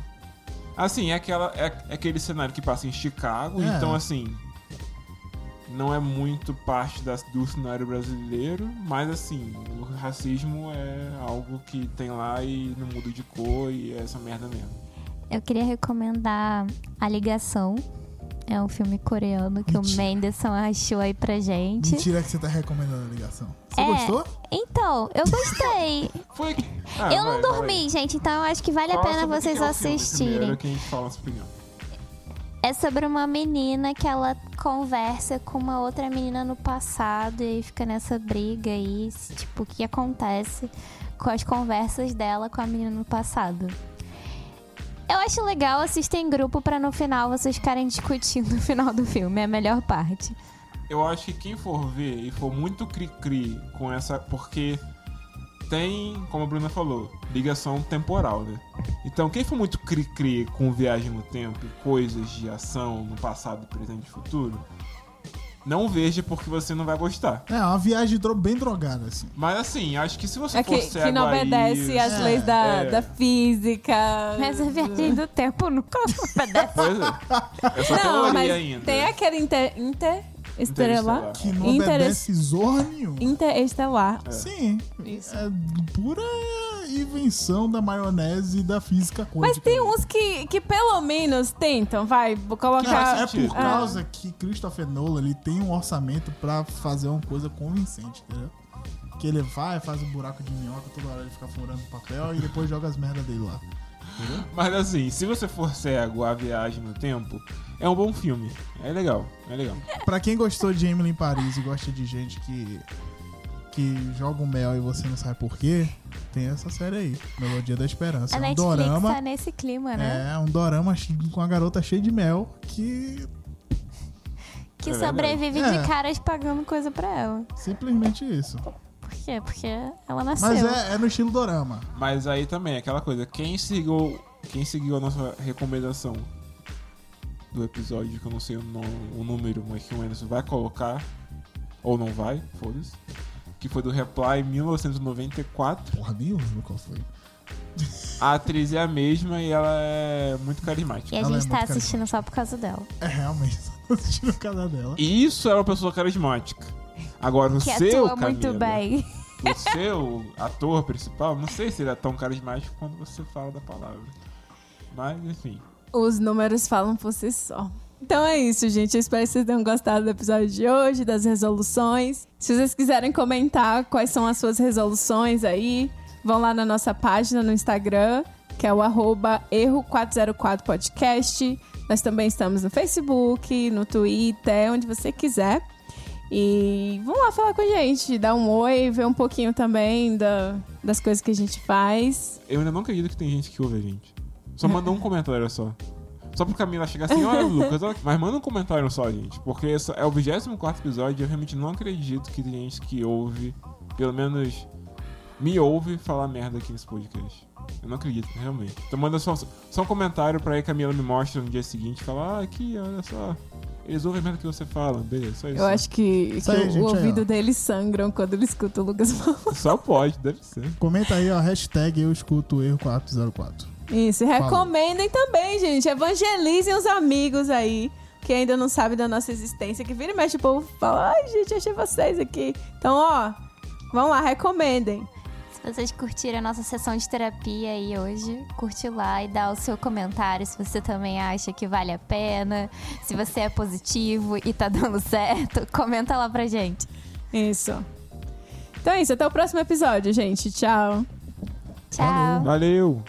[SPEAKER 3] Assim, é, aquela, é, é aquele cenário que passa em Chicago,
[SPEAKER 4] É.
[SPEAKER 3] então assim. Não é muito parte das- do cenário brasileiro, mas assim, o racismo é algo que tem lá e não muda de cor e é essa merda mesmo.
[SPEAKER 6] Eu queria recomendar A Ligação.
[SPEAKER 2] É um filme coreano que
[SPEAKER 4] Mentira.
[SPEAKER 2] o Menderson achou aí pra gente.
[SPEAKER 4] Mentira que você tá recomendando a ligação. Você
[SPEAKER 2] É.
[SPEAKER 4] gostou?
[SPEAKER 2] Então, eu gostei.
[SPEAKER 3] Foi Ah,
[SPEAKER 2] eu não dormi, gente, então eu acho que vale a pena
[SPEAKER 3] é
[SPEAKER 2] vocês assistirem.
[SPEAKER 3] Primeiro, que a gente fala essa opinião.
[SPEAKER 2] É sobre uma menina que ela conversa com uma outra menina no passado e aí fica nessa briga aí, se, tipo, o que acontece com as conversas dela com a menina no passado. Eu acho legal assistir em grupo pra no final vocês ficarem discutindo o final do filme, é a melhor parte.
[SPEAKER 3] Eu acho que quem for ver e for muito cri-cri com essa. Porque tem, como a Bruna falou, ligação temporal, né? Então, quem for muito cri-cri com viagem no tempo e coisas de ação no passado, presente e futuro, não veja porque você não vai gostar.
[SPEAKER 4] É, uma viagem dro- bem drogada, assim.
[SPEAKER 3] Mas assim, acho que se você
[SPEAKER 1] É
[SPEAKER 3] for
[SPEAKER 1] que,
[SPEAKER 3] cego
[SPEAKER 1] que não
[SPEAKER 3] a
[SPEAKER 1] obedece
[SPEAKER 3] isso-
[SPEAKER 1] às leis da,
[SPEAKER 3] é.
[SPEAKER 1] da física.
[SPEAKER 2] Mas é a viagem do tempo nunca obedece.
[SPEAKER 3] Pois é. É só
[SPEAKER 1] Não,
[SPEAKER 3] teoria
[SPEAKER 1] mas
[SPEAKER 3] ainda.
[SPEAKER 1] tem aquele inter, inter,
[SPEAKER 3] Interestelar.
[SPEAKER 1] estrela,
[SPEAKER 4] Que não
[SPEAKER 1] Interesse-
[SPEAKER 4] obedece zorra nenhuma.
[SPEAKER 1] interestelar.
[SPEAKER 4] Sim.
[SPEAKER 1] Isso.
[SPEAKER 4] É pura invenção da maionese e da física quântica.
[SPEAKER 1] Mas tem um- uns que, que pelo menos tentam, vai, vou
[SPEAKER 3] faz
[SPEAKER 1] colocar...
[SPEAKER 4] É por
[SPEAKER 3] sentido.
[SPEAKER 4] causa que Christopher Nolan ele tem um orçamento pra fazer uma coisa convincente, entendeu? Que ele vai, faz um buraco de minhoca, toda hora ele fica furando papel e depois joga as merdas dele lá.
[SPEAKER 3] Mas assim, se você for cego a viagem no tempo, é um bom filme. É legal, é legal.
[SPEAKER 4] Pra quem gostou de Emily em Paris e gosta de gente que que joga um mel e você não sabe por quê, tem essa série aí, Melodia da Esperança.
[SPEAKER 2] A
[SPEAKER 4] É um
[SPEAKER 2] Netflix
[SPEAKER 4] dorama.
[SPEAKER 2] tá nesse clima, né?
[SPEAKER 4] É, um dorama che- com a garota cheia de mel que
[SPEAKER 2] Que
[SPEAKER 3] É verdade.
[SPEAKER 2] sobrevive
[SPEAKER 4] É.
[SPEAKER 2] de caras pagando coisa pra ela.
[SPEAKER 4] simplesmente isso.
[SPEAKER 2] Por quê? Porque ela nasceu.
[SPEAKER 4] Mas é, é no estilo dorama.
[SPEAKER 3] Mas aí também, aquela coisa, quem seguiu, quem seguiu a nossa recomendação do episódio, que eu não sei o, nó- o número, mas que o Anderson vai colocar, ou não vai, foda-se, que foi do Reply 1994,
[SPEAKER 4] Porra, nem eu lembro qual foi.
[SPEAKER 3] a atriz é a mesma e ela é muito
[SPEAKER 2] E
[SPEAKER 3] carismática.
[SPEAKER 2] a
[SPEAKER 4] Ela é
[SPEAKER 2] gente tá
[SPEAKER 4] muito
[SPEAKER 2] assistindo só por causa dela.
[SPEAKER 4] É, realmente, (laughs) tô assistindo o canal dela.
[SPEAKER 3] E isso era uma pessoa carismática. Agora, o
[SPEAKER 2] Que
[SPEAKER 3] seu,
[SPEAKER 2] atua muito
[SPEAKER 3] Camila,
[SPEAKER 2] bem.
[SPEAKER 3] o seu ator principal, não sei se ele é tão carismático quando você fala da palavra. Mas, enfim.
[SPEAKER 1] Os números falam por si só. Então é isso, gente. Eu espero que vocês tenham gostado do episódio de hoje, das resoluções. Se vocês quiserem comentar quais são as suas resoluções aí, vão lá na nossa página no Instagram, que é o arroba erro404podcast. Nós também estamos no Facebook, no Twitter, onde você quiser. E vão lá falar com a gente, dar um oi, ver um pouquinho também da- das coisas que a gente faz.
[SPEAKER 3] Eu ainda não acredito que tem gente que ouve a gente. Só manda um comentário só. Só pro Camila chegar assim, olha, Lucas, olha aqui." mas manda um comentário só, gente. Porque esse é o 24 episódio e eu realmente não acredito que tem gente que ouve, pelo menos me ouve falar merda aqui nesse podcast. Eu não acredito, realmente. Então manda só, só um comentário pra aí a Camila me mostra no dia seguinte e fala, ah, aqui, olha só. Eles ouvem a merda que você fala. Beleza, só isso. né?
[SPEAKER 1] Eu acho que, que
[SPEAKER 4] aí,
[SPEAKER 1] o
[SPEAKER 4] é. gente, aí,
[SPEAKER 1] ouvido
[SPEAKER 4] ó.
[SPEAKER 1] deles sangram quando ele escuta o Lucas falando.
[SPEAKER 3] Só pode, deve ser.
[SPEAKER 4] Comenta aí, ó, hashtag eu escuto o erro 404.
[SPEAKER 1] Isso,
[SPEAKER 4] Falou.
[SPEAKER 1] recomendem também, gente. Evangelizem os amigos aí que ainda não sabem da nossa existência, que vira e mexe o povo fala, ai, gente, achei vocês aqui. Então, ó, vão lá, recomendem.
[SPEAKER 2] Se vocês curtiram a nossa sessão de terapia aí hoje, curte lá e dá o seu comentário se você também acha que vale a pena, se você é positivo e tá dando (laughs) certo, comenta lá pra gente.
[SPEAKER 1] Isso. Então é isso, até o próximo episódio, gente. Tchau.
[SPEAKER 2] Tchau.
[SPEAKER 3] Valeu!